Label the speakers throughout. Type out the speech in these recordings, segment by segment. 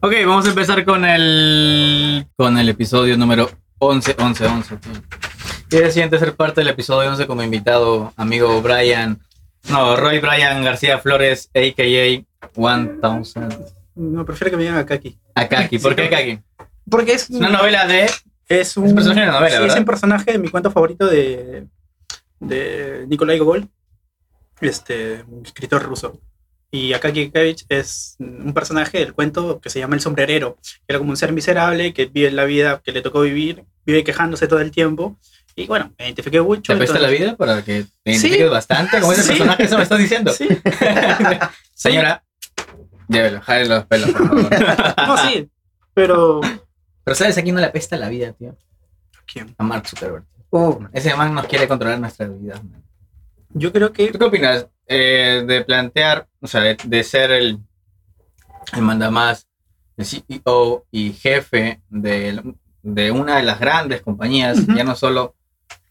Speaker 1: Ok, vamos a empezar con el con el episodio número 11, 11, 11. tío. ¿Qué se siente ser parte del episodio 11 como invitado, amigo Brian? No, Roy Brian García Flores, a.k.a. 1000.
Speaker 2: No, prefiero que me llamen Akaki.
Speaker 1: Akaki, ¿por qué Akaki?
Speaker 2: Porque
Speaker 1: Es
Speaker 2: es,
Speaker 1: una novela de...
Speaker 2: es un
Speaker 1: es personaje de una novela,
Speaker 2: sí, es
Speaker 1: ¿verdad?
Speaker 2: un personaje de mi cuento favorito de, de Nikolai Gogol, este, un escritor ruso. Y Akaki Akakevich es un personaje del cuento que se llama El Sombrerero, que era como un ser miserable que vive la vida que le tocó vivir, vive quejándose todo el tiempo. Y bueno, me identifiqué
Speaker 1: ¿Te
Speaker 2: mucho.
Speaker 1: apesta la
Speaker 2: entonces-
Speaker 1: vida para que te
Speaker 2: Sí.
Speaker 1: identifiques bastante como ese
Speaker 2: Sí.
Speaker 1: personaje? Eso me estás diciendo. Señora, llévelo, jale los pelos, por favor.
Speaker 2: Sí, no, sí. Pero.
Speaker 1: Pero ¿sabes a quién no le apesta la vida, tío? Uh.
Speaker 2: ¿Quién?
Speaker 1: A Mark Zuckerberg.
Speaker 2: Oh,
Speaker 1: Ese man nos quiere controlar nuestras vidas, man.
Speaker 2: yo creo que
Speaker 1: ¿Tú qué opinas eh, de plantear, o sea, de, de ser el, el mandamás, el CEO y jefe de, de una de las grandes compañías,
Speaker 2: Ujú.
Speaker 1: ya no solo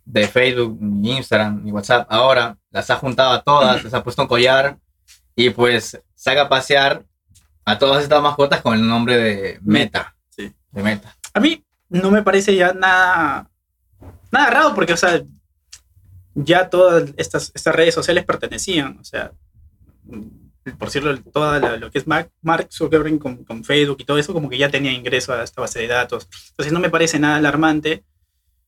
Speaker 1: de Facebook, ni Instagram, ni WhatsApp, ahora las ha juntado a todas, les ha puesto un collar y pues saca a pasear a todas estas mascotas con el nombre de Meta.
Speaker 2: Sí.
Speaker 1: De Meta.
Speaker 2: A mí no me parece ya nada, nada raro porque, o sea, ya todas estas, estas redes sociales pertenecían, o sea, mm, por cierto, todo lo que es Mac- Mark Zuckerberg con, con Facebook y todo eso, como que ya tenía ingreso a esta base de datos. Entonces no me parece nada alarmante.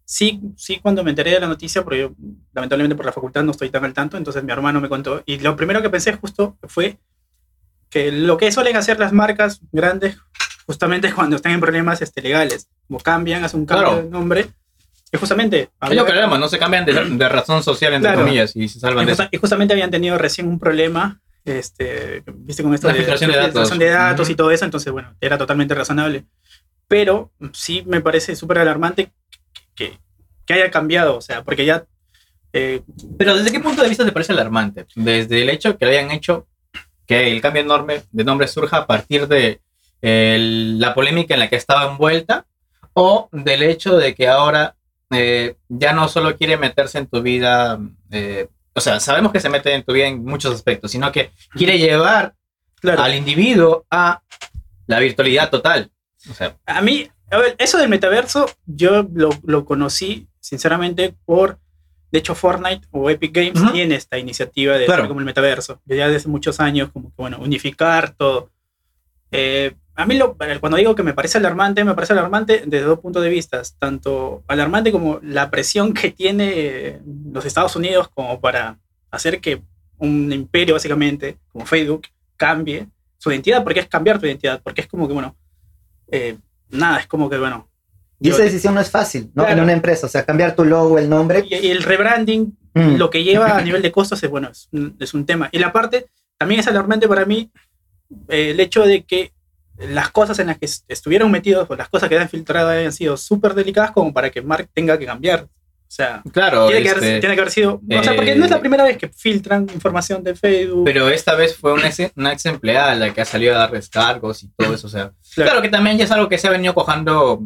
Speaker 2: Sí, sí, cuando me enteré de la noticia, porque yo lamentablemente por la facultad no estoy tan al tanto, entonces mi hermano me contó y lo primero que pensé justo fue que lo que suelen hacer las marcas grandes justamente cuando están en problemas este, legales, como cambian, hacen un cambio
Speaker 1: Claro.
Speaker 2: de nombre, es justamente...
Speaker 1: Es lo que hablamos, no se cambian de, de razón social, entre
Speaker 2: Claro.
Speaker 1: comillas, y se salvan
Speaker 2: Y
Speaker 1: de eso.
Speaker 2: justa- y justamente habían tenido recién un problema, este, viste con esto
Speaker 1: La filtración de datos.
Speaker 2: filtración de datos
Speaker 1: Ujú.
Speaker 2: y todo eso, entonces bueno, era totalmente razonable. Pero mm, sí me parece súper alarmante que, que haya cambiado, o sea, porque ya eh,
Speaker 1: Pero ¿desde qué punto de vista te parece alarmante? Desde el hecho que hayan hecho que el cambio enorme de nombre surja a partir de eh, la polémica en la que estaba envuelta o del hecho de que ahora eh, ya no solo quiere meterse en tu vida, eh, o sea, sabemos que se mete en tu vida en muchos aspectos, sino que quiere llevar
Speaker 2: claro,
Speaker 1: al individuo a la virtualidad total. O sea,
Speaker 2: a mí, a ver, eso del metaverso, yo lo, lo conocí sinceramente por, de hecho, Fortnite o Epic Games
Speaker 1: Ujú.
Speaker 2: tiene esta iniciativa de hacer
Speaker 1: Claro.
Speaker 2: como el metaverso, que ya desde muchos años, como que, bueno, unificar todo. Eh, a mí, lo, cuando digo que me parece alarmante, me parece alarmante desde dos puntos de vista, tanto alarmante como la presión que tiene los Estados Unidos como para hacer que un imperio, básicamente, como Facebook, cambie su identidad, porque es cambiar tu identidad, porque es como que, bueno, eh, nada, es como que, bueno,
Speaker 3: Y
Speaker 2: yo-
Speaker 3: esa decisión no es fácil, ¿no?
Speaker 2: Claro.
Speaker 3: En una empresa, o sea, cambiar tu logo, el nombre.
Speaker 2: y, y el rebranding,
Speaker 3: mm,
Speaker 2: lo que lleva a nivel de costos es, bueno, es un, es un tema. Y la parte, también es alarmante para mí eh, el hecho de que las cosas en las que est- estuvieron metidos o las cosas que han filtrado hayan sido súper delicadas como para que Mark tenga que cambiar. O sea,
Speaker 1: claro,
Speaker 2: tiene, que haber,
Speaker 1: este,
Speaker 2: tiene que haber sido... o sea, porque
Speaker 1: eh,
Speaker 2: no es la primera vez que filtran información de Facebook.
Speaker 1: pero esta vez fue una ex, una ex empleada la que ha salido a dar descargos y todo eso, o sea,
Speaker 2: Claro.
Speaker 1: Claro. que también ya es algo que se ha venido cojando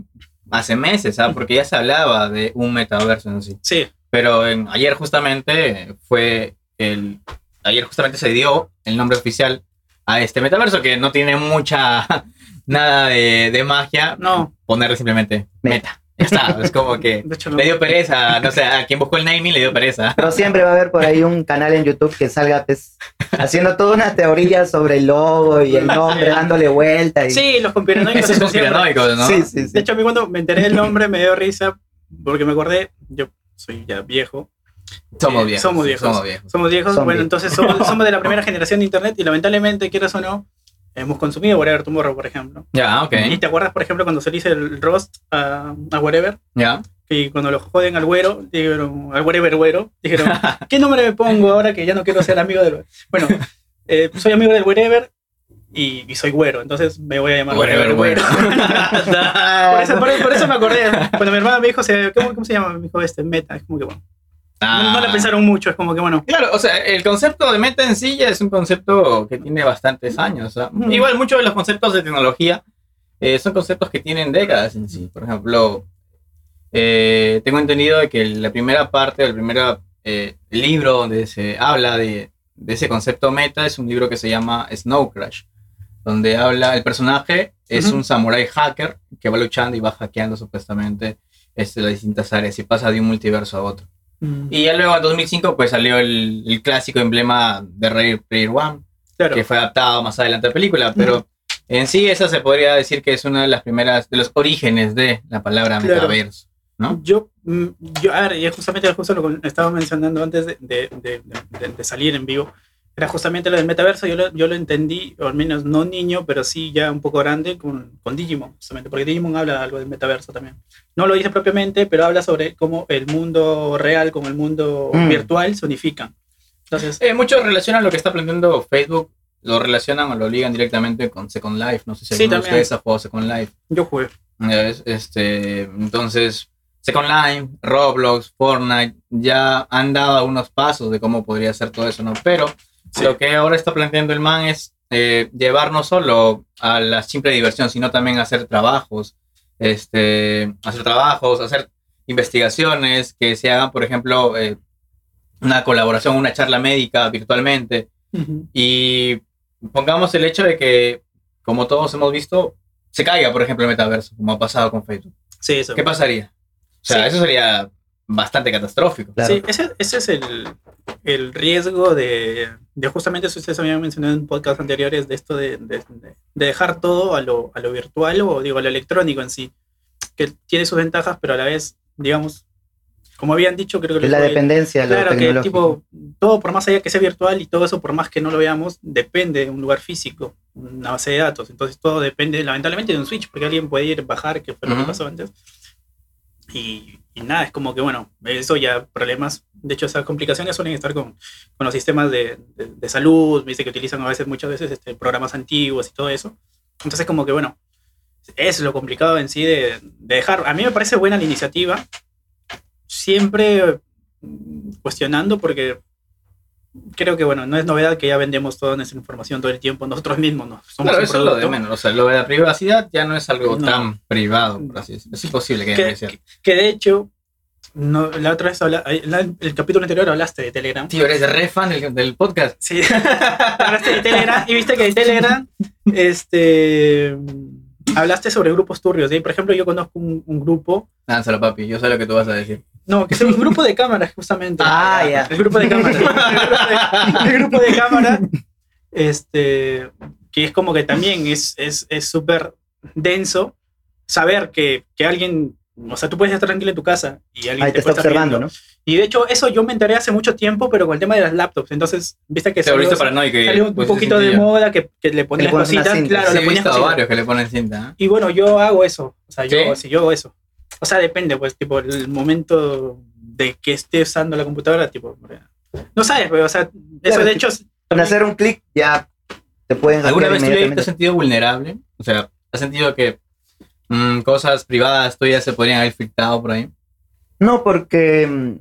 Speaker 1: hace meses, ¿ah? porque ya se hablaba de un metaverso en sí.
Speaker 2: Sí,
Speaker 1: Pero en- ayer justamente fue el... Ayer justamente se dio el nombre oficial a este metaverso que no tiene mucha... Nada de, de magia.
Speaker 2: No.
Speaker 1: Ponerle simplemente meta. Ya está. Es como que
Speaker 2: de hecho no.
Speaker 1: le dio pereza. No sé, a quien buscó el naming le dio pereza.
Speaker 3: Pero siempre va a haber por ahí un canal en YouTube que salga pues, haciendo toda una teoría sobre el logo y el nombre, dándole vuelta. Y...
Speaker 2: Sí, los conspiranoicos.
Speaker 1: Eso es
Speaker 2: siempre-
Speaker 1: conspiranoico, ¿no?
Speaker 3: sí, sí. sí.
Speaker 2: De hecho, a mí cuando me enteré del nombre me dio risa porque me acordé, yo soy ya viejo,
Speaker 1: Somos
Speaker 2: Eh,
Speaker 1: viejos.
Speaker 2: somos viejos.
Speaker 1: Somos viejos.
Speaker 2: somos viejos,
Speaker 3: Zombie.
Speaker 2: bueno, entonces somos, somos de la primera generación de Internet y lamentablemente, quieras o no, hemos consumido Whatever Tomorrow, por ejemplo.
Speaker 1: Ya, ok.
Speaker 2: ¿Y te acuerdas, por ejemplo, cuando se le hizo el roast a, a Whatever?
Speaker 1: Ya.
Speaker 2: Y cuando lo joden al güero, dijeron, al whatever güero, dijeron, ¿qué nombre me pongo ahora que ya no quiero ser amigo del... Bueno, eh, soy amigo del whatever y, y soy güero, entonces me voy a llamar
Speaker 1: Whatever, bueno.
Speaker 2: Por eso, por, por eso me acordé. Cuando mi hermana me dijo, se- ¿cómo, cómo se llama? Me dijo, este, meta. Es como que bueno.
Speaker 1: Ah.
Speaker 2: No, no la pensaron mucho, es como que bueno.
Speaker 1: Claro, o sea, el concepto de meta en sí ya es un concepto que tiene bastantes años. ¿ah?
Speaker 2: Mm.
Speaker 1: Igual muchos de los conceptos de tecnología eh, son conceptos que tienen décadas en sí. Por ejemplo, eh, tengo entendido de que la primera parte, el primer eh, libro donde se habla de, de ese concepto meta es un libro que se llama Snow Crash, donde habla el personaje es
Speaker 2: Ujú.
Speaker 1: un samurái hacker que va luchando y va hackeando supuestamente este, las distintas áreas y pasa de un multiverso a otro. Y ya luego en 2005 pues salió el, el clásico emblema de Ready Player One,
Speaker 2: claro.
Speaker 1: que fue adaptado más adelante a la película, pero en sí esa se podría decir que es una de las primeras, de los orígenes de la palabra
Speaker 2: Claro.
Speaker 1: metaverso. ¿no?
Speaker 2: Yo, mm, yo, a ver, y justamente justo lo que estaba mencionando antes de, de- de- de- de salir en vivo, era justamente lo del metaverso, yo lo, yo lo entendí, o al menos no niño, pero sí ya un poco grande, con, con Digimon, justamente, porque Digimon habla algo del metaverso también. No lo dice propiamente, pero habla sobre cómo el mundo real con el mundo
Speaker 3: Mm.
Speaker 2: virtual se unifican. Entonces,
Speaker 1: Eh, muchos relacionan lo que está planteando Facebook, lo relacionan o lo ligan directamente con Second Life. No sé si
Speaker 2: Sí,
Speaker 1: alguno de
Speaker 2: también.
Speaker 1: ustedes ha jugado Second Life.
Speaker 2: yo jugué.
Speaker 1: Ya ves, Este, entonces, Second Life, Roblox, Fortnite ya han dado unos pasos de cómo podría ser todo eso, ¿no? Pero
Speaker 2: Sí.
Speaker 1: lo que ahora está planteando el man es eh, llevar no solo a la simple diversión, sino también hacer trabajos, este, hacer trabajos, hacer investigaciones que se hagan, por ejemplo, eh, una colaboración, una charla médica virtualmente, y pongamos el hecho de que, como todos hemos visto, se caiga, por ejemplo, el metaverso, como ha pasado con Facebook.
Speaker 2: Sí, eso.
Speaker 1: ¿Qué pasaría? O sea,
Speaker 2: Sí.
Speaker 1: eso sería bastante catastrófico.
Speaker 3: Claro.
Speaker 2: Sí, ese, ese es el, el riesgo de, de justamente eso ustedes habían mencionado en podcasts anteriores, de esto de, de- de dejar todo a lo, a lo virtual o digo, a lo electrónico en sí, que tiene sus ventajas, pero a la vez, digamos, como habían dicho, creo que...
Speaker 3: la
Speaker 2: lo-
Speaker 3: dependencia, de lo
Speaker 2: Claro, que
Speaker 3: tecnológico.
Speaker 2: tipo, todo por más allá que sea virtual y todo eso, por más que no lo veamos, depende de un lugar físico, una base de datos. Entonces todo depende, lamentablemente, de un switch, porque alguien puede ir, bajar, que fue lo que
Speaker 1: Ujú.
Speaker 2: pasó antes. Y, y nada, es como que, bueno, eso ya problemas, de hecho esas complicaciones suelen estar con, con los sistemas de, de- de salud, me dice que utilizan a veces, muchas veces, este, programas antiguos y todo eso. Entonces como que, bueno, es lo complicado en sí de, de dejar. A mí me parece buena la iniciativa, siempre mm, cuestionando porque creo que, bueno, no es novedad que ya vendemos toda nuestra información todo el tiempo nosotros mismos, ¿no? Somos
Speaker 1: claro,
Speaker 2: un
Speaker 1: eso es lo de
Speaker 2: producto.
Speaker 1: menos. O sea, lo de la privacidad ya no es algo
Speaker 2: No.
Speaker 1: tan privado, por así decirlo. Es imposible que haya
Speaker 2: que,
Speaker 1: privacidad.
Speaker 2: que- que de hecho, no, la otra vez, habla- la- el capítulo anterior hablaste de Telegram.
Speaker 1: Tío, eres re fan del, del podcast.
Speaker 2: Sí. hablaste de Telegram y viste que de Telegram este, hablaste sobre grupos turbios. ¿sí? Por ejemplo, yo conozco un, un grupo,
Speaker 1: Lánzalo, papi. Yo sé lo que tú vas a decir.
Speaker 2: no, que es un grupo de cámaras justamente.
Speaker 3: Ah, ya.
Speaker 2: El grupo de cámara. el grupo de cámara. Este. Que es como que también es es- es súper denso saber que, que alguien. O sea, tú puedes estar tranquilo en tu casa y alguien
Speaker 3: Ahí te está
Speaker 2: puede estar
Speaker 3: observando,
Speaker 2: viendo.
Speaker 3: ¿no?
Speaker 2: Y de hecho, eso yo me enteré hace mucho tiempo, pero con el tema de las laptops. Entonces, viste que
Speaker 1: Te volviste pues,
Speaker 2: salió-
Speaker 1: paranoico. y
Speaker 2: salió un
Speaker 1: pusiste
Speaker 2: poquito de
Speaker 1: cintillo.
Speaker 2: moda que, que le ponías
Speaker 3: pones una
Speaker 2: cositas.
Speaker 3: cinta.
Speaker 2: Claro,
Speaker 1: Sí,
Speaker 2: le
Speaker 1: he
Speaker 2: ponías
Speaker 1: visto a
Speaker 2: cositas.
Speaker 1: varios que le ponen cinta. ¿eh?
Speaker 2: Y bueno, yo hago eso. O sea, yo,
Speaker 1: ¿Sí?
Speaker 2: si yo hago eso. O sea, depende, pues, tipo, el momento de que esté usando la computadora, tipo, no sabes, pero, o sea, eso
Speaker 3: Claro,
Speaker 2: de
Speaker 3: que-
Speaker 2: hecho,
Speaker 3: Con hacer un clic ya te pueden
Speaker 1: ¿Alguna vez tú ya
Speaker 3: hackear
Speaker 1: te
Speaker 3: inmediatamente.
Speaker 1: has sentido vulnerable? O sea, ¿has sentido que mm, cosas privadas tuyas se podrían haber filtrado por ahí?
Speaker 3: No, porque mm,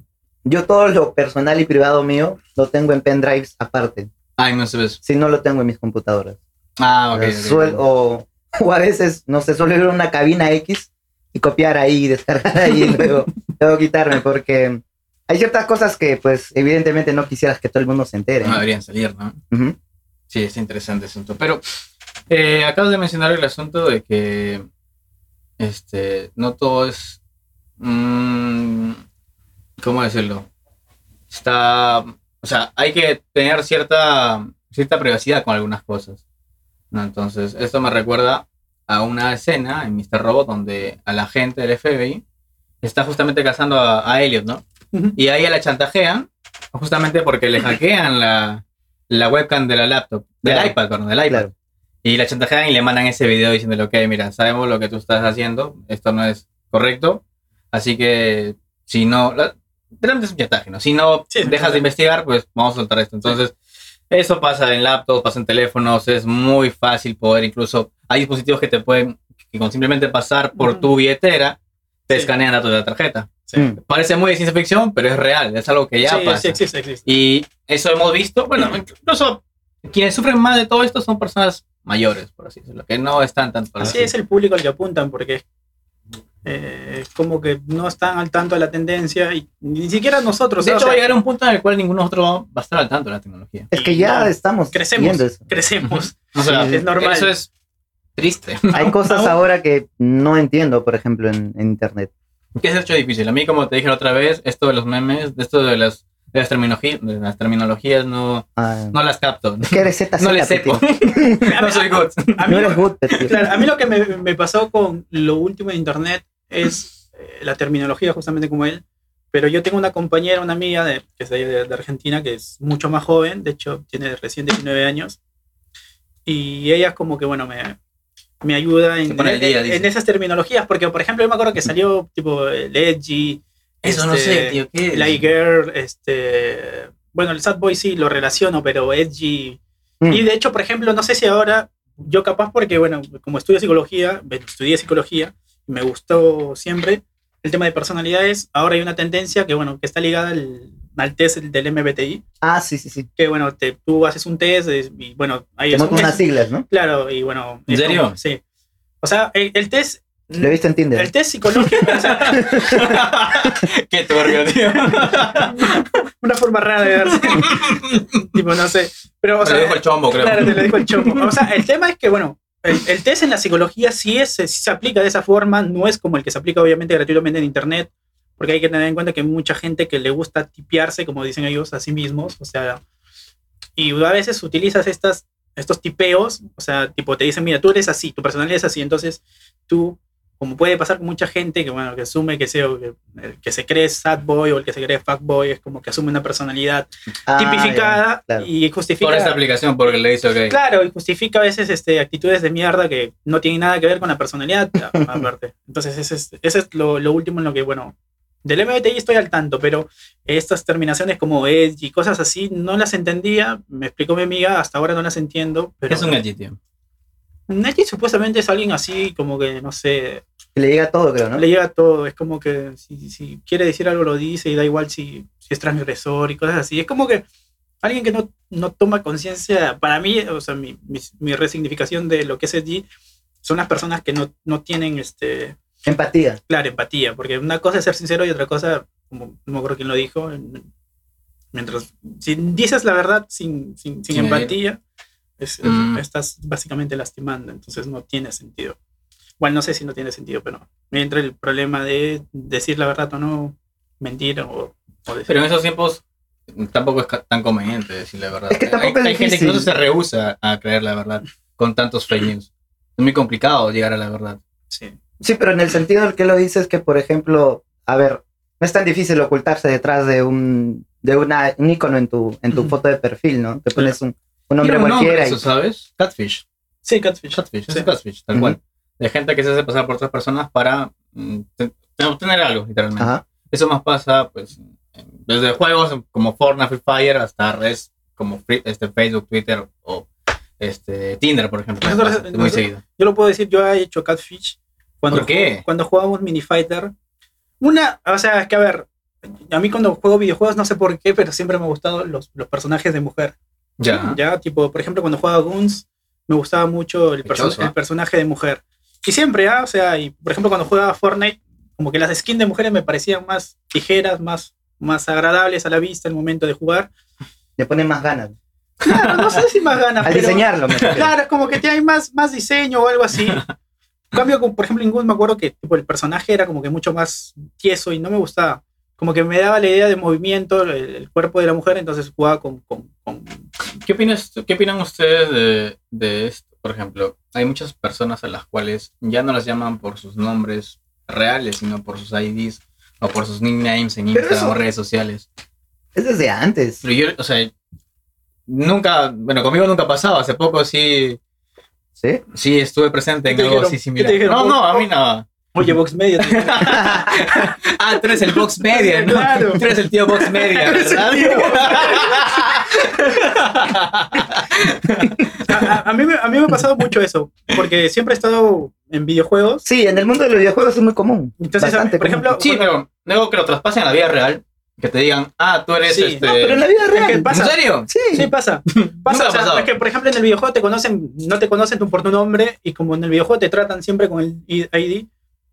Speaker 3: yo todo lo personal y privado mío lo tengo en pendrives aparte.
Speaker 1: Ay, no sabes.
Speaker 3: Si no lo tengo en mis computadoras.
Speaker 1: Ah, ok.
Speaker 3: O sea,
Speaker 1: ok.
Speaker 3: suel- o, o a veces, no sé, suelo ir a una cabina X y copiar ahí y descargar ahí y luego, luego quitarme porque hay ciertas cosas que pues evidentemente no quisieras que todo el mundo se entere.
Speaker 1: No
Speaker 3: ¿no?
Speaker 1: deberían salir, ¿no?
Speaker 3: Ujú.
Speaker 1: Sí, es interesante el asunto. Pero eh, acabas de mencionar el asunto de que este, no todo es. mm, ¿Cómo decirlo? Está. O sea, hay que tener cierta, cierta privacidad con algunas cosas. ¿no? Entonces, esto me recuerda a una escena en Mr. Robot donde a la gente del FBI está justamente cazando a, a Elliot, ¿no?
Speaker 2: Ujú.
Speaker 1: Y a ella la chantajean justamente porque le hackean la, la webcam de la laptop, del
Speaker 3: Claro.
Speaker 1: iPad, perdón, del iPad.
Speaker 3: Claro.
Speaker 1: Y la chantajean y le mandan ese video diciéndole, ok, mira, sabemos lo que tú estás haciendo, esto no es correcto, así que si no, la- realmente es un chantaje, ¿no? Si no
Speaker 2: Sí, es un
Speaker 1: dejas
Speaker 2: chantaje.
Speaker 1: de investigar, pues vamos a soltar esto. Entonces, eso pasa en laptops, pasa en teléfonos, es muy fácil poder incluso, hay dispositivos que te pueden, que con simplemente pasar por
Speaker 2: Ujú.
Speaker 1: tu billetera, te
Speaker 2: Sí.
Speaker 1: escanean datos de la tarjeta.
Speaker 2: Sí.
Speaker 3: Mm.
Speaker 1: Parece muy de ciencia ficción, pero es real, es algo que ya
Speaker 2: sí,
Speaker 1: pasa.
Speaker 2: sí, existe, existe.
Speaker 1: Y eso hemos visto, bueno, incluso quienes sufren más de todo esto son personas mayores, por así decirlo, que no están tanto para
Speaker 2: Así es el público al que apuntan, porque eh, es como que no están al tanto de la tendencia y ni siquiera nosotros.
Speaker 1: De
Speaker 2: o
Speaker 1: hecho, va
Speaker 2: sea,
Speaker 1: a llegar un punto en el cual ninguno de nosotros va a estar al tanto de la tecnología.
Speaker 3: Es que ya
Speaker 2: No,
Speaker 3: estamos
Speaker 2: crecemos,
Speaker 3: viendo eso.
Speaker 2: crecemos.
Speaker 1: O sea,
Speaker 2: Es normal.
Speaker 1: eso es Triste.
Speaker 3: Hay cosas
Speaker 2: aún-
Speaker 3: ahora que no entiendo, por ejemplo, en, en internet.
Speaker 1: ¿Qué se ha hecho difícil? A mí, como te dije la otra vez, esto de los memes, de esto de las, de las, terminogi- de las terminologías, no,
Speaker 3: Ah,
Speaker 1: no las capto.
Speaker 3: Es que eres ZZ,
Speaker 1: No le
Speaker 3: pe,
Speaker 1: sepo.
Speaker 3: tío.
Speaker 1: no soy good.
Speaker 2: A mí
Speaker 3: No
Speaker 2: lo-
Speaker 3: eres good, pe, tío.
Speaker 2: Claro, a mí lo que me, me pasó con lo último de internet es eh, la terminología, justamente como él. Pero yo tengo una compañera, una amiga de, que es de, ahí de- de Argentina, que es mucho más joven, de hecho tiene recién 19 años. Y ella es como que, bueno, me, me ayuda
Speaker 1: Se
Speaker 2: en,
Speaker 1: pone al día,
Speaker 2: en-
Speaker 1: dice.
Speaker 2: en esas terminologías. Porque, por ejemplo, yo me acuerdo que salió tipo el edgy,
Speaker 1: Eso no
Speaker 2: este,
Speaker 1: sé, tío. ¿Qué es?
Speaker 2: el iGirl, este... Bueno, el sad boy sí lo relaciono, pero edgy...
Speaker 3: Mm.
Speaker 2: Y de hecho, por ejemplo, no sé si ahora, yo capaz porque, bueno, como estudio psicología, bueno, estudié psicología, me gustó siempre el tema de personalidades, ahora hay una tendencia que, bueno, que está ligada al, al test del MBTI,
Speaker 3: Ah, sí, sí, sí.
Speaker 2: que, bueno, te, tú haces un test eh, y, bueno, ahí
Speaker 3: Te
Speaker 2: es un
Speaker 3: monto unas
Speaker 2: test,
Speaker 3: siglas, ¿no?
Speaker 2: Claro, y bueno.
Speaker 1: ¿En
Speaker 2: es
Speaker 1: serio?
Speaker 2: como- sí. O sea, el, el test...
Speaker 3: Lo he visto en
Speaker 2: El
Speaker 3: Tinder.
Speaker 2: test psicológico, o sea,
Speaker 1: Qué turbio, tío.
Speaker 2: una forma rara de verse. tipo, no sé. Pero, o
Speaker 1: Me lo
Speaker 2: sea,
Speaker 1: dijo el chombo, creo.
Speaker 2: Claro, te lo dijo el chomo. O sea, el tema es que, bueno, el, el test en la psicología sí, es, sí se aplica de esa forma, no es como el que se aplica obviamente gratuitamente en Internet, porque hay que tener en cuenta que hay mucha gente que le gusta tipearse, como dicen ellos, a sí mismos, o sea, y a veces utilizas estas, estos tipeos, o sea, tipo te dicen, mira, tú eres así, tu personalidad es así, entonces tú, como puede pasar con mucha gente que, bueno, que asume que, sea, que, el que se cree sad boy o el que se cree fuck boy, es como que asume una personalidad
Speaker 3: Ah, ya,
Speaker 2: tipificada
Speaker 3: claro.
Speaker 2: y justifica.
Speaker 1: Por esa aplicación, porque le hizo que.
Speaker 2: Claro, y justifica a veces este, actitudes de mierda que no tienen nada que ver con la personalidad, a- aparte. Entonces, ese es, ese es lo, lo último en lo que, bueno, del MBTI estoy al tanto, pero estas terminaciones como edge y cosas así no las entendía, me explicó mi amiga, hasta ahora no las entiendo. Pero
Speaker 1: Es un edgy, tío.
Speaker 2: un edgy supuestamente es alguien así, como que, no sé,
Speaker 3: Que le llega todo, creo, ¿no?
Speaker 2: le llega todo, es como que si, si quiere decir algo lo dice y da igual si, si es transgresor y cosas así. Es como que alguien que no, no toma conciencia, para mí, o sea, mi, mi, mi resignificación de lo que es allí son las personas que no, no tienen, este,
Speaker 3: Empatía.
Speaker 2: claro, empatía, porque una cosa es ser sincero y otra cosa, como no me acuerdo quién lo dijo, en- mientras, si dices la verdad sin, sin, sin
Speaker 1: Sin
Speaker 2: empatía, es- es-
Speaker 1: Mm.
Speaker 2: estás básicamente lastimando, entonces no tiene sentido. Bueno, no sé si no tiene sentido, pero me entra el problema de decir la verdad o no, mentir o, o decir.
Speaker 1: Pero en esos tiempos tampoco es ca- tan conveniente decir la verdad.
Speaker 3: Es que
Speaker 1: hay,
Speaker 3: tampoco es
Speaker 1: hay gente que
Speaker 3: difícil.
Speaker 1: incluso se rehúsa a creer la verdad con tantos fake news. Es muy complicado llegar a la verdad.
Speaker 2: sí.
Speaker 3: Sí, pero en el sentido del que lo dices que, por ejemplo, a ver, no es tan difícil ocultarse detrás de un de una, un icono en tu, en tu
Speaker 2: Ujú.
Speaker 3: foto de perfil, ¿no? Te pones un, un
Speaker 1: Tiene
Speaker 3: nombre
Speaker 1: un nombre
Speaker 3: cualquiera
Speaker 1: eso,
Speaker 3: y
Speaker 1: ¿sabes? Catfish.
Speaker 2: Sí, catfish.
Speaker 1: Catfish, es
Speaker 2: Sí.
Speaker 1: catfish, tal
Speaker 3: Ujú.
Speaker 1: cual. De gente que se hace pasar por otras personas para mm, te- te- obtener algo, literalmente.
Speaker 3: Ajá.
Speaker 1: Eso más pasa, pues, en- desde juegos como Fortnite, Free Fire, hasta redes como Fri- este, Facebook, Twitter o este, Tinder, por ejemplo.
Speaker 2: Nosotros-
Speaker 1: Pasa muy
Speaker 2: nosotros-
Speaker 1: seguido.
Speaker 2: Yo lo puedo decir, yo he hecho catfish cuando,
Speaker 1: ¿Por qué?
Speaker 2: cuando jugábamos Mini Fighter. Una, o sea, es que a ver, a mí cuando juego videojuegos no sé por qué, pero siempre me han gustado los, los personajes de mujer.
Speaker 1: Ya.
Speaker 2: Ya, tipo, por ejemplo, cuando jugaba Guns, me gustaba mucho el, perso-
Speaker 1: Pechoso, ¿ah?
Speaker 2: el personaje de mujer. Y siempre, ¿ah? o sea, y por ejemplo, cuando jugaba Fortnite, como que las skins de mujeres me parecían más ligeras, más, más agradables a la vista al momento de jugar.
Speaker 3: le pones más ganas.
Speaker 2: Claro, no sé si más ganas.
Speaker 3: Al
Speaker 2: pero-
Speaker 3: diseñarlo, me refiero.
Speaker 2: Claro, es como que te hay más, más diseño o algo así. En cambio, como, por ejemplo, en Goon me acuerdo que tipo, el personaje era como que mucho más tieso y no me gustaba. Como que me daba la idea de movimiento, el, el cuerpo de la mujer, entonces jugaba con... con, con-
Speaker 1: ¿Qué, opinas, ¿Qué opinan ustedes de, de esto? Por ejemplo, hay muchas personas a las cuales ya no las llaman por sus nombres reales, sino por sus IDs o por sus nicknames en
Speaker 3: Pero
Speaker 1: Instagram
Speaker 3: eso-
Speaker 1: o redes sociales.
Speaker 3: Es desde antes.
Speaker 1: Pero yo, o sea, nunca, bueno, conmigo nunca pasaba. Hace poco sí,
Speaker 3: ¿Sí?
Speaker 1: sí estuve presente en
Speaker 2: ¿Qué te
Speaker 1: algo
Speaker 2: dijeron?
Speaker 1: así
Speaker 2: ¿Qué te
Speaker 1: similar.
Speaker 2: dijeron?
Speaker 1: No, no, a mí nada.
Speaker 2: Oye, Vox Media. te-
Speaker 1: Ah, tú eres el Vox Media, ¿no?
Speaker 2: Claro.
Speaker 1: Tú eres el tío Vox Media,
Speaker 2: Eres el
Speaker 1: ¿verdad?
Speaker 2: A, a- a mí me, a mí me ha pasado mucho eso, porque siempre he estado en videojuegos.
Speaker 3: Sí, en el mundo de los videojuegos es muy común.
Speaker 2: Entonces,
Speaker 3: Bastante
Speaker 2: por
Speaker 3: común.
Speaker 2: ejemplo,
Speaker 1: Sí, pero luego que lo traspasen a la vida real, que te digan, ah, tú eres
Speaker 2: Sí.
Speaker 1: este.
Speaker 3: No, pero en la vida
Speaker 2: es que
Speaker 3: real.
Speaker 2: pasa.
Speaker 1: ¿En serio?
Speaker 3: Sí.
Speaker 2: Sí, pasa. Pasa,
Speaker 1: ha
Speaker 2: o sea,
Speaker 1: pasado.
Speaker 2: es que, por ejemplo, en el videojuego te conocen, no te conocen tu- por tu nombre, y como en el videojuego te tratan siempre con el I- ID,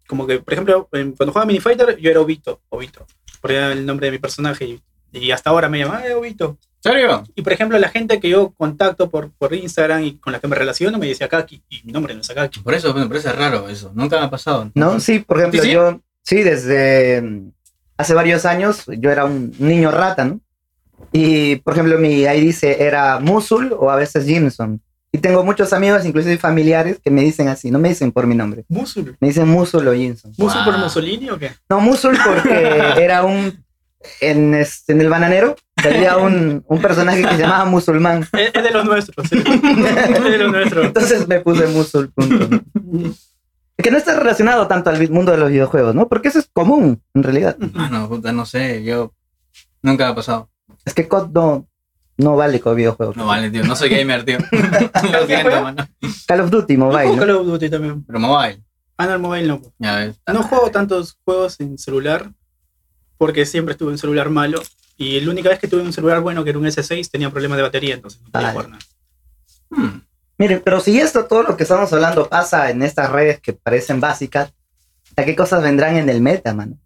Speaker 2: como que, por ejemplo, en- cuando jugaba Mini Fighter, yo era Obito, Obito, porque era el nombre de mi personaje, y, y hasta ahora me llaman, eh, Obito.
Speaker 4: ¿Serio?
Speaker 2: Y por ejemplo, la gente que yo contacto por, por Instagram y con la que me relaciono me dice Akaki, y mi nombre no es Akaki.
Speaker 1: Por eso me parece raro eso. Nunca me ha pasado.
Speaker 3: ¿No? Sí, por ejemplo,
Speaker 4: ¿Sí, sí?
Speaker 3: yo, sí, desde mm, hace varios años yo era un niño rata, ¿no? Y, por ejemplo, mi ID dice era Musul o a veces Jimson. Y tengo muchos amigos, inclusive familiares, que me dicen así, no me dicen por mi nombre,
Speaker 2: ¿Musul?
Speaker 3: me dicen Musul o Jimson.
Speaker 2: ¿Musul por
Speaker 1: Wow.
Speaker 2: Mussolini o qué?
Speaker 3: No, Musul porque era un, en, este, en el bananero, salía un, un personaje que se llamaba Musulmán.
Speaker 2: Es, es de los nuestros. sí. es de los nuestros.
Speaker 3: Entonces me puse Musul, punto. Que no está relacionado tanto al mundo de los videojuegos, ¿no? Porque eso es común, en realidad.
Speaker 1: Ah, no, puta, no sé. Yo. Nunca me ha pasado.
Speaker 3: Es que COD no, no vale con videojuegos.
Speaker 4: No vale, tío. No soy gamer, tío. Lo siento, mano.
Speaker 3: Call of Duty Mobile,
Speaker 2: Yo
Speaker 3: ¿no?
Speaker 2: Call of Duty también.
Speaker 1: Pero mobile.
Speaker 2: Ah, no, el mobile no.
Speaker 1: Ya ves.
Speaker 2: No juego tantos juegos en celular porque siempre estuve en celular malo. Y la única vez que tuve un celular bueno, que era un S6, tenía problemas de batería, entonces no podía
Speaker 3: Vale.
Speaker 2: jugar nada.
Speaker 1: Hmm.
Speaker 3: Miren, pero si esto, todo lo que estamos hablando pasa en estas redes que parecen básicas, ¿a qué cosas vendrán en el meta, mano?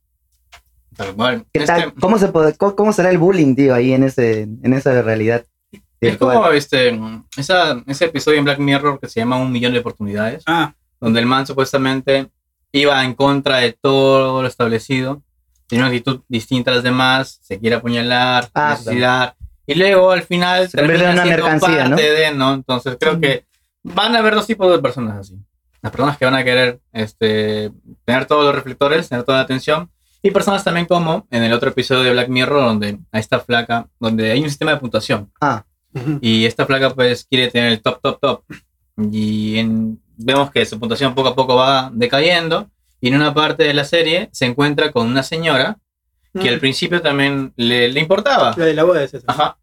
Speaker 1: Tal cual.
Speaker 3: ¿Qué
Speaker 1: Este-
Speaker 3: tal? ¿Cómo, se puede, cómo, cómo será el bullying, tío, ahí en, ese, en esa realidad?
Speaker 1: Es
Speaker 3: virtual?
Speaker 1: como este, esa- ese episodio en Black Mirror que se llama Un Millón de Oportunidades,
Speaker 2: Ah,
Speaker 1: donde el man supuestamente iba en contra de todo lo establecido, tenía una actitud distinta a las demás, se quiere apuñalar,
Speaker 3: Ah,
Speaker 1: suicidar, y luego al final
Speaker 3: Se convierte en una
Speaker 1: siendo
Speaker 3: mercancía, ¿no?
Speaker 1: parte de, ¿no? Entonces creo que van a haber dos tipos de personas así. Las personas que van a querer este, tener todos los reflectores, tener toda la atención, y personas también como en el otro episodio de Black Mirror, donde a esta flaca, donde hay un sistema de puntuación.
Speaker 3: Ah,
Speaker 1: Y esta flaca pues quiere tener el top, top, top. Y en- vemos que su puntuación poco a poco va decayendo. Y en una parte de la serie se encuentra con una señora que al principio también le, le importaba.
Speaker 2: la de la boda es esa.
Speaker 1: Ajá.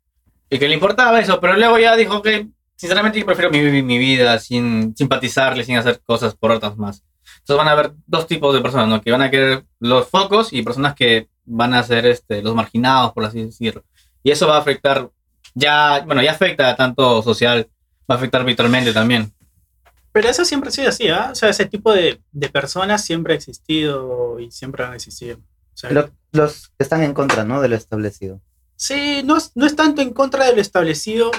Speaker 1: Y que le importaba eso, pero luego ya dijo que sinceramente yo prefiero mi- mi, mi vida sin simpatizarle, sin hacer cosas por otras más. Entonces van a haber dos tipos de personas, ¿no? Que van a querer los focos y personas que van a ser este, los marginados, por así decirlo. Y eso va a afectar, ya, bueno, ya afecta tanto social, va a afectar virtualmente también.
Speaker 2: Pero eso siempre ha sido así, ¿ah? O sea, ese tipo de, de personas siempre ha existido y siempre han existido. O sea,
Speaker 3: lo- los que están en contra, ¿no? De lo establecido.
Speaker 2: Sí, no, es- no es tanto en contra de lo establecido,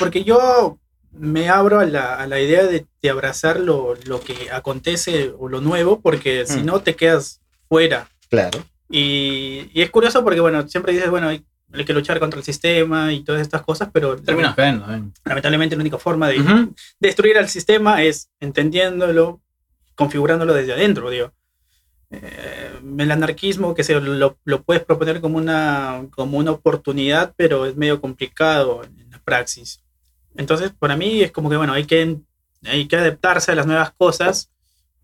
Speaker 2: porque yo me abro a la, a la idea de, de abrazar lo, lo que acontece o lo nuevo, porque si
Speaker 3: Mm.
Speaker 2: no te quedas fuera.
Speaker 3: Claro.
Speaker 2: Y, y es curioso porque, bueno, siempre dices, bueno, hay, hay que luchar contra el sistema y todas estas cosas, pero
Speaker 1: Terminas cayendo, ¿eh?
Speaker 2: lamentablemente la única forma de,
Speaker 1: Ujú.
Speaker 2: destruir al sistema es entendiéndolo, configurándolo desde adentro, digo. Eh, el anarquismo que se lo, lo puedes proponer como una, como una oportunidad, pero es medio complicado en la praxis. Entonces, para mí es como que, bueno, hay que, hay que adaptarse a las nuevas cosas,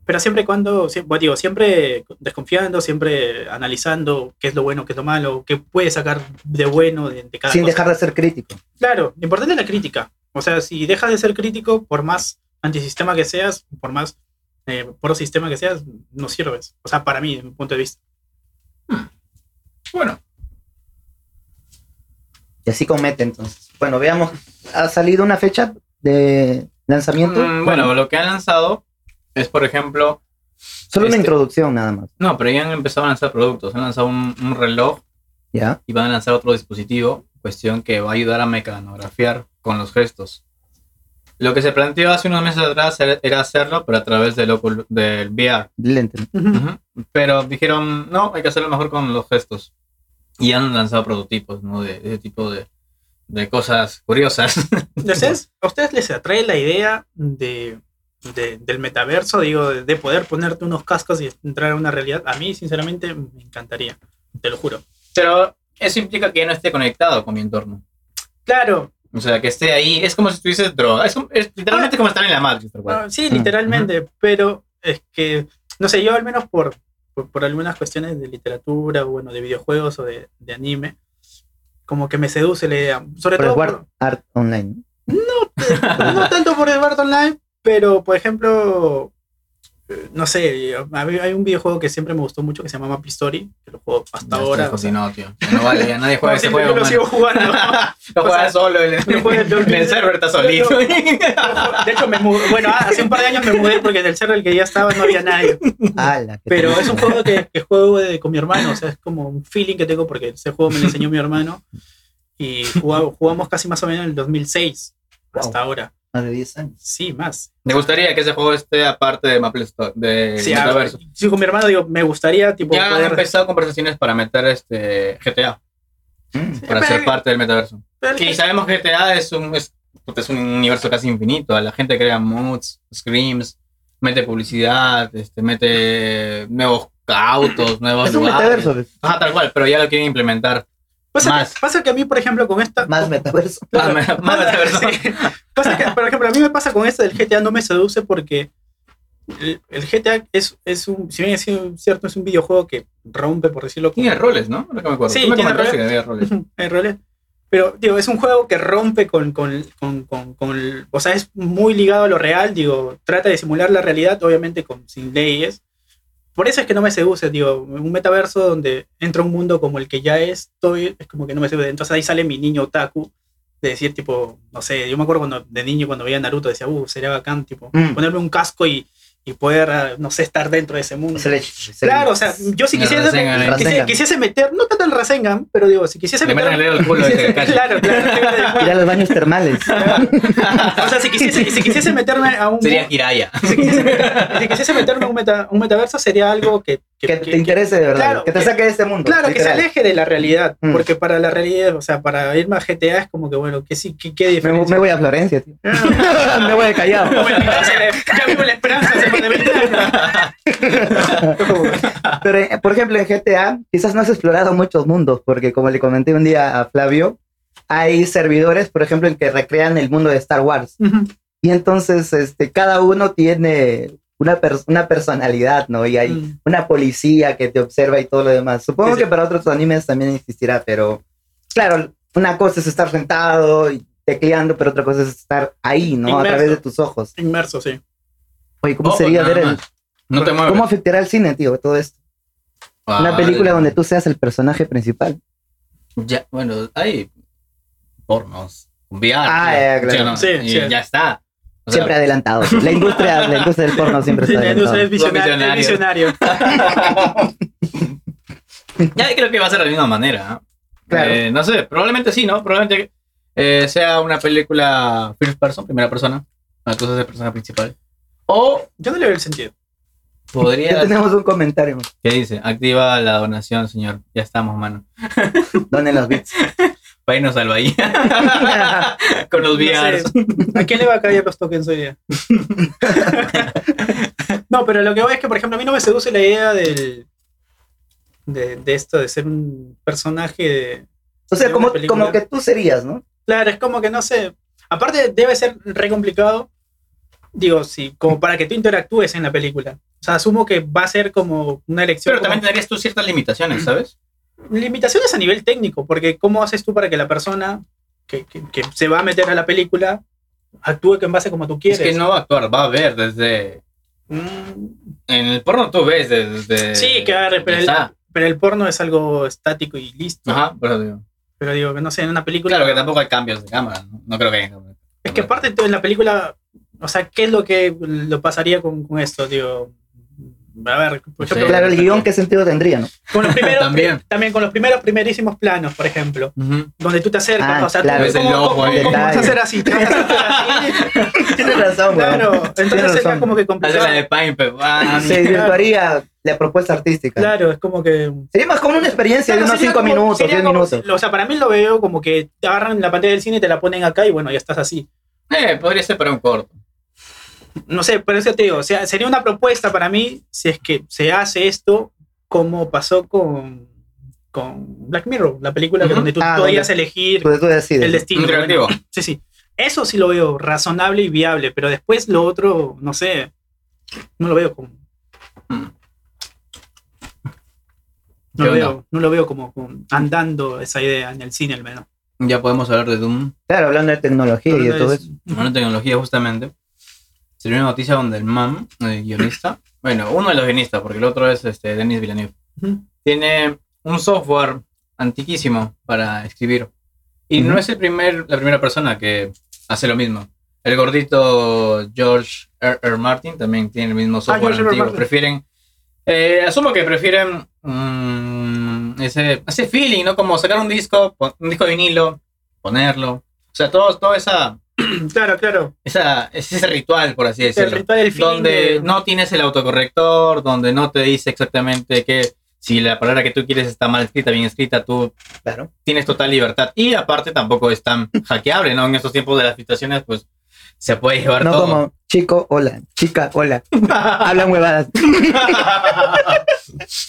Speaker 2: pero siempre y cuando, sie- bueno, digo, siempre desconfiando, siempre analizando qué es lo bueno, qué es lo malo, qué puedes sacar de bueno de, de cada
Speaker 3: Sin
Speaker 2: cosa.
Speaker 3: dejar de ser crítico.
Speaker 2: Claro, lo importante es la crítica. O sea, si dejas de ser crítico, por más antisistema que seas, por más eh, pro sistema que seas, no sirves. O sea, para mí, desde mi punto de vista.
Speaker 1: Bueno,
Speaker 3: Y así comete, entonces. Bueno, veamos. ¿Ha salido una fecha de lanzamiento?
Speaker 1: mm, bueno, lo que han lanzado es, por ejemplo,
Speaker 3: Solo una
Speaker 1: este-
Speaker 3: introducción nada más,
Speaker 1: no, pero ya han empezado a lanzar productos, han lanzado un- un reloj
Speaker 3: ¿ya?
Speaker 1: y van a lanzar otro dispositivo, cuestión que va a ayudar a mecanografiar con los gestos. Lo que se planteó hace unos meses atrás era- era hacerlo, pero a través del, Ocul- del VR.
Speaker 3: Lente.
Speaker 1: Ujú. Pero dijeron, no, hay que hacerlo mejor con los gestos. Y han lanzado prototipos, ¿no? De de ese tipo de, de cosas curiosas.
Speaker 2: Entonces, ¿a ustedes les atrae la idea de, de- del metaverso? Digo, de, de poder ponerte unos cascos y entrar a una realidad. A mí, sinceramente, me encantaría. Te lo juro.
Speaker 1: pero eso implica que ya no esté conectado con mi entorno.
Speaker 2: Claro,
Speaker 1: O sea, que esté ahí. Es como si estuviese drogado. Es, un- es literalmente como estar en la Matrix. tal cual.
Speaker 2: Ah, sí, literalmente, pero es que, no sé, yo al menos por, por, por algunas cuestiones de literatura, o bueno, de videojuegos o de, de anime, como que me seduce la idea. Sobre
Speaker 3: Por
Speaker 2: todo,
Speaker 3: Sword Art Online. ¿no?
Speaker 2: por- no tanto por el Bart Online, pero por ejemplo, eh, no sé, a mí hay un videojuego que siempre me gustó mucho que se llama Pistori, que lo juego hasta
Speaker 1: Ya
Speaker 2: ahora.
Speaker 1: estoy
Speaker 2: o sea,
Speaker 1: cocinado, tío. Ya No vale, ya nadie juega
Speaker 2: no,
Speaker 1: ese
Speaker 2: sí,
Speaker 1: juego.
Speaker 2: yo lo
Speaker 1: mano.
Speaker 2: sigo jugando.
Speaker 1: Lo
Speaker 2: O sea,
Speaker 1: juega solo, en el,
Speaker 2: lo juega- lo-
Speaker 1: en el server está solito.
Speaker 2: lo- De hecho, me mudé- bueno, ah, hace un par de años me mudé porque en el cerro en el que ya estaba no había nadie.
Speaker 3: Ala, Ah, que
Speaker 2: Pero
Speaker 3: te-
Speaker 2: es un juego que, que juego de- con mi hermano, o sea, es como un feeling que tengo porque ese juego me lo enseñó mi hermano. y jugab- jugamos casi más o menos en el 2006 hasta ahora.
Speaker 3: Más de 10 años.
Speaker 2: Sí, más.
Speaker 1: Me gustaría que ese juego esté aparte de Maple Story, de
Speaker 2: Sí, a-
Speaker 1: Metaverso.
Speaker 2: yo con mi hermano digo, me gustaría tipo
Speaker 1: Ya pues, han
Speaker 2: poder...
Speaker 1: empezado conversaciones para meter este GTA,
Speaker 3: Mm.
Speaker 1: para
Speaker 2: pero-
Speaker 1: ser parte del Metaverso.
Speaker 2: Pero-
Speaker 1: Y sabemos que GTA es un, es, puta, es un universo casi infinito. La gente crea moods, screams, mete publicidad, este, mete nuevos autos, nuevos
Speaker 3: Es un
Speaker 1: lugares.
Speaker 3: metaverso. pues.
Speaker 1: Ajá, tal cual, pero ya lo quieren implementar.
Speaker 2: Pasa,
Speaker 1: Más.
Speaker 2: Que, pasa que a mí, por ejemplo, con esta...
Speaker 3: Más
Speaker 2: con-
Speaker 3: metaverso.
Speaker 2: Claro.
Speaker 1: Más, Ah, me- más metaverso.
Speaker 2: Sí. Pasa que, por ejemplo, a mí me pasa con esto del GTA, no me seduce porque el, el GTA es, es un, si bien es un- cierto, es un videojuego que rompe, por decirlo como-
Speaker 1: Tiene roles, ¿no? Ahora que me acuerdo.
Speaker 2: Sí,
Speaker 1: Tú me
Speaker 2: tiene
Speaker 1: comentaste
Speaker 2: roles.
Speaker 1: que había roles.
Speaker 2: en realidad. Pero, digo, es un juego que rompe con, con, con, con, con el- O sea, es muy ligado a lo real, digo, trata de simular la realidad, obviamente con, sin leyes. Por eso es que no me seduce, digo, un metaverso donde entra un mundo como el que ya estoy, es como que no me seduce. Entonces ahí sale mi niño otaku, de decir, tipo, no sé, yo me acuerdo cuando de niño, cuando veía Naruto, decía, uh, sería bacán, tipo,
Speaker 3: Mm.
Speaker 2: ponerme un casco y, y poder, ah, no sé, estar dentro de ese mundo.
Speaker 3: Se le- se le-
Speaker 2: Claro, o sea, yo si
Speaker 1: El
Speaker 2: quisiese,
Speaker 1: Rasengan,
Speaker 3: el
Speaker 2: quisiese-
Speaker 3: Rasengan.
Speaker 2: quisiese meter, no tanto el Rasengan, pero digo, si quisiese
Speaker 1: Le meten el
Speaker 2: meter.
Speaker 1: dedo al culo. este, cacho.
Speaker 2: Claro, claro.
Speaker 3: Ir a los baños termales.
Speaker 2: O sea, si quisiese, si quisiese meterme a un.
Speaker 1: Sería Hiraya.
Speaker 2: Si quisiese, si quisiese meterme a un, meta- un metaverso, sería algo que.
Speaker 3: Que te interese de verdad.
Speaker 2: claro,
Speaker 3: que te
Speaker 2: que-
Speaker 3: saque de este mundo.
Speaker 2: Claro, que se
Speaker 3: literal.
Speaker 2: aleje de la realidad.
Speaker 3: Mm.
Speaker 2: Porque para la realidad, o sea, para irme a GTA es como que, bueno, que sí, que, qué
Speaker 3: Me, me
Speaker 2: diferencia.
Speaker 3: voy a Florencia, tío.
Speaker 2: Ah.
Speaker 3: me voy a Callao.
Speaker 2: Bueno, entonces, ya vivo la esperanza, se puede ver.
Speaker 3: Pero, eh, por ejemplo, en GTA quizás no has explorado muchos mundos, porque como le comenté un día a Flavio, hay servidores, por ejemplo, en que recrean el mundo de Star Wars. Y entonces, este, cada uno tiene una, pers- una personalidad, ¿no? Y hay
Speaker 2: Mm.
Speaker 3: una policía que te observa y todo lo demás. Supongo
Speaker 2: Sí, sí.
Speaker 3: que para otros animes también existirá, pero claro, una cosa es estar sentado y tecleando, pero otra cosa es estar ahí, ¿no? A
Speaker 2: Inmerso.
Speaker 3: través de tus ojos.
Speaker 2: Inmerso, sí.
Speaker 3: Oye, ¿cómo
Speaker 1: Ojo,
Speaker 3: sería
Speaker 1: nada
Speaker 3: ver el,
Speaker 1: más. Oh, No te mueves. Ah,
Speaker 3: cómo afectará el cine, tío, todo esto? Una película donde tú seas el personaje principal.
Speaker 1: Ya, bueno, hay pornos. VR.
Speaker 3: Ah,
Speaker 1: tío.
Speaker 3: ya, claro.
Speaker 1: o no?
Speaker 2: Sí,
Speaker 1: Y
Speaker 2: sí.
Speaker 1: Ya está. O sea,
Speaker 3: Siempre adelantado. La industria, la industria del porno siempre
Speaker 2: Sí,
Speaker 3: está
Speaker 2: la industria
Speaker 3: adelantada.
Speaker 2: es visionario. visionario.
Speaker 1: Ya creo que va a ser de la misma manera. ¿eh?
Speaker 3: Claro.
Speaker 1: Eh, no sé, probablemente sí, ¿no? Probablemente eh, sea una película first person, primera persona. Una cosa de persona principal. O
Speaker 2: Yo no le veo el sentido.
Speaker 3: Ya
Speaker 1: podría.
Speaker 3: tenemos un comentario.
Speaker 1: ¿Qué dice? Activa la donación, señor. Ya estamos, mano.
Speaker 3: Donen los bits.
Speaker 1: Para irnos al bahía. Con los
Speaker 2: No
Speaker 1: VRs.
Speaker 2: sé, ¿A quién le va a caer los tokens hoy día? no, pero lo que voy es que, por ejemplo, a mí no me seduce la idea del. De, de esto, de ser un personaje. de-
Speaker 3: O sea,
Speaker 2: Una
Speaker 3: como,
Speaker 2: película.
Speaker 3: como que tú serías, ¿no?
Speaker 2: Claro, es como que no sé. Aparte, debe ser re complicado. Digo, sí, como para que tú interactúes en la película. O sea, asumo que va a ser como una elección.
Speaker 1: Pero también
Speaker 2: como-
Speaker 1: tendrías tú ciertas limitaciones, ¿sabes?
Speaker 2: Limitaciones a nivel técnico, porque ¿cómo haces tú para que la persona que, que- que se va a meter a la película actúe en base como tú
Speaker 1: Es
Speaker 2: quieres?
Speaker 1: que no va a actuar, va a ver desde.
Speaker 2: Mm,
Speaker 1: En el porno tú ves desde.
Speaker 2: Sí, que agarre, pero
Speaker 1: Ya
Speaker 2: el-
Speaker 1: está.
Speaker 2: Pero el porno es algo estático y listo.
Speaker 1: Ajá, por eso digo.
Speaker 2: Pero digo, que no sé, en una película.
Speaker 1: Claro que tampoco hay cambios de cámara, no, No creo que haya cambios.
Speaker 2: Es que aparte tú en la película, o sea, ¿qué es lo que lo pasaría con, con esto? Digo, a ver, por
Speaker 1: Sí.
Speaker 2: ejemplo,
Speaker 3: Claro, el guión, ¿qué sentido tendría, no?
Speaker 2: con los primeros,
Speaker 1: También.
Speaker 2: también. con los primeros primerísimos planos, por ejemplo,
Speaker 1: Ujú.
Speaker 2: donde tú te acercas,
Speaker 3: Ah,
Speaker 2: o sea,
Speaker 3: claro.
Speaker 2: tú,
Speaker 1: Ves el
Speaker 2: ¿cómo,
Speaker 1: ojo
Speaker 2: cómo-
Speaker 1: ahí.
Speaker 2: cómo vas a
Speaker 3: Detalle.
Speaker 2: hacer así? ¿Te vas a acercar así?
Speaker 3: Tienes razón, weón.
Speaker 2: claro,
Speaker 3: Tienes
Speaker 2: entonces
Speaker 3: razón.
Speaker 2: es como que
Speaker 1: Hace la
Speaker 2: complicado.
Speaker 1: de Pine, pero, ah,
Speaker 3: Se desvirtuaría la propuesta artística.
Speaker 2: Claro, es como que
Speaker 3: Sería más como una experiencia
Speaker 2: Claro,
Speaker 3: de unos
Speaker 2: sería
Speaker 3: 5
Speaker 2: como-
Speaker 3: minutos,
Speaker 2: sería
Speaker 3: 10
Speaker 2: como-
Speaker 3: minutos.
Speaker 2: O sea, para mí lo veo como que te agarran la pantalla del cine y te la ponen acá y bueno, ya estás así.
Speaker 1: eh, podría ser para un corto.
Speaker 2: No sé, pero eso te digo, o sea, sería una propuesta para mí si es que se hace esto como pasó con, con Black Mirror, la película que
Speaker 1: Ujú.
Speaker 2: donde tú
Speaker 3: Ah,
Speaker 2: podías
Speaker 3: donde-
Speaker 2: elegir
Speaker 3: Pues tú decides.
Speaker 2: el destino.
Speaker 1: Interactivo.
Speaker 2: bueno, sí, sí. Eso sí lo veo razonable y viable, pero después lo otro, no sé, no lo veo como...
Speaker 1: Hmm.
Speaker 2: No
Speaker 1: ¿Qué
Speaker 2: lo,
Speaker 1: onda?
Speaker 2: veo, no lo veo como, como andando esa idea en el cine al menos.
Speaker 1: Ya podemos hablar de Doom.
Speaker 3: Claro, hablando de tecnología y de todo eso.
Speaker 1: Bueno, tecnología, justamente. Sería una noticia donde el MAM, el guionista, bueno, uno de los guionistas, porque el otro es este, Denis Villeneuve,
Speaker 2: Ujú.
Speaker 1: tiene un software antiquísimo para escribir. Y no
Speaker 3: Ujú.
Speaker 1: es el primer, la primera persona que hace lo mismo. El gordito George R. R. Martin también tiene el mismo software
Speaker 2: Ah, George R. R.
Speaker 1: antiguo.
Speaker 2: Martin.
Speaker 1: Prefieren, eh, asumo que prefieren mm, ese, ese feeling, ¿no? Como sacar un disco, pon- un disco de vinilo, ponerlo. O sea, todo, todo esa,
Speaker 2: Claro, claro.
Speaker 1: esa, ese ritual, por así
Speaker 2: El
Speaker 1: decirlo.
Speaker 2: ritual del fin.
Speaker 1: donde
Speaker 2: de-
Speaker 1: no tienes el autocorrector, donde no te dice exactamente que si la palabra que tú quieres está mal escrita, bien escrita, tú
Speaker 3: Claro.
Speaker 1: tienes total libertad. Y aparte tampoco es tan hackeable, ¿no? En estos tiempos de las situaciones, pues se puede llevar
Speaker 3: No
Speaker 1: todo.
Speaker 3: como chico, hola, chica, hola. Hablan huevadas.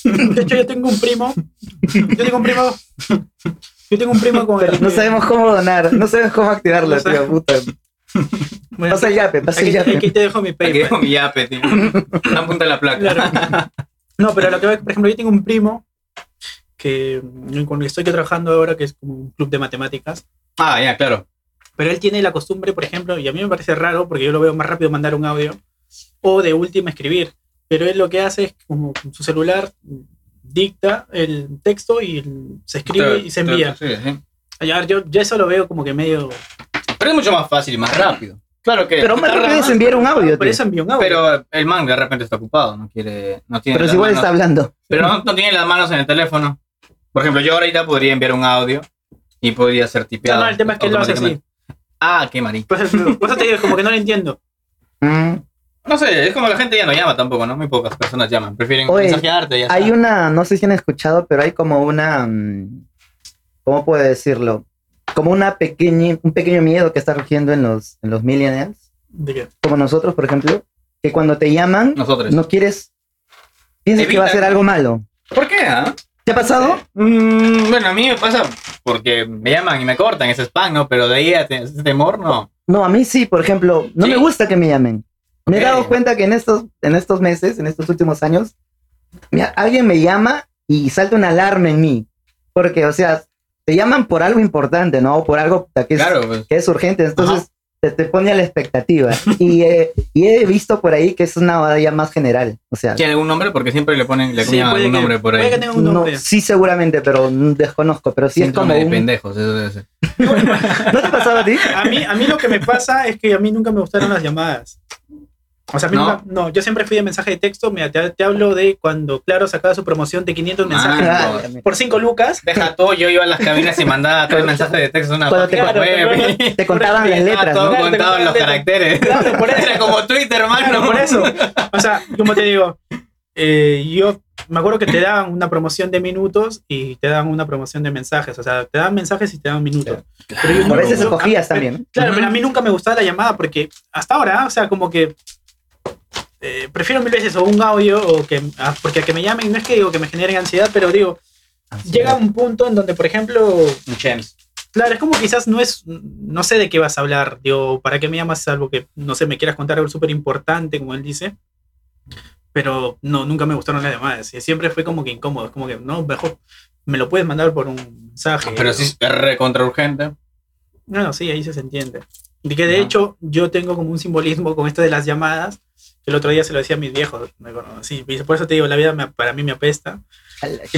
Speaker 2: De hecho, yo tengo un primo. Yo tengo un primo. Yo tengo un primo con el.
Speaker 3: No
Speaker 2: que-
Speaker 3: sabemos cómo donar, no sabemos cómo activarlo,
Speaker 2: No sé.
Speaker 3: tío, puta.
Speaker 2: Bueno,
Speaker 3: Pasa el yape, pasa el
Speaker 2: aquí,
Speaker 3: yape.
Speaker 2: aquí te dejo mi
Speaker 1: Aquí
Speaker 2: PayPal.
Speaker 1: dejo mi yape, tío. Una punta de la placa.
Speaker 2: Claro. No, pero lo que voy- por ejemplo, yo tengo un primo que mm, con el que estoy trabajando ahora, que es como un club de matemáticas,
Speaker 1: Ah, ya, claro.
Speaker 2: pero él tiene la costumbre, por ejemplo, y a mí me parece raro porque yo lo veo más rápido mandar un audio o de última escribir, pero él lo que hace es como con su celular dicta el texto y el- se escribe
Speaker 1: Claro,
Speaker 2: y se
Speaker 1: claro,
Speaker 2: envía.
Speaker 1: sí, sí.
Speaker 2: Ay, a ver, yo, yo eso lo veo como que medio...
Speaker 1: Pero es mucho más fácil y más rápido. Claro que.
Speaker 3: Pero más
Speaker 1: tarda
Speaker 3: rápido es enviar un audio,
Speaker 2: Por
Speaker 3: tío.
Speaker 2: eso envió un audio.
Speaker 1: Pero el man de repente está ocupado, no quiere. No tiene
Speaker 3: Pero
Speaker 1: las
Speaker 3: si igual
Speaker 1: manos-
Speaker 3: está hablando.
Speaker 1: Pero no, no tiene las manos en el teléfono. Por ejemplo, yo ahorita podría enviar un audio y podría ser
Speaker 2: no,
Speaker 1: tipeado.
Speaker 2: no, el tema es que él lo hace así.
Speaker 1: automáticamente. Ah, qué marica.
Speaker 2: Por eso por eso te digo, como que no lo entiendo.
Speaker 3: Mm.
Speaker 1: No sé, es como la gente ya no llama tampoco, ¿no? Muy pocas personas llaman. Prefieren
Speaker 3: Oye,
Speaker 1: mensajearte y ya
Speaker 3: Hay
Speaker 1: está.
Speaker 3: una, no sé si han escuchado, pero hay como una, mm, ¿cómo puedo decirlo? Como una pequeña, un pequeño miedo que está surgiendo en los, en los millennials,
Speaker 2: De que-
Speaker 3: como nosotros, por ejemplo, que cuando te llaman
Speaker 1: Nosotros.
Speaker 3: no quieres, piensas que va a
Speaker 1: pues. Evita.
Speaker 3: ser algo malo.
Speaker 1: ¿Por qué? ah?
Speaker 3: ¿Te ha pasado?
Speaker 1: Mm, bueno, a mí me pasa porque me llaman y me cortan ese spam, ¿no? Pero de ahí a te- ese temor, no.
Speaker 3: No, a mí sí, por ejemplo, no
Speaker 1: ¿Sí?
Speaker 3: me gusta que me llamen. Me he
Speaker 1: Ok.
Speaker 3: dado cuenta que en estos, en estos meses, en estos últimos años, me- alguien me llama y salta una alarma en mí. Porque, o sea, te llaman por algo importante, ¿no? Por algo que es,
Speaker 1: Claro, pues.
Speaker 3: que es urgente. Entonces, te, te pone a la expectativa. Y, eh, y he visto por ahí que es una hora ya más general. O sea,
Speaker 1: ¿Tiene algún nombre? Porque siempre le ponen, le
Speaker 2: Sí,
Speaker 1: ponían
Speaker 2: puede
Speaker 1: algún
Speaker 2: que-
Speaker 1: nombre por
Speaker 2: puede
Speaker 1: ahí.
Speaker 2: que tenga un
Speaker 3: no,
Speaker 2: nombre.
Speaker 3: sí, seguramente, pero mm, desconozco. Pero sí es
Speaker 1: Síndrome
Speaker 3: como.
Speaker 1: de
Speaker 3: un-
Speaker 1: pendejos, eso debe ser.
Speaker 3: ¿No te ha pasado a ti?
Speaker 2: A mí, a mí lo que me pasa es que a mí nunca me gustaron las llamadas. O sea, a mí
Speaker 1: ¿No?
Speaker 2: nunca- ¿No? yo siempre fui de mensaje de texto. Mira, te, te hablo de cuando Claro sacaba su promoción de 500 mensajes
Speaker 1: Ah,
Speaker 3: Ah,
Speaker 2: por 5 lucas.
Speaker 1: Deja todo, yo iba a las cabinas y mandaba todo el mensaje de texto a una
Speaker 3: Cuando te
Speaker 1: página
Speaker 2: cortaron,
Speaker 1: web.
Speaker 3: te contaban las letras,
Speaker 1: todo
Speaker 3: ¿no?
Speaker 2: Claro,
Speaker 1: contado en los
Speaker 2: te-
Speaker 1: caracteres.
Speaker 2: Claro, por eso.
Speaker 1: Era como Twitter, hermano.
Speaker 2: Claro, por eso. O sea, como te digo, eh, yo me acuerdo que te daban una promoción de minutos y te daban una promoción de mensajes. O sea, te daban mensajes y te daban minutos. Pero yo
Speaker 3: Por
Speaker 2: nunca-
Speaker 3: veces escogías
Speaker 2: Ah,
Speaker 3: también.
Speaker 2: Claro,
Speaker 1: Ujú.
Speaker 2: pero a mí nunca me gustaba la llamada porque hasta ahora, o sea, como que eh, prefiero mil veces o un audio o que a- porque a que me llamen no es que digo que me generen ansiedad, pero digo, llega un punto en donde, por ejemplo, claro, es como quizás no es no sé de qué vas a hablar, digo, para qué me llamas salvo que no sé, me quieras contar algo súper importante, como él dice. Pero no, nunca me gustaron las llamadas. y Siempre fue como que incómodo. Es como que, no, mejor me lo puedes mandar por un mensaje.
Speaker 1: Ah, Pero sí es recontra urgente.
Speaker 2: No, no, sí, ahí se entiende. De que de
Speaker 1: Ajá.
Speaker 2: hecho yo tengo como un simbolismo con esto de las llamadas, que el otro día se lo decía a mis viejos, me acuerdo, sí, y por eso te digo, la vida me- para mí me apesta. Y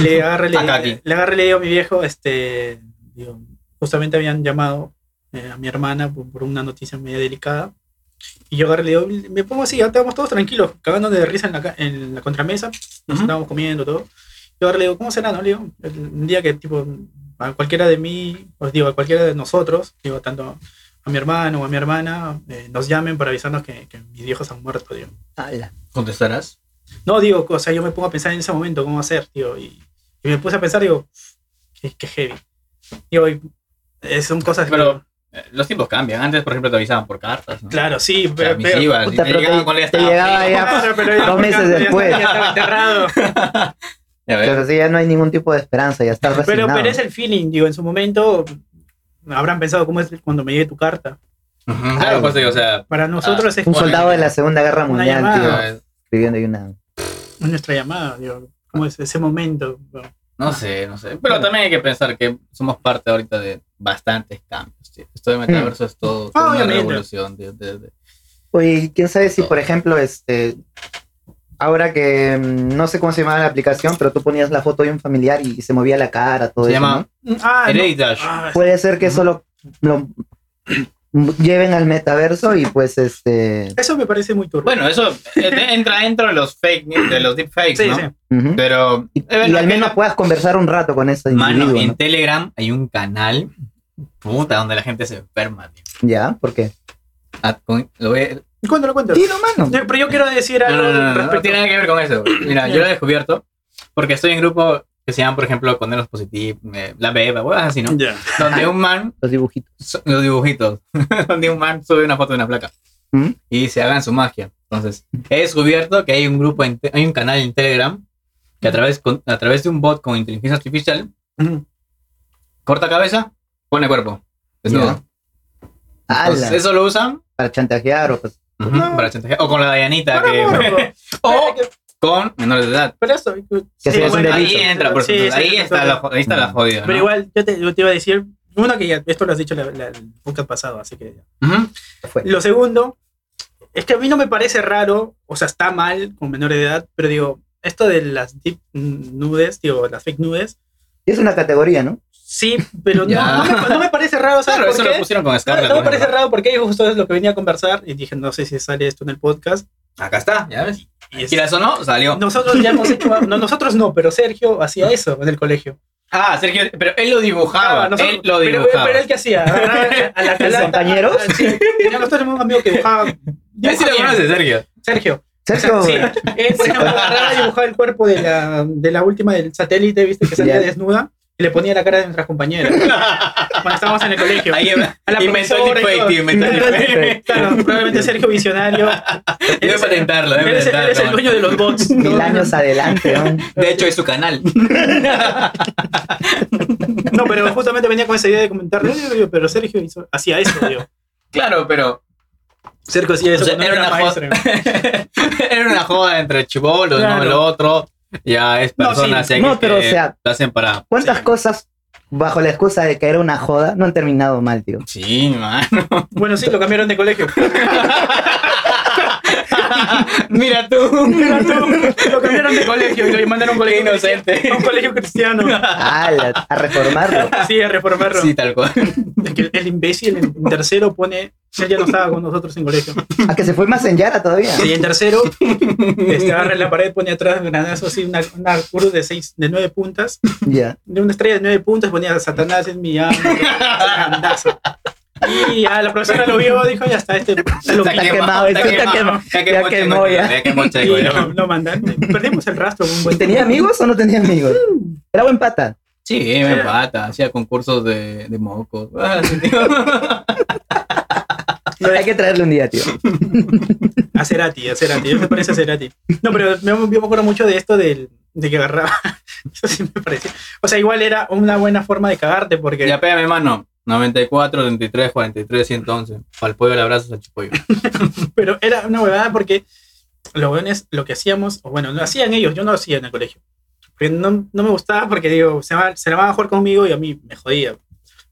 Speaker 2: le agarré, le,
Speaker 1: Acá, aquí.
Speaker 2: le agarré y le digo a mi viejo, este, digo, justamente habían llamado eh, a mi hermana por, por una noticia medio delicada. Y yo agarré y le digo, me pongo así, ya estábamos todos tranquilos, cagando de risa en la, ca- en la contramesa, nos
Speaker 1: Ujú.
Speaker 2: estábamos comiendo todo. Yo agarré y le digo, ¿cómo será? No, le digo, el, un día que tipo, a cualquiera de mí, os digo, a cualquiera de nosotros, digo, tanto a mi hermano o a mi hermana, eh, nos llamen para avisarnos que, que mis viejos han muerto, digo.
Speaker 3: Ala.
Speaker 1: ¿Contestarás?
Speaker 2: No, digo, o sea, yo me pongo a pensar en ese momento cómo hacer, tío. Y, y me puse a pensar, digo, qué, qué heavy. Digo, y, eh, son cosas que.
Speaker 1: Pero eh, los tiempos cambian. Antes, por ejemplo, te avisaban por cartas. ¿no?
Speaker 2: Claro, sí,
Speaker 1: O sea,
Speaker 2: pero. pero-
Speaker 1: misivas, y
Speaker 3: Puta,
Speaker 1: te
Speaker 3: pero
Speaker 1: llegaban
Speaker 3: te-
Speaker 1: cuando ya
Speaker 3: te
Speaker 1: estaba frío.
Speaker 3: llegaba ya. pues,
Speaker 2: Claro, pero ya-
Speaker 3: Dos meses
Speaker 2: ya estaba-
Speaker 3: después.
Speaker 2: Ya estaba enterrado.
Speaker 1: Ya ves.
Speaker 3: Pero sí, ya no hay ningún tipo de esperanza, ya estás
Speaker 2: Pero,
Speaker 3: resignado.
Speaker 2: pero es el feeling, digo, en su momento habrán pensado cómo es cuando me llegue tu carta.
Speaker 1: Ujú, Claro, pues digo, o sea.
Speaker 2: Para nosotros es
Speaker 3: Un
Speaker 2: como
Speaker 3: soldado de la Segunda Guerra
Speaker 2: Una
Speaker 3: Mundial,
Speaker 2: llamada.
Speaker 3: tío,
Speaker 1: eh,
Speaker 3: escribiendo ahí una...
Speaker 2: nuestra llamada, digo, cómo es ese momento. Bueno,
Speaker 1: No sé, no sé. Pero también hay que pensar que somos parte ahorita de bastantes cambios. tío. Esto de metaverso es todo, toda una
Speaker 2: Mm. Ah, Obviamente.
Speaker 1: revolución. tío, de- de-
Speaker 3: Oye, ¿y quién sabe si, por ejemplo, este... Ahora que mm, no sé cómo se llamaba la aplicación, pero tú ponías la foto de un familiar y, y se movía la cara, todo
Speaker 1: Se
Speaker 3: eso.
Speaker 1: llama-
Speaker 2: Ah, no.
Speaker 1: Heritage.
Speaker 2: Ah,
Speaker 3: ¿no? Puede ser que eso lo, lo lleven al metaverso y pues este.
Speaker 2: eso me parece muy turbio.
Speaker 1: Bueno, eso eh, de- entra dentro de los fake news, de los deepfakes,
Speaker 2: sí,
Speaker 1: ¿no?
Speaker 2: sí.
Speaker 3: ujú.
Speaker 1: Pero.
Speaker 3: Y,
Speaker 1: eh,
Speaker 3: y
Speaker 1: lo
Speaker 3: al
Speaker 1: que
Speaker 3: menos
Speaker 1: no-
Speaker 3: puedas conversar un rato con ese
Speaker 1: Mano,
Speaker 3: individuo.
Speaker 1: en
Speaker 3: ¿no?
Speaker 1: Telegram hay un canal
Speaker 4: Puta, donde la gente se enferma, tío.
Speaker 3: ¿Ya? ¿Por qué?
Speaker 1: Ah, con- lo voy a-
Speaker 2: Cuéntalo, cuéntalo.
Speaker 3: Tiro, mano.
Speaker 2: Yo- pero yo quiero decir
Speaker 1: No,
Speaker 2: algo
Speaker 1: no, no, no, no, no
Speaker 2: respecto
Speaker 1: tiene nada que ver con eso. Mira, yo lo he descubierto porque estoy en grupo que se llaman, por ejemplo, Condenos Positivos, eh, La Beba, huevas así, ¿no?
Speaker 2: Ya.
Speaker 1: Donde un man,
Speaker 3: Los dibujitos.
Speaker 1: so- los dibujitos, donde un man sube una foto de una placa
Speaker 3: ¿Mm?
Speaker 1: y se hagan su magia. Entonces, he descubierto que hay un grupo, en te- hay un canal en Telegram que a través, con- a través de un bot con inteligencia artificial corta cabeza, pone cuerpo. Desnudo.
Speaker 3: Ya.
Speaker 1: Entonces,
Speaker 3: ¡Hala!
Speaker 1: eso lo usan
Speaker 3: Para chantajear o pues.
Speaker 1: ujú,
Speaker 2: No.
Speaker 1: para chantajear. O con la Dayanita,
Speaker 2: Por
Speaker 1: que- Oh.
Speaker 2: amor, bro.
Speaker 1: o con menores de edad.
Speaker 2: Pero eso.
Speaker 3: Que
Speaker 2: sí,
Speaker 3: sea un
Speaker 2: bueno,
Speaker 1: ahí
Speaker 3: delito.
Speaker 1: entra, por
Speaker 2: Sí,
Speaker 1: supuesto.
Speaker 2: sí,
Speaker 1: ahí,
Speaker 2: sí,
Speaker 1: está
Speaker 2: sí.
Speaker 1: la, jo- ahí está la
Speaker 3: Mm.
Speaker 1: jodida.
Speaker 2: Pero
Speaker 1: ¿no?
Speaker 2: igual, yo te, yo te iba a decir, uno que ya, esto lo has dicho la, la- el podcast pasado, así que...
Speaker 1: Ujú.
Speaker 3: Fue.
Speaker 2: Lo segundo, es que a mí no me parece raro, o sea, está mal con menor de edad, pero digo, esto de las deep nudes, digo, las fake nudes,
Speaker 3: Es una categoría, ¿no?
Speaker 2: sí, pero no,
Speaker 1: Ya.
Speaker 2: no, me, no me parece raro, ¿sabes
Speaker 1: Claro,
Speaker 2: por
Speaker 1: eso
Speaker 2: qué?
Speaker 1: lo pusieron con
Speaker 2: No,
Speaker 1: Scarlett.
Speaker 2: no me
Speaker 1: por
Speaker 2: parece
Speaker 1: ejemplo.
Speaker 2: raro porque justo es lo que venía a conversar y dije, no sé si sale esto en el podcast.
Speaker 1: Acá está, ya ves.
Speaker 2: Y es-
Speaker 1: Quieras o no, salió.
Speaker 2: nosotros ya hemos hecho, no, nosotros no, pero Sergio hacía eso en el colegio. Ah,
Speaker 1: Ah, Sergio, pero él lo dibujaba.
Speaker 2: Nosotros-
Speaker 1: Ah, él lo
Speaker 2: pero,
Speaker 1: dibujaba.
Speaker 2: pero él que hacía, agarraba a la
Speaker 3: ¿Los
Speaker 2: calata,
Speaker 3: compañeros?
Speaker 2: Sí, tenía- nosotros tenemos un amigo que dibujaba.
Speaker 1: Ya sí lo
Speaker 2: dibujaba bien.
Speaker 1: conoces, Sergio.
Speaker 2: Sergio.
Speaker 3: Sergio.
Speaker 2: Sí, él, por ejemplo, agarraba y dibujaba el cuerpo de la, de la última del satélite, viste, que salía
Speaker 3: Ya.
Speaker 2: desnuda, y le ponía la cara de nuestras compañeras. Cuando estábamos en el colegio.
Speaker 1: Ahí
Speaker 2: A la
Speaker 1: inventó el
Speaker 2: profesora y
Speaker 1: deepfake,
Speaker 2: todo.
Speaker 1: tío. Inventó el deepfake.
Speaker 2: Claro, probablemente Sergio Visionario.
Speaker 1: Debe
Speaker 2: Eres-
Speaker 1: patentarlo, debe
Speaker 2: Eres,
Speaker 1: patentarlo.
Speaker 2: eres el dueño de los bots. ¿no?
Speaker 3: Mil años adelante, ¿no?
Speaker 1: De hecho, es su canal.
Speaker 2: No, pero justamente venía con esa idea de comentarle, yo digo, pero Sergio hizo- hacía eso, digo.
Speaker 1: Claro, pero
Speaker 2: Sergio hacía eso.
Speaker 1: O sea,
Speaker 2: cuando
Speaker 1: era una
Speaker 2: maestro.
Speaker 1: era una joda entre chibolos,
Speaker 2: Claro.
Speaker 1: uno y el otro. Ya es
Speaker 2: No, sí.
Speaker 1: personas X
Speaker 3: No, pero,
Speaker 1: que
Speaker 3: o sea,
Speaker 1: lo hacen para.
Speaker 3: ¿Cuántas
Speaker 1: Sí.
Speaker 3: cosas, bajo la excusa de que era una joda, no han terminado mal, tío?
Speaker 1: Sí, man.
Speaker 2: Bueno, sí, lo cambiaron de colegio.
Speaker 1: Mira tú.
Speaker 2: Mira tú, lo cambiaron de colegio y lo mandaron a un
Speaker 1: Qué
Speaker 2: colegio
Speaker 1: inocente.
Speaker 2: a un colegio cristiano.
Speaker 3: ¡Hala! A reformarlo.
Speaker 2: Sí, a reformarlo.
Speaker 1: Sí, tal cual.
Speaker 2: De que el, el imbécil en tercero pone. Él ya no estaba con nosotros en colegio.
Speaker 3: A que se fue más en Yara todavía.
Speaker 2: Y en tercero, este, agarra la pared, pone atrás granazo así, una, una cruz de seis, de nueve puntas,
Speaker 3: Ya.
Speaker 2: de una estrella de nueve puntas, ponía Satanás en mi alma. grandazo. Y a la profesora lo vio, dijo, ya está, este lo
Speaker 3: Está quemado, está quemado. Ya quemó, ya.
Speaker 1: Ya quemó
Speaker 2: y
Speaker 1: Checo, ya.
Speaker 2: lo, lo mandan. Perdimos el rastro. Un buen
Speaker 3: ¿Tenía amigos o no tenía amigos? Era buen pata.
Speaker 1: Sí, me pata, hacía concursos de, de mocos. Ah, sí, tío.
Speaker 3: Hay que traerle un día, tío.
Speaker 2: A Cerati, a Cerati, eso me parece a Cerati. No, pero me- yo me acuerdo mucho de esto del, de que agarraba. Eso sí me parecía. O sea, igual era una buena forma de cagarte porque.
Speaker 1: ya pégame mano. 94, 33, 43, 111. Al pollo le abrazas al chipollo.
Speaker 2: Pero era una huevada porque los weones lo que hacíamos, o bueno, lo hacían ellos, yo no lo hacía en el colegio. Porque no, no me gustaba porque digo, se, va- se la van a jugar conmigo y a mí me jodía.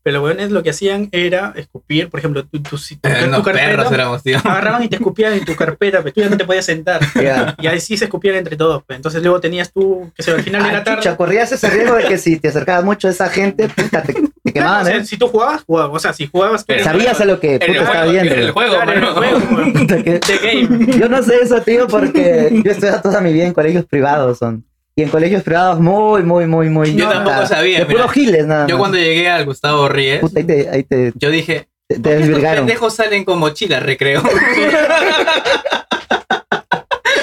Speaker 2: Pero los weones lo que hacían era escupir, por ejemplo, tu, tu, tu- tu
Speaker 1: Eh, Unos
Speaker 2: carpeta,
Speaker 1: perros éramos, tío.
Speaker 2: Agarraban y te escupían en tu carpeta, pero tú ya no te podías sentar.
Speaker 3: Ya.
Speaker 2: Y ahí sí se escupían entre todos. pues. Entonces luego tenías tú, que se al final de la
Speaker 3: Ah,
Speaker 2: tarde.
Speaker 3: chucha, corrías ese riesgo de que si te acercabas mucho a esa gente, puta, te, te
Speaker 2: Claro,
Speaker 3: quemaban,
Speaker 2: o sea,
Speaker 3: ¿eh?
Speaker 2: Si tú jugabas, jugabas. O sea, si jugabas, tú
Speaker 1: Pero-
Speaker 3: Sabías a lo que puta
Speaker 1: Era el
Speaker 3: estaba
Speaker 1: juego,
Speaker 3: viendo.
Speaker 1: era el juego,
Speaker 2: Claro, era el
Speaker 1: mano.
Speaker 2: juego, weón.
Speaker 3: Puta, que-
Speaker 2: The game.
Speaker 3: Yo no sé eso, tío, porque yo he estudiado toda mi vida en colegios privados. son Y en colegios privados muy, muy, muy, muy...
Speaker 1: Yo
Speaker 3: puta,
Speaker 1: tampoco sabía,
Speaker 3: De
Speaker 1: mira.
Speaker 3: puros giles, nada
Speaker 1: Yo
Speaker 3: más.
Speaker 1: cuando llegué al Gustavo Ríes,
Speaker 3: Puta, ahí te, ahí te,
Speaker 1: yo dije,
Speaker 3: te- te
Speaker 1: "¿Por qué estos
Speaker 3: desvirgaron.
Speaker 1: pendejos salen con mochila, recreo.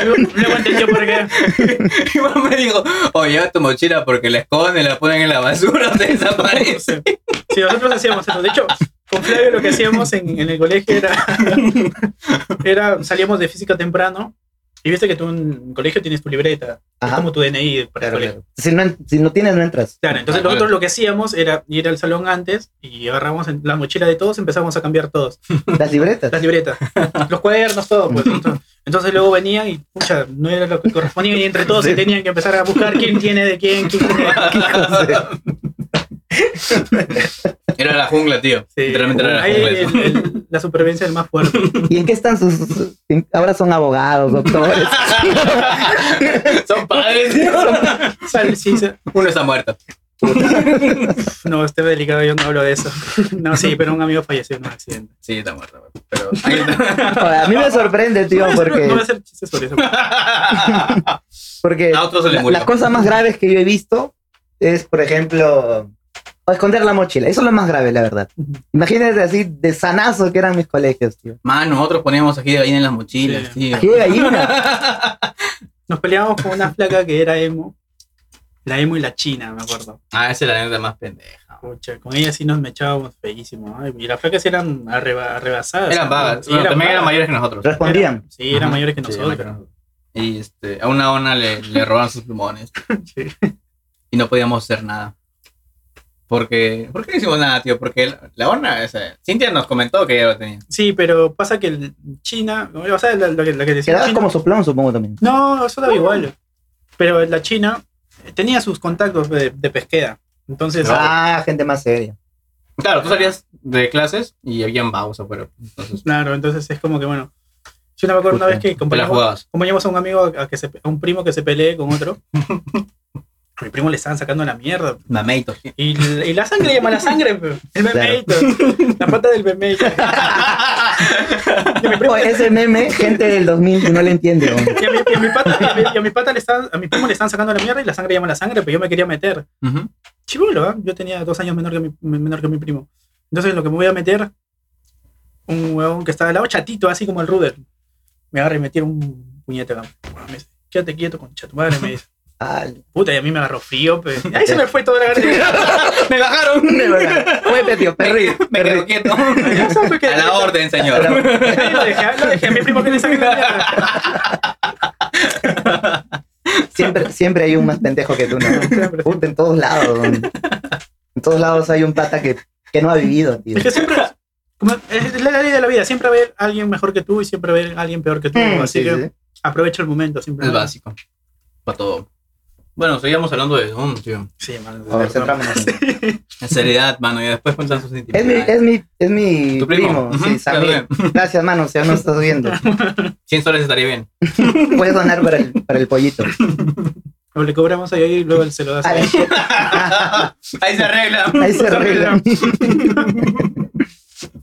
Speaker 2: Luego entendió por qué.
Speaker 1: Y mamá me dijo, oye, lleva tu mochila porque la esconden, la ponen en la basura, te desaparece.
Speaker 2: Sí. Sí, nosotros hacíamos eso. De hecho, con Flavio lo que hacíamos en, en el colegio era, era. Salíamos de física temprano. Y viste que tú en el colegio tienes tu libreta. Es
Speaker 3: Ajá.
Speaker 2: como tu DNI para el
Speaker 3: Claro,
Speaker 2: colegio.
Speaker 3: claro. Si, no, en- si no tienes, no entras.
Speaker 2: Claro, entonces
Speaker 1: Ah, claro.
Speaker 2: nosotros lo que hacíamos era ir al salón antes y agarramos en la mochila de todos, empezamos a cambiar todos.
Speaker 3: Las libretas.
Speaker 2: Las libretas, los cuadernos, todo. pues. Entonces, entonces luego venían y, pucha, no era lo que correspondía y entre todos se tenían que empezar a buscar quién tiene de quién, quién tiene de quién.
Speaker 1: Era la jungla, tío.
Speaker 2: Sí.
Speaker 1: Literalmente era la
Speaker 2: Ahí
Speaker 1: jungla.
Speaker 2: el- el- la supervivencia del más fuerte.
Speaker 3: ¿Y en qué están sus.? sus- en- ahora son abogados, doctores.
Speaker 1: Son padres, tío.
Speaker 2: Sal, sí, se-
Speaker 1: Uno está muerto.
Speaker 2: no, este es delicado, yo no hablo de eso. No, sí, pero un amigo falleció en un accidente.
Speaker 1: Sí, está muerto. Pero ahí está.
Speaker 3: Ahora, a mí me sorprende, tío,
Speaker 2: no, voy a hacer- no voy a
Speaker 3: porque,
Speaker 2: hacer chistes sobre eso.
Speaker 3: porque
Speaker 1: A otros se les
Speaker 3: la-
Speaker 1: murió.
Speaker 3: las cosas más graves que yo he visto es, por ejemplo, o esconder la mochila. Eso es lo más grave, la verdad. Imagínate así de sanazo que eran mis colegios, tío.
Speaker 1: Mano, nosotros poníamos aquí de gallina en las mochilas,
Speaker 2: Sí.
Speaker 1: tío.
Speaker 3: Ají de gallina.
Speaker 2: Nos peleábamos con una flaca que era emo. La emo y la china, me acuerdo.
Speaker 4: Ah, esa es la anécdota más pendeja.
Speaker 2: Pucha, con ella sí nos mechábamos feísimo. ¿no? Y las flacas eran arreba- arrebasadas.
Speaker 1: Eran
Speaker 2: ¿no?
Speaker 1: vagas.
Speaker 2: Sí,
Speaker 1: Bueno,
Speaker 2: eran
Speaker 1: también eran
Speaker 2: vagas.
Speaker 1: mayores que nosotros.
Speaker 3: Respondían.
Speaker 2: Sí, eran
Speaker 1: Ajá.
Speaker 2: mayores que
Speaker 1: Sí,
Speaker 2: nosotros.
Speaker 1: eran mayores Y este, a una ona le, le robaron sus plumones.
Speaker 2: Sí.
Speaker 1: Y no podíamos hacer nada. Porque, ¿por qué no hicimos nada, tío? Porque la- la ona, o sea, Cintia nos comentó que ella lo tenía.
Speaker 2: Sí, pero pasa que el China, o sea, lo, lo que, lo que decía
Speaker 3: Quedabas
Speaker 2: China-
Speaker 3: como soplón, supongo también.
Speaker 2: No, eso daba igual. Pero la China tenía sus contactos de, de pesquera. Entonces,
Speaker 3: Ah, gente más seria.
Speaker 1: Claro, tú salías de clases y habían vagos afuera. Entonces,
Speaker 2: claro, entonces es como que bueno. Yo no me acuerdo una vez que
Speaker 1: te la
Speaker 2: acompañamos,
Speaker 1: jugabas.
Speaker 2: acompañamos a un amigo a, que se, a un primo que se pelee con otro. A mi primo le estaban sacando la mierda.
Speaker 1: Mameitos.
Speaker 2: Y, l- y la sangre llama la sangre, pe. el memeito. La pata del memeito. Y a mi primo
Speaker 3: Oye, ese meme, gente del 2000 no le entiende. hombre.
Speaker 2: Y a mi, y a mi pata, y a mi- y a mi pata le están, a mi primo le están sacando la mierda y la sangre llama la sangre, pero yo me quería meter.
Speaker 1: Ujú.
Speaker 2: Chivolo, ¿ah? yo tenía dos años menor que, mi, menor que mi primo. Entonces lo que me voy a meter, un huevón que estaba al lado, chatito, así como el Ruder, me agarra y me tira un puñete acá. Me dice, quédate quieto con chato, madre, me dice.
Speaker 3: Ah,
Speaker 2: Puta, y a mí me agarró frío, pe. Ahí se me fue toda la garganta.
Speaker 1: ¡Me bajaron!
Speaker 3: de verdad. Fue, tío, perri.
Speaker 1: Me quedo
Speaker 3: perri.
Speaker 1: quieto.
Speaker 2: Ya
Speaker 1: A
Speaker 2: sabes que-
Speaker 1: la orden, señor.
Speaker 2: Lo dejé, lo dejé a mi primo que le saquen la mierda.
Speaker 3: Siempre, siempre hay un más pendejo que tú, ¿no?
Speaker 2: Siempre,
Speaker 3: Puta, en todos lados. hombre. En todos lados hay un pata que, que no ha vivido, tío.
Speaker 2: Es que siempre. como es la ley de la vida, siempre va a haber alguien mejor que tú y siempre va a haber alguien peor que tú.
Speaker 3: Mm,
Speaker 2: así
Speaker 3: sí,
Speaker 2: que
Speaker 3: sí, sí.
Speaker 2: aprovecha el momento, siempre.
Speaker 1: Es básico. Para todo. Bueno, seguíamos hablando de Doom, tío.
Speaker 2: Sí, man,
Speaker 3: A ver, centrámonos.
Speaker 1: En seriedad, mano, y después cuentan sus
Speaker 3: Es mi,
Speaker 1: intimidades.
Speaker 3: es mi, es mi
Speaker 1: Tu
Speaker 3: primo.
Speaker 1: primo.
Speaker 3: sí,
Speaker 1: Ujú,
Speaker 3: Samir. Gracias, mano, si aún no estás viendo.
Speaker 1: 100 soles estaría bien.
Speaker 3: Puedes donar para el, para el pollito.
Speaker 2: O le cobramos ahí y luego él se lo das.
Speaker 3: Ah,
Speaker 2: ahí.
Speaker 1: Ahí se arregla.
Speaker 3: Ahí se arregla.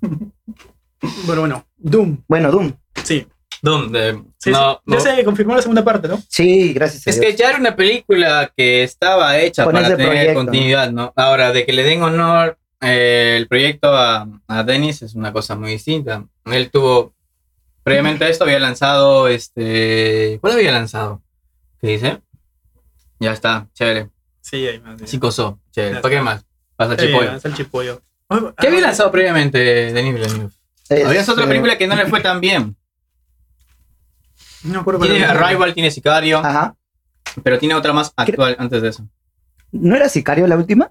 Speaker 2: Bueno, bueno, Doom,
Speaker 3: Bueno, Doom.
Speaker 2: sí.
Speaker 1: Doom, de-
Speaker 2: sí,
Speaker 1: no,
Speaker 2: sí. Ya
Speaker 1: no.
Speaker 2: se confirmó la segunda parte, ¿no?
Speaker 3: Sí, gracias a
Speaker 1: Es
Speaker 3: Dios.
Speaker 1: que ya era una película que estaba hecha
Speaker 3: Con ese
Speaker 1: para tener
Speaker 3: proyecto.
Speaker 1: continuidad, ¿no? Ahora, de que le den honor eh, el proyecto a, a Dennis es una cosa muy distinta. Él tuvo, previamente a esto había lanzado, este, ¿cuál había lanzado? ¿Qué dice? Ya está, chévere.
Speaker 2: Sí, ahí más. bien.
Speaker 1: Sí cosó, chévere.
Speaker 2: Ya
Speaker 1: ¿Para qué
Speaker 2: está.
Speaker 1: más? Pasa
Speaker 2: Sí,
Speaker 1: chipollo.
Speaker 2: es el chipollo. Oye,
Speaker 1: ¿Qué había
Speaker 2: ah,
Speaker 1: lanzado previamente Denis Villeneuve?
Speaker 3: Es,
Speaker 1: Había otra
Speaker 3: eh,
Speaker 1: película que no le fue tan bien.
Speaker 2: No me acuerdo cuál
Speaker 1: Tiene
Speaker 2: era.
Speaker 1: Arrival, tiene Sicario,
Speaker 3: Ajá.
Speaker 1: pero tiene otra más actual antes de eso.
Speaker 3: ¿No era Sicario la última?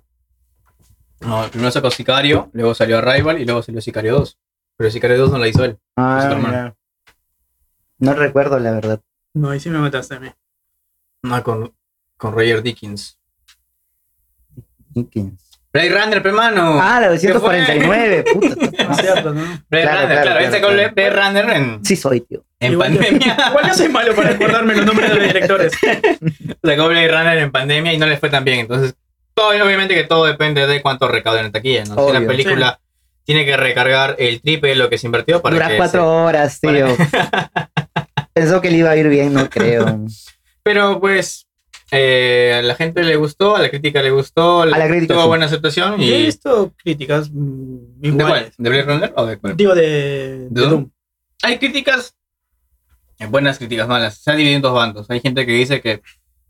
Speaker 1: No, primero sacó Sicario, luego salió Arrival y luego salió Sicario 2. Pero Sicario 2 no la hizo él.
Speaker 3: Ah,
Speaker 1: Superman.
Speaker 3: mira. No recuerdo, la verdad.
Speaker 2: No, ahí sí me mataste a mí.
Speaker 1: No, Ah, con, con Roger Dickens.
Speaker 3: Dickens.
Speaker 1: Blade Runner, pe, mano.
Speaker 3: Ah, la 249, puta.
Speaker 1: Ah,
Speaker 2: No es cierto, ¿no?
Speaker 1: Blade
Speaker 3: claro,
Speaker 1: Runner,
Speaker 3: claro,
Speaker 1: claro. Él sacó
Speaker 3: claro.
Speaker 1: Blade Runner en,
Speaker 3: Sí soy, tío.
Speaker 1: en
Speaker 2: Igual-
Speaker 1: pandemia.
Speaker 2: Igual yo soy malo para acordarme los nombres de los directores.
Speaker 1: Sacó Blade Runner en pandemia y no le fue tan bien. Entonces, todo, obviamente que todo depende de cuánto recaudan en taquilla. ¿no? Si la
Speaker 3: Obvio.
Speaker 1: película tiene que recargar el triple de lo que se invirtió para
Speaker 3: Duras
Speaker 1: que
Speaker 3: cuatro horas, tío. Pensó que le iba a ir bien, no creo. Mm.
Speaker 1: Pero pues eh, a la gente le gustó, a la crítica le gustó,
Speaker 3: la crítica,
Speaker 1: tuvo
Speaker 3: sí.
Speaker 1: buena aceptación
Speaker 2: Yo he
Speaker 1: y
Speaker 2: visto críticas mm,
Speaker 1: ¿de cuál?
Speaker 2: iguales.
Speaker 1: ¿De Blade Runner o de cuál?
Speaker 2: Digo, de, de
Speaker 1: ¿De
Speaker 2: Doom.
Speaker 1: Doom? Hay críticas eh, buenas, críticas malas. Se ha dividido en dos bandos. Hay gente que dice que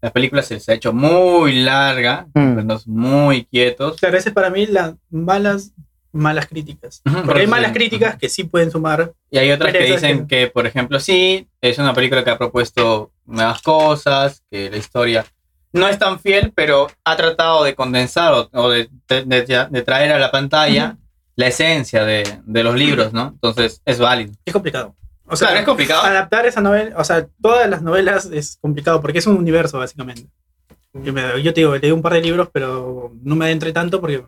Speaker 1: la película se, se ha hecho muy larga,
Speaker 3: Mm.
Speaker 1: planos muy quietos.
Speaker 2: Claro, ese es para mí las malas, malas críticas.
Speaker 1: Ujú,
Speaker 2: Porque hay
Speaker 1: sí.
Speaker 2: malas críticas que sí pueden sumar.
Speaker 1: Y hay otras que
Speaker 2: Pero eso es
Speaker 1: dicen que, por ejemplo, sí, es una película que ha propuesto nuevas cosas, que la historia no es tan fiel, pero ha tratado de condensar o, o de, de- de- de traer a la pantalla la esencia de, de los libros, ¿no? Entonces, es válido.
Speaker 2: Es complicado. O
Speaker 1: O sea,
Speaker 2: sea,
Speaker 1: es complicado.
Speaker 2: adaptar esa novela, o sea, todas las novelas es complicado porque es un universo, básicamente. Yo, me- yo te digo, leí un par de libros, pero no me adentré tanto porque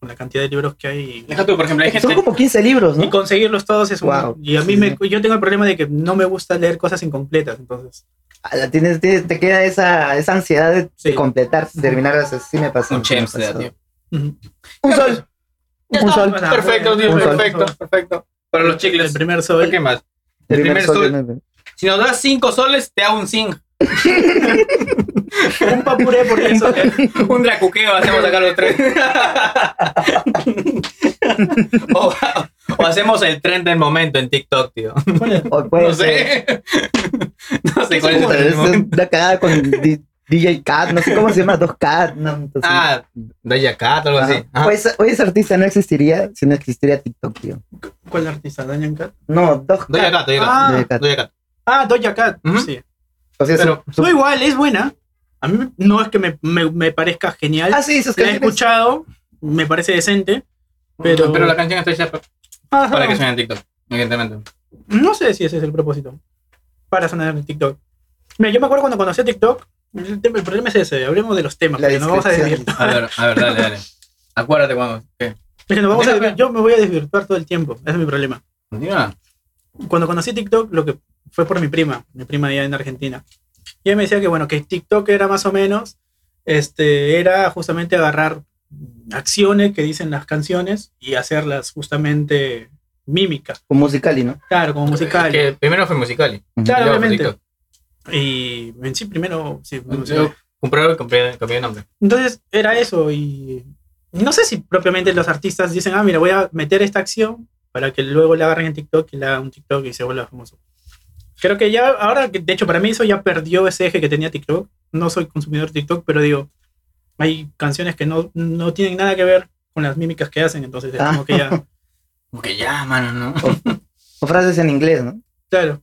Speaker 2: con la cantidad de libros que hay.
Speaker 1: Deja tú, por ejemplo, hay
Speaker 3: Son
Speaker 1: gente...
Speaker 3: como 15 libros,
Speaker 2: Y
Speaker 3: ¿no?
Speaker 2: conseguirlos todos es un.
Speaker 3: Wow.
Speaker 2: Y a mí
Speaker 3: Sí,
Speaker 2: me, yo tengo el problema de que no me gusta leer cosas incompletas, entonces.
Speaker 3: Ah, Tienes, tienes- te queda esa, esa ansiedad de
Speaker 2: Sí.
Speaker 3: completar, terminar. o sea, Sí me pasó.
Speaker 1: Un
Speaker 3: sí me
Speaker 1: chemps de
Speaker 3: pasó.
Speaker 1: tío.
Speaker 2: Ujú.
Speaker 3: Un sol.
Speaker 1: Ya
Speaker 3: Un
Speaker 1: está,
Speaker 3: sol.
Speaker 1: Perfecto, tío,
Speaker 3: Ah, Un sol.
Speaker 1: perfecto, perfecto. Para los
Speaker 2: El
Speaker 1: chicles.
Speaker 2: primer sol.
Speaker 1: ¿Qué más? El primer sol. Si nos das cinco soles, te hago un zinc.
Speaker 2: Un papuré por eso. ¿eh?
Speaker 5: Un dracuqueo hacemos acá los tres.
Speaker 1: O, o hacemos el tren del momento en TikTok, tío.
Speaker 2: Bueno,
Speaker 3: O puede
Speaker 5: No
Speaker 3: ser-
Speaker 5: sé. No sé cuál es el
Speaker 3: puta,
Speaker 5: tren del
Speaker 3: es
Speaker 5: momento.
Speaker 3: una cagada con di- DJ Cat, no sé cómo se llama, dos Cat. No, entonces-
Speaker 1: Ah, Daya Cat, algo así.
Speaker 3: Ajá. Hoy ese- hoy ese artista no existiría si no existiría TikTok, tío.
Speaker 2: ¿Cuál artista? ¿Daniel Cat?
Speaker 3: No, dos
Speaker 1: Doja
Speaker 3: Cat.
Speaker 1: Cat, Doja Cat.
Speaker 2: Ah,
Speaker 3: Doja Cat.
Speaker 1: Doja Cat.
Speaker 2: Ah, Doja Cat.
Speaker 1: Ujú.
Speaker 2: Sí.
Speaker 3: O sea, su-
Speaker 1: pero-
Speaker 3: su-
Speaker 2: No, igual, es buena. A mí me- no es que me, me- me parezca genial.
Speaker 3: Ah, sí, sus
Speaker 2: La he
Speaker 3: canciones.
Speaker 2: escuchado, me parece decente. Pero,
Speaker 1: Pero la canción está hecha pa-
Speaker 2: Ajá.
Speaker 3: Ah.
Speaker 1: para que suene en TikTok, evidentemente.
Speaker 2: No sé si ese es el propósito. Para sonar en TikTok. Mira, yo me acuerdo cuando conocí a TikTok. El, tema- el problema es ese. Hablemos de los temas.
Speaker 3: La
Speaker 2: porque nos vamos a
Speaker 3: descripción.
Speaker 2: desvirtuar.
Speaker 1: A ver, a ver, dale, dale. Acuérdate cuando. ¿Qué?
Speaker 2: Es que nos vamos a
Speaker 1: Déjame.
Speaker 2: desvir- yo me voy a desvirtuar todo el tiempo. Ese es mi problema.
Speaker 1: Continúa.
Speaker 2: Cuando conocí TikTok, lo que fue por mi prima. Mi prima allá en Argentina. Y ella me decía que, bueno, que TikTok era más o menos. Este, era justamente agarrar acciones que dicen las canciones y hacerlas justamente mímica.
Speaker 3: Con Musical.ly, ¿no?
Speaker 2: Claro, como musical.
Speaker 1: Que primero fue Musicali.
Speaker 2: Claro,
Speaker 1: luego fue
Speaker 2: obviamente.
Speaker 1: TikTok.
Speaker 2: Y en sí, primero, sí,
Speaker 1: Yo compré, compré, compré el nombre.
Speaker 2: Entonces era eso y no sé si propiamente los artistas dicen, ah, mira, voy a meter esta acción para que luego la agarren en TikTok y la hagan un TikTok y se vuelva famoso. Creo que ya, ahora, que- de hecho, para mí eso ya perdió ese eje que tenía TikTok. No soy consumidor de TikTok, pero digo, hay canciones que no, no tienen nada que ver con las mímicas que hacen, entonces es
Speaker 3: Ah.
Speaker 2: como que ya,
Speaker 1: Como que ya, mano, ¿no?
Speaker 3: O frases en inglés, ¿no?
Speaker 2: claro.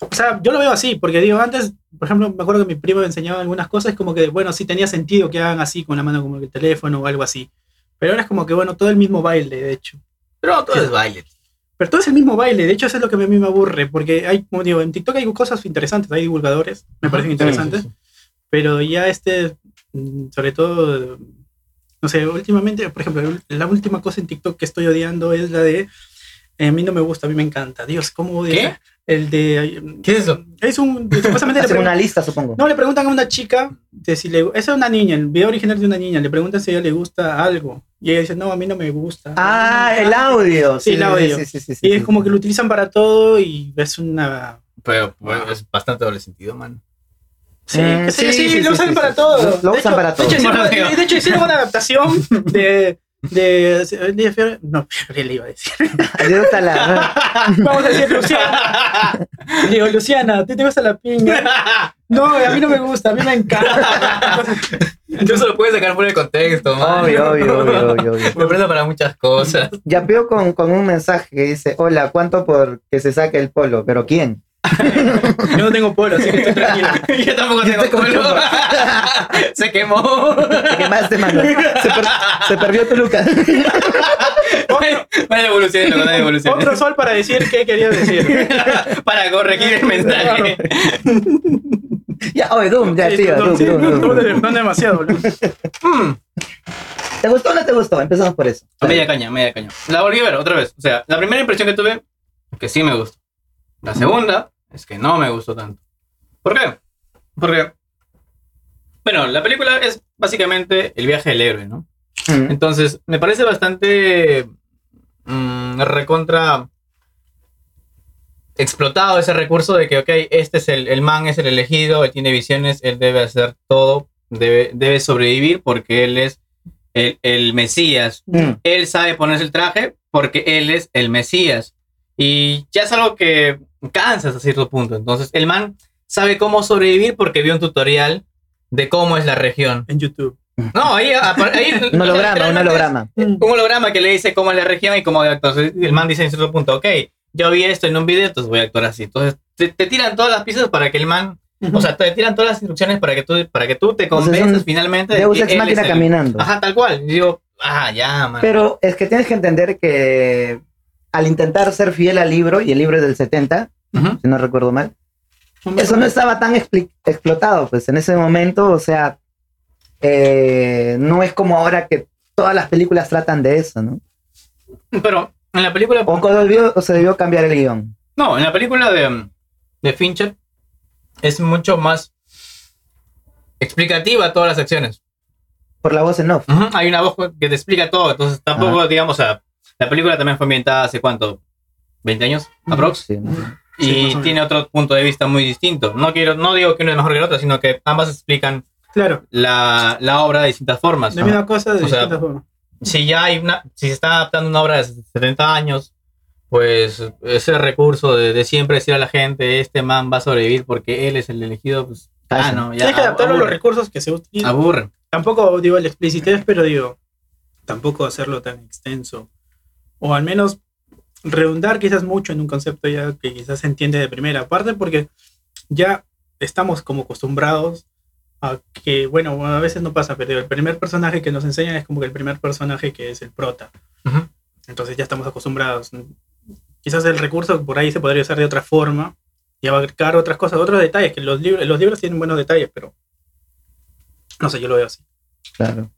Speaker 2: O sea, yo lo veo así, porque digo, antes, por ejemplo, me acuerdo que mi primo me enseñaba algunas cosas, como que, bueno, sí tenía sentido que hagan así, con la mano como el teléfono o algo así. Pero ahora es como que, bueno, todo el mismo baile, de hecho.
Speaker 1: Pero todo es baile.
Speaker 2: Pero todo es el mismo baile, de hecho, eso es lo que a mí me aburre, porque hay, como digo, en TikTok hay cosas interesantes, hay divulgadores, me parecen interesantes, pero ya este, mm, sobre todo, no sé, últimamente, por ejemplo, la última cosa en TikTok que estoy odiando es la de, eh, a mí no me gusta, a mí me encanta, Dios, ¿cómo odio?
Speaker 1: ¿Qué?
Speaker 2: esa- El de...
Speaker 1: ¿Qué es eso?
Speaker 2: Es un... Supuestamente le
Speaker 3: Hacen
Speaker 2: pregun-
Speaker 3: una lista, supongo.
Speaker 2: no, le preguntan a una chica de si le... Esa es una niña, el video original es de una niña, le preguntan si a ella le gusta algo. Y ella dice, no, a mí no me gusta.
Speaker 3: Ah, el audio.
Speaker 2: Sí, el audio.
Speaker 3: Sí, sí, sí, sí,
Speaker 2: Y es
Speaker 3: sí.
Speaker 2: como que lo utilizan para todo y es una...
Speaker 1: Pero bueno, es bastante doble sentido, mano.
Speaker 2: Sí,
Speaker 3: Eh,
Speaker 2: qué sé yo,
Speaker 3: sí,
Speaker 2: sí,
Speaker 3: sí,
Speaker 2: lo
Speaker 3: sí,
Speaker 2: usan
Speaker 3: sí,
Speaker 2: para
Speaker 3: sí.
Speaker 2: todo.
Speaker 3: Lo- lo
Speaker 2: De
Speaker 3: usan
Speaker 2: hecho-
Speaker 3: para todo.
Speaker 2: De hecho, hicieron,
Speaker 1: Bueno,
Speaker 2: de hecho, hicieron una adaptación de... de, de- no, ¿qué le iba a decir?
Speaker 3: Adiós a la-
Speaker 2: Vamos a decir, Luciana. Le digo, Luciana, ¿a ti te gusta la piña? No, a mí no me gusta, a mí me encanta.
Speaker 1: Yo se lo puedes sacar por el contexto, mano.
Speaker 3: Obvio, obvio, obvio, obvio, obvio.
Speaker 1: Me prendo para muchas cosas.
Speaker 3: Ya veo con, con un mensaje que dice, hola, ¿cuánto por que se saque el polo? ¿Pero quién?
Speaker 2: Yo no tengo polo, así que estoy tranquilo.
Speaker 1: Yo tampoco
Speaker 3: Yo
Speaker 1: tengo
Speaker 3: te
Speaker 1: culo.
Speaker 3: conozco.
Speaker 1: Se quemó.
Speaker 3: Te quemaste, mano. Se, per- se perdió tu Lucas.
Speaker 1: Vaya evolución, loco, vaya evolución.
Speaker 2: Otro sol para decir qué quería decir.
Speaker 1: Para corregir el mensaje.
Speaker 3: ya, oye, Doom, ya,
Speaker 2: Sí,
Speaker 3: tío,
Speaker 2: no,
Speaker 3: Doom,
Speaker 2: sí,
Speaker 3: Doom,
Speaker 2: no,
Speaker 3: Doom,
Speaker 2: no,
Speaker 3: Doom.
Speaker 2: no, no demasiado, boludo.
Speaker 1: Mm.
Speaker 3: ¿Te gustó o no te gustó? Empezamos por eso.
Speaker 1: A media caña, a media caña. La volví a ver otra vez. O sea, la primera impresión que tuve, que sí me gustó. La segunda es que no me gustó tanto. ¿Por qué? Porque, bueno, la película es básicamente el viaje del héroe, ¿no?
Speaker 3: Mm.
Speaker 1: Entonces, me parece bastante mm, recontra explotado ese recurso de que, ok, este es el, el man, es el elegido, él tiene visiones, él debe hacer todo, debe, debe sobrevivir porque él es el, el Mesías.
Speaker 3: Mm.
Speaker 1: Él sabe ponerse el traje porque él es el Mesías. Y ya es algo que cansa hasta cierto punto. Entonces, el man sabe cómo sobrevivir porque vio un tutorial de cómo es la región.
Speaker 2: En YouTube.
Speaker 1: No, ahí... apar- ahí
Speaker 3: Un holograma, un
Speaker 1: literalmente es-
Speaker 3: holograma.
Speaker 1: un holograma que le dice cómo es la región y cómo Entonces el man dice en cierto punto, ok, yo vi esto en un video, entonces voy a actuar así. Entonces te, te tiran todas las piezas para que el man, o sea, te tiran todas las instrucciones para que tú, para que tú te
Speaker 3: sea, Pues es un
Speaker 1: convenzas finalmente de
Speaker 3: Deus
Speaker 1: que
Speaker 3: Ex
Speaker 1: él
Speaker 3: Máquina
Speaker 1: es el-
Speaker 3: caminando.
Speaker 1: Ajá, tal cual. Y digo, ah, ya, man.
Speaker 3: Pero es que tienes que entender que al intentar ser fiel al libro, y el libro es del 70,
Speaker 1: Ujú.
Speaker 3: si no recuerdo mal, eso no estaba tan expli- explotado, pues en ese momento, o sea, eh, no es como ahora que todas las películas tratan de eso, ¿no?
Speaker 1: Pero en la película,
Speaker 3: O, cuando debió- o se debió cambiar el guión.
Speaker 1: no, en la película de, de Fincher es mucho más explicativa todas las acciones.
Speaker 3: Por la voz en off.
Speaker 1: Ujú, Hay una voz que te explica todo, entonces tampoco, digamos, o sea, la película también fue ambientada hace cuánto, 20 años, aprox, Ah,
Speaker 3: Sí, ¿no?
Speaker 2: Sí, más o
Speaker 1: y
Speaker 2: menos.
Speaker 1: tiene otro punto de vista muy distinto. No quiero, no digo que uno es mejor que el otro, sino que ambas explican
Speaker 2: Claro,
Speaker 1: la, la obra de distintas formas.
Speaker 2: de misma cosa de
Speaker 1: O sea,
Speaker 2: distintas formas.
Speaker 1: Si ya hay una, si se está adaptando una obra de 70 años, pues ese recurso de, de siempre decir a la gente, este man va a sobrevivir porque él es el elegido, pues, ah, no, ya.
Speaker 2: Tienes que adaptarlo a los
Speaker 1: aburre,
Speaker 2: recursos que se utilizan.
Speaker 1: aburre.
Speaker 2: Tampoco digo la explicitez, pero digo, tampoco hacerlo tan extenso. O al menos redundar quizás mucho en un concepto ya que quizás se entiende de primera parte, porque ya estamos como acostumbrados a que, bueno, a veces no pasa, pero el primer personaje que nos enseñan es como que el primer personaje que es el prota.
Speaker 1: Ujú.
Speaker 2: Entonces ya estamos acostumbrados. Quizás el recurso por ahí se podría usar de otra forma y abarcar otras cosas, otros detalles, que los libros, los libros tienen buenos detalles, pero no sé, yo lo veo así.
Speaker 3: Claro.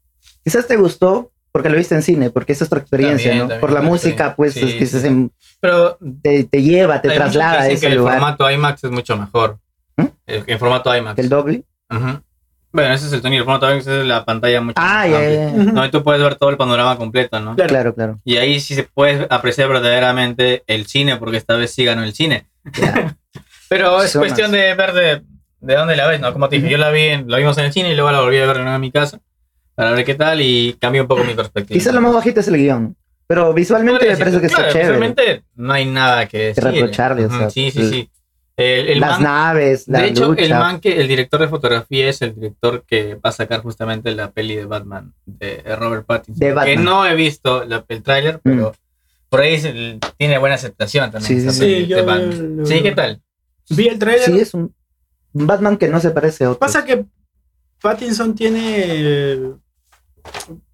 Speaker 3: Quizás te gustó porque lo viste en cine, porque esa es otra experiencia,
Speaker 1: También,
Speaker 3: ¿no?
Speaker 1: también,
Speaker 3: Por la
Speaker 1: sí,
Speaker 3: música, pues,
Speaker 1: sí,
Speaker 3: es que
Speaker 1: sí.
Speaker 3: se- se-
Speaker 1: Pero
Speaker 3: te, te lleva, te
Speaker 1: hay muchos
Speaker 3: traslada
Speaker 1: que
Speaker 3: a
Speaker 1: dicen
Speaker 3: ese
Speaker 1: que
Speaker 3: lugar
Speaker 1: el formato IMAX es mucho mejor.
Speaker 3: ¿Mm?
Speaker 1: El, en formato IMAX.
Speaker 3: del doble.
Speaker 1: Ujú. Bueno, ese es el Tony. El formato IMAX es la pantalla mucho
Speaker 3: Ah,
Speaker 1: más
Speaker 3: ya,
Speaker 1: amplia.
Speaker 3: ya, ya.
Speaker 2: Ujú.
Speaker 1: No, y tú puedes ver todo el panorama completo, ¿no?
Speaker 2: Claro.
Speaker 3: Claro, claro.
Speaker 1: Y ahí sí se puede apreciar verdaderamente el cine, porque esta vez sí ganó el cine.
Speaker 3: ya.
Speaker 1: Pero es
Speaker 3: Son
Speaker 1: cuestión de ver de, de dónde la ves, ¿no? Como te dije, yo la vi, en- la vimos en el cine y luego la volví a ver de nuevo en mi casa para ver qué tal y cambié un poco mi perspectiva.
Speaker 3: Quizás lo más bajito es el guión, ¿no? pero visualmente me parece que está
Speaker 1: Claro,
Speaker 3: chévere.
Speaker 1: visualmente no hay nada que decir.
Speaker 3: reprocharle, o
Speaker 1: Ujú,
Speaker 3: sea,
Speaker 1: sí, sí,
Speaker 3: el-
Speaker 1: sí. El, el
Speaker 3: Las
Speaker 1: man-
Speaker 3: naves, la
Speaker 1: de hecho,
Speaker 3: lucha.
Speaker 1: el man que, el director de fotografía es el director que va a sacar justamente la peli de Batman, de Robert Pattinson.
Speaker 3: De Batman.
Speaker 1: Que no he visto la- el tráiler, pero por ahí se- tiene buena aceptación también.
Speaker 3: Sí,
Speaker 1: esa
Speaker 3: sí,
Speaker 1: peli
Speaker 2: Sí,
Speaker 1: de
Speaker 2: yo
Speaker 1: Batman.
Speaker 2: lo-
Speaker 1: Sí, ¿qué tal?
Speaker 2: vi el trailer.
Speaker 3: Sí, es un un Batman que no se parece a otro.
Speaker 2: Pasa que Pattinson tiene.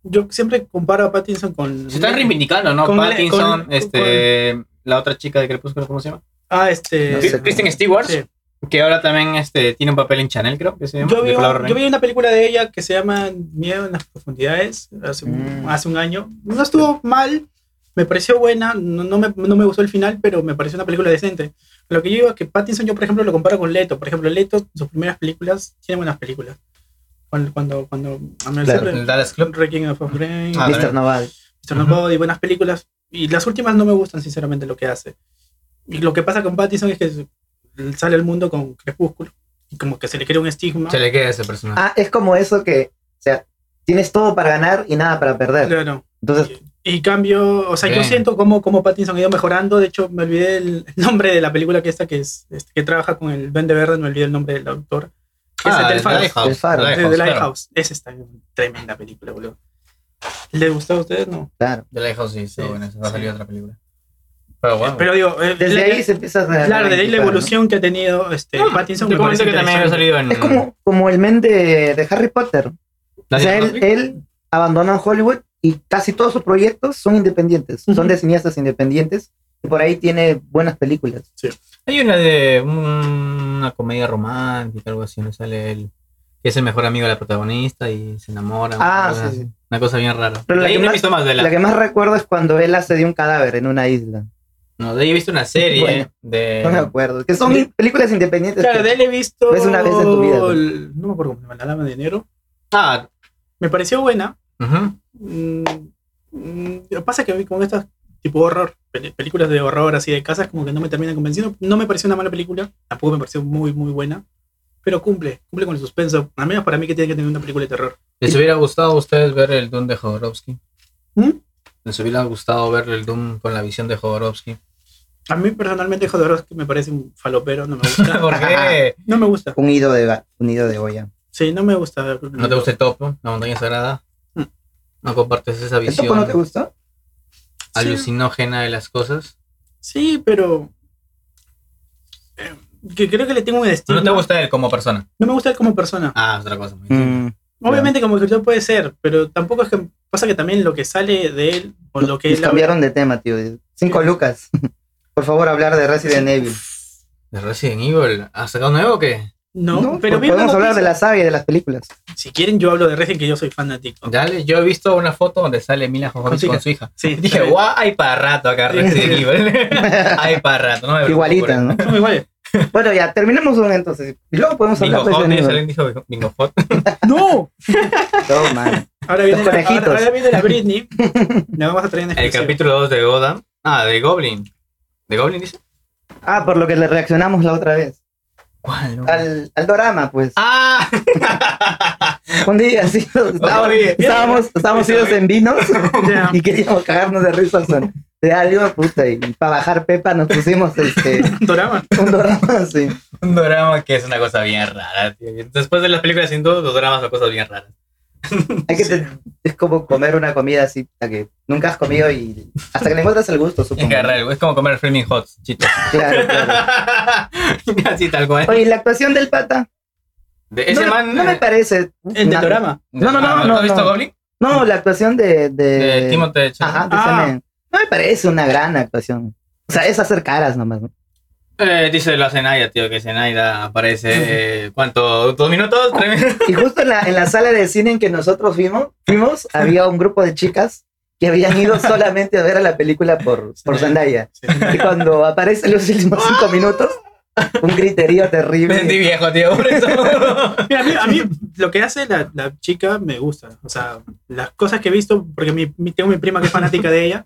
Speaker 2: Yo siempre comparo a Pattinson con.
Speaker 1: Se están reivindicando, ¿no?
Speaker 2: Con-
Speaker 1: Pattinson,
Speaker 2: con-
Speaker 1: este, la otra chica de Crepúsculo, ¿cómo se llama?
Speaker 2: Ah, este.
Speaker 3: No sé.
Speaker 1: Kristen Kristen Stewart,
Speaker 2: Sí.
Speaker 1: que ahora también este, tiene un papel en Chanel, creo que se llama.
Speaker 2: Yo,
Speaker 1: de
Speaker 2: vi,
Speaker 1: color
Speaker 2: yo
Speaker 1: rey.
Speaker 2: vi una película de ella que se llama Miedo en las profundidades hace, un-
Speaker 3: Mm.
Speaker 2: hace un año. No estuvo mal, me pareció buena, no, no me, no me gustó el final, pero me pareció una película decente. Lo que yo digo es que Pattinson yo, por ejemplo, lo comparo con Leto. Por ejemplo, Leto, sus primeras películas, tiene buenas películas. Cuando, cuando, cuando a mí
Speaker 3: Claro,
Speaker 2: siempre-
Speaker 1: El Dallas Club.
Speaker 2: Wrecking of Rain,
Speaker 1: Ah,
Speaker 3: Mr. Naval.
Speaker 2: Mr. Nobody, buenas películas. Y las últimas no me gustan, sinceramente, lo que hace. Y lo que pasa con Pattinson es que s- sale al mundo con Crepúsculo. Y como que se le crea un estigma.
Speaker 1: Se le queda ese personaje.
Speaker 3: Ah, es como eso que, o sea, tienes todo para ganar y nada para perder.
Speaker 2: Claro.
Speaker 3: Entonces,
Speaker 2: Y cambio, o sea, yo
Speaker 1: Bien.
Speaker 2: siento como, como Pattinson ha ido mejorando. De hecho, me olvidé el nombre de la película que esta que es este, que trabaja con el Duende Verde, me olvidé el nombre del autor. Que
Speaker 1: Ah,
Speaker 2: es
Speaker 1: el
Speaker 2: del Faro.
Speaker 1: Lighthouse,
Speaker 3: El Faro.
Speaker 1: el
Speaker 2: De
Speaker 1: Lighthouse,
Speaker 2: The
Speaker 1: claro.
Speaker 2: Lighthouse. Esa está bien, tremenda película, boludo. ¿Le gustó a ustedes? No.
Speaker 3: claro.
Speaker 1: The Lighthouse sí, está
Speaker 2: Sí,
Speaker 1: bueno, esa va a
Speaker 2: sí.
Speaker 1: salir otra película. Pero bueno.
Speaker 2: Pero digo, eh,
Speaker 3: Desde
Speaker 2: la-
Speaker 3: ahí se empieza a...
Speaker 2: Claro, desde ahí la
Speaker 3: identificar, ¿no?
Speaker 2: evolución que ha tenido este,
Speaker 1: Ah,
Speaker 2: Pattinson.
Speaker 1: te
Speaker 2: me parece
Speaker 1: comento que también había
Speaker 2: interesante.
Speaker 1: salido en.
Speaker 3: Es como, como el men de, de Harry Potter.
Speaker 1: ¿La
Speaker 3: o sea, él,
Speaker 1: Disney?
Speaker 3: él abandona Hollywood y casi todos sus proyectos son independientes.
Speaker 2: Ujú.
Speaker 3: Son de cineastas independientes y por ahí tiene buenas películas.
Speaker 1: Hay una de una comedia romántica, algo así, no sale él. Que es el mejor amigo de la protagonista y se enamora. una,
Speaker 3: Ah,
Speaker 1: cosa
Speaker 3: sí,
Speaker 1: así. Una cosa bien rara.
Speaker 3: Pero la
Speaker 1: de ahí
Speaker 3: que
Speaker 1: no he
Speaker 3: más-
Speaker 1: visto más de la.
Speaker 3: La que más recuerdo es cuando él hace de un cadáver en una isla.
Speaker 1: No, de ahí he visto una serie
Speaker 3: Bueno,
Speaker 1: de.
Speaker 3: No me acuerdo. Que son
Speaker 2: Eh. Sí.
Speaker 3: películas independientes.
Speaker 2: Claro,
Speaker 3: que-
Speaker 2: de él he visto.
Speaker 3: Ves una vez en tu vida, ¿no?
Speaker 2: el- No me acuerdo cómo se llama, la dama de enero.
Speaker 1: Ah,
Speaker 2: Me pareció buena.
Speaker 1: ujú.
Speaker 2: Mm, mm, Lo que pasa es que a mí con estas tipo horror, peli- películas de horror así de casas, como que no me terminan convenciendo. No me pareció una mala película, tampoco me pareció muy, muy buena. Pero cumple, cumple con el suspenso. Al menos para mí que tiene que tener una película de terror.
Speaker 1: ¿Les hubiera gustado a ustedes ver el Doom de Jodorowsky?
Speaker 2: ¿Mm?
Speaker 1: ¿Les hubiera gustado ver el Doom con la visión de Jodorowsky?
Speaker 2: A mí personalmente, Jodorowsky me parece un falopero, no me gusta.
Speaker 1: ¿Por qué?
Speaker 2: No me gusta.
Speaker 3: Un nido de, ga- un nido de olla.
Speaker 2: Sí, no me gusta.
Speaker 1: ¿No te gusta el topo? ¿La montaña sagrada?
Speaker 2: Mm.
Speaker 1: ¿No compartes esa
Speaker 3: ¿El topo no te
Speaker 1: visión
Speaker 3: gustó?
Speaker 2: Sí.
Speaker 1: alucinógena de las cosas?
Speaker 2: Sí, pero. eh, que creo que le tengo un estigma.
Speaker 1: ¿No te gusta él como persona?
Speaker 2: No me gusta él como persona.
Speaker 1: Ah, es otra cosa.
Speaker 3: Mm,
Speaker 2: Obviamente, como escritor puede ser, pero tampoco es que. Pasa que también lo que sale de él, o lo que
Speaker 3: nos
Speaker 2: él.
Speaker 3: cambiaron de tema, tío. Cinco lucas. por favor, hablar de Resident Evil.
Speaker 1: ¿De Resident Evil? ¿Ha sacado nuevo o qué?
Speaker 2: No, pues.
Speaker 3: No,
Speaker 2: pero vi una
Speaker 3: podemos hablar de
Speaker 2: noticia-
Speaker 3: la saga y de las películas.
Speaker 2: Si quieren, yo hablo de Resident, que yo soy fanático.
Speaker 1: Dale, yo he visto una foto donde sale Mila Jovovich
Speaker 2: Con
Speaker 1: con su hija.
Speaker 2: Sí,
Speaker 1: Y dije,
Speaker 2: también.
Speaker 1: guau, hay para rato acá
Speaker 3: Sí.
Speaker 1: Resident Evil. hay para rato. No me preocupo por
Speaker 3: Igualitas,
Speaker 1: eso.
Speaker 3: ¿no?
Speaker 2: Son iguales.
Speaker 3: Bueno, ya, terminemos uno entonces. Y luego podemos
Speaker 1: Bingo
Speaker 3: hablar de
Speaker 1: Hot,
Speaker 3: Resident
Speaker 1: ¿tienes
Speaker 3: Evil.
Speaker 1: alguien dijo Bingo Hot?
Speaker 2: ¡No!
Speaker 3: Todo mal.
Speaker 2: Ahora viene,
Speaker 3: Los
Speaker 2: la, ahora,
Speaker 3: conejitos.
Speaker 2: ahora viene la Britney. La vamos a traer en
Speaker 1: El
Speaker 2: exclusiva.
Speaker 1: capítulo 2 de Gotham. Ah, de Goblin. ¿De Goblin dice?
Speaker 3: Ah, por lo que le reaccionamos la otra vez.
Speaker 1: ¿Cuál?
Speaker 3: Al, al dorama, pues.
Speaker 1: Ah,
Speaker 3: Un día, sí, estábamos,
Speaker 2: día.
Speaker 3: estábamos, estábamos idos en vinos
Speaker 2: Ya.
Speaker 3: y queríamos cagarnos de risa son- de algo, puta, y para bajar Pepa nos pusimos este,
Speaker 2: Dorama.
Speaker 3: un dorama así.
Speaker 1: Un drama que es una cosa bien rara, tío. Después de las películas hindú, los dramas son cosas bien raras.
Speaker 3: Hay que te- es como comer una comida así puta, que nunca has comido y hasta que le encuentras el gusto,
Speaker 1: Es,
Speaker 3: supongo.
Speaker 1: que agarrar el- es como comer Flaming Hot, chito.
Speaker 3: Claro, claro.
Speaker 1: Así tal cual.
Speaker 3: Oye, ¿y la actuación del pata.
Speaker 1: De ese
Speaker 3: no,
Speaker 1: man. eh,
Speaker 3: no me parece.
Speaker 2: El de
Speaker 3: na-
Speaker 2: Dorama.
Speaker 3: No, no, no,
Speaker 1: Ah,
Speaker 3: no,
Speaker 1: ¿Has visto
Speaker 3: no.
Speaker 1: Goblin?
Speaker 3: No, la actuación de. de,
Speaker 2: Eh,
Speaker 1: De Timothée Chalamet.
Speaker 3: Ajá, de ese
Speaker 2: Ah.
Speaker 3: men. No me parece una gran actuación. O sea, es hacer caras nomás. ¿no?
Speaker 1: Eh, dice la Zenaida, tío, que Zenaida aparece. eh, ¿Cuánto? ¿Dos minutos? ¿Tres minutos?
Speaker 3: Y justo en la, en la sala de cine en que nosotros fuimos, fuimos, había un grupo de chicas que habían ido solamente a ver a la película por, por Zendaya.
Speaker 2: Sí.
Speaker 3: Y cuando aparecen los últimos cinco minutos, un griterío
Speaker 1: Sentí
Speaker 3: terrible.
Speaker 1: viejo, tío, por eso.
Speaker 2: Mira, a, mí, a mí lo que hace la, la chica me gusta. O sea, las cosas que he visto, porque mi, mi- tengo mi prima que es fanática de ella,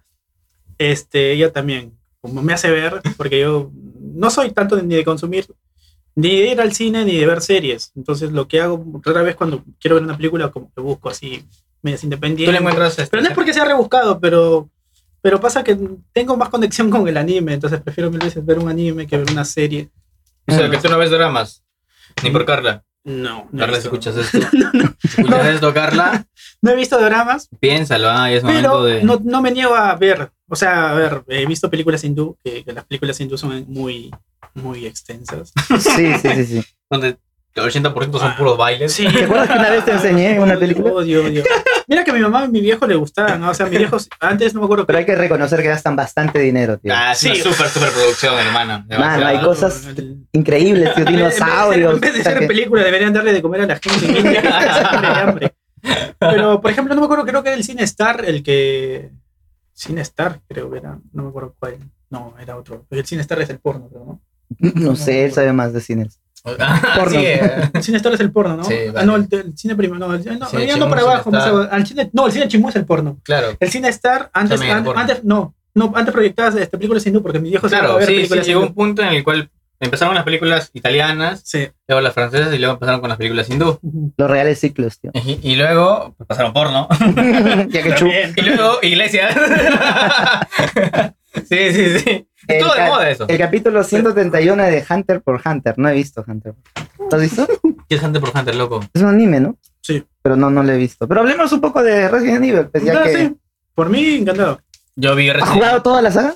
Speaker 2: este, ella también, como me hace ver, porque yo no soy tanto de- ni de consumir, ni de ir al cine, ni de ver series. Entonces lo que hago, rara vez cuando quiero ver una película, como que busco así, medias
Speaker 1: Tú le
Speaker 2: independientes.
Speaker 1: encuentras. este,
Speaker 2: Pero no es porque sea rebuscado, pero, pero pasa que tengo más conexión con el anime, entonces prefiero mil veces ver un anime que ver una serie.
Speaker 1: O sea, que tú no ves dramas. Ni por Carla.
Speaker 2: Mm. No, no, he
Speaker 1: Carla, si
Speaker 2: visto-
Speaker 1: escuchas esto. Si escuchas esto, Carla,
Speaker 2: no he visto dramas,
Speaker 1: piénsalo. Ah, es momento
Speaker 2: pero
Speaker 1: de.
Speaker 2: no, no me niego a ver. O sea, a ver, he visto películas hindú, que, que las películas hindú son muy, muy extensas.
Speaker 3: Sí, sí, sí, sí.
Speaker 1: Donde el 80% son puros bailes.
Speaker 2: Sí.
Speaker 3: ¿Te acuerdas que una vez te enseñé una película?
Speaker 2: Odio, odio. Mira que a mi mamá y mi viejo le gustaban, ¿no? O sea, mi viejo, antes no me acuerdo.
Speaker 3: Pero hay que reconocer que gastan bastante dinero, tío.
Speaker 1: Ah, sí,
Speaker 2: Sí.
Speaker 1: súper, súper producción, hermano.
Speaker 3: Mano, hay
Speaker 1: Demasiado.
Speaker 3: cosas
Speaker 2: En
Speaker 3: Increíbles, tío,
Speaker 2: vez- en vez de ser-
Speaker 3: dinosaurios.
Speaker 2: En vez de
Speaker 3: o sea
Speaker 2: ser
Speaker 3: que-
Speaker 2: película, deberían darle de comer a la gente en India, que está siempre de hambre. Pero, por ejemplo, no me acuerdo, creo que era el Cine Star el que. Cine Star, creo que era. No me acuerdo cuál. No, era otro. El Cine Star es el porno, creo, ¿no?
Speaker 3: No sé, él sabe más de cines.
Speaker 1: Ah,
Speaker 3: Porno.
Speaker 1: sí, eh.
Speaker 2: El cine Star es el porno, ¿no?
Speaker 1: Sí,
Speaker 2: Ah,
Speaker 1: vale.
Speaker 2: no, el, el cine primo, no, el, no,
Speaker 1: Cine
Speaker 2: ya no
Speaker 1: Chimú
Speaker 2: para
Speaker 1: es el
Speaker 2: abajo, más
Speaker 1: Star.
Speaker 2: abajo, al cine, no, el cine chimú es el porno.
Speaker 1: Claro.
Speaker 2: El cine Star antes,
Speaker 1: También el
Speaker 2: antes,
Speaker 1: porno.
Speaker 2: antes- no, no, antes proyectabas este, películas hindú porque mi viejo se iba a
Speaker 1: Claro,
Speaker 2: ver
Speaker 1: sí, sí,
Speaker 2: películas
Speaker 1: llegó un
Speaker 2: hindú.
Speaker 1: punto en el cual empezaron las películas italianas,
Speaker 2: Sí.
Speaker 1: luego las francesas y luego empezaron con las películas hindú.
Speaker 2: Ujú.
Speaker 3: Los reales ciclos, tío.
Speaker 1: Y, y luego pues, pasaron porno.
Speaker 3: ya que chup.
Speaker 1: Y luego iglesias. sí, sí, sí.
Speaker 3: El,
Speaker 1: Todo de
Speaker 3: ca-
Speaker 1: moda eso.
Speaker 3: el capítulo 131 de Hunter por Hunter. No he visto Hunter. ¿Lo has visto?
Speaker 1: ¿Qué es Hunter por Hunter, loco?
Speaker 3: Es un anime, ¿no?
Speaker 2: Sí.
Speaker 3: Pero no, no lo he visto. Pero hablemos un poco de Resident Evil. Pues ya
Speaker 2: No,
Speaker 3: que...
Speaker 2: sí, Por mí, encantado.
Speaker 1: Yo vi
Speaker 3: ¿Has
Speaker 1: recién
Speaker 3: jugado toda la saga?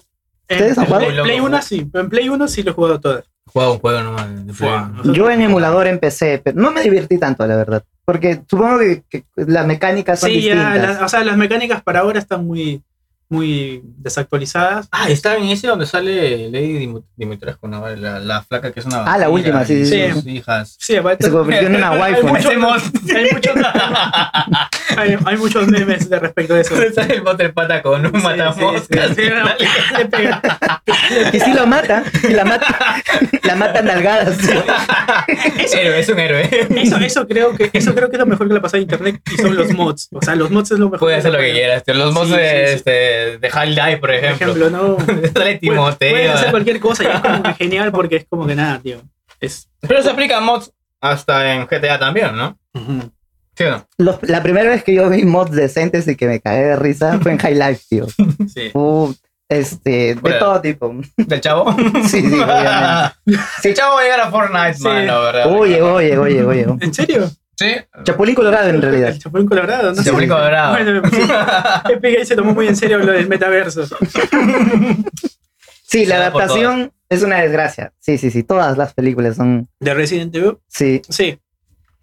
Speaker 2: En,
Speaker 3: ¿Ustedes han
Speaker 2: en
Speaker 3: jugado?
Speaker 2: Play, Play 1 sí, en Play 1 sí lo he jugado todas.
Speaker 1: jugado un juego nomás. de Play.
Speaker 2: Fua.
Speaker 3: Yo en emulador empecé, pero no me divertí tanto, la verdad. Porque supongo que, que las mecánicas Ah, son
Speaker 2: Sí, ya,
Speaker 3: distintas.
Speaker 2: la- o sea, las mecánicas para ahora están muy, muy desactualizadas.
Speaker 1: Ah, está en ese donde sale Lady Dimu- Dimitrescu, ¿no? la, la flaca que es una.
Speaker 3: Ah, la
Speaker 1: vampira
Speaker 3: última, sí,
Speaker 1: y
Speaker 2: sí,
Speaker 1: sus hijas.
Speaker 2: Sí, va-
Speaker 3: Se convirtió en una
Speaker 2: Hay
Speaker 3: waifu.
Speaker 2: mucho-
Speaker 1: Ese mod.
Speaker 2: hay, muchos, hay, hay muchos memes de respecto a eso.
Speaker 1: Sale el bot del pata con un
Speaker 2: Sí,
Speaker 1: matamoscas.
Speaker 2: sí, sí, sí, era- le pega.
Speaker 3: Y sí lo mata. Y la mata, la mata a nalgadas. tío.
Speaker 1: Héroe, es un héroe.
Speaker 2: Eso, eso creo que eso creo que es lo mejor que le ha pasado a internet y son los mods. O sea, los mods es lo mejor.
Speaker 1: Puede hacer lo
Speaker 2: le
Speaker 1: que quieras. tío. Los mods
Speaker 2: Sí, sí,
Speaker 1: de,
Speaker 2: sí.
Speaker 1: Este, de Half Life, por
Speaker 2: Por
Speaker 1: ejemplo.
Speaker 2: ejemplo, no.
Speaker 1: Sale
Speaker 2: Puedes
Speaker 1: Timoteo.
Speaker 2: puedes hacer cualquier cosa y es como que genial porque es como que nada, tío. Es.
Speaker 1: Pero se aplican mods hasta en GTA también, ¿no? ¿Sí o no?
Speaker 3: Los- la primera vez que yo vi mods decentes y que me caí de risa fue en High Life, tío.
Speaker 2: Sí.
Speaker 3: Uh, este, de
Speaker 1: Bueno.
Speaker 3: todo tipo.
Speaker 1: Del chavo.
Speaker 3: Sí, sí, obviamente.
Speaker 1: Si el chavo va a llegar a Fortnite,
Speaker 2: Sí.
Speaker 1: mano, ¿verdad?
Speaker 3: Uh, llegó, llegó, llegó, llegó.
Speaker 2: ¿En serio?
Speaker 1: Sí.
Speaker 3: Chapulín colorado, en realidad.
Speaker 2: El Chapulín Colorado, ¿no?
Speaker 1: Se
Speaker 3: Sí.
Speaker 1: aplicó dorado.
Speaker 2: Bueno, sí. Epic Games se tomó muy en serio lo del metaverso.
Speaker 3: Sí, la
Speaker 1: Se va por
Speaker 3: adaptación es una desgracia. Sí, sí, sí. Todas las películas son.
Speaker 2: ¿De Resident Evil?
Speaker 3: Sí.
Speaker 2: Sí.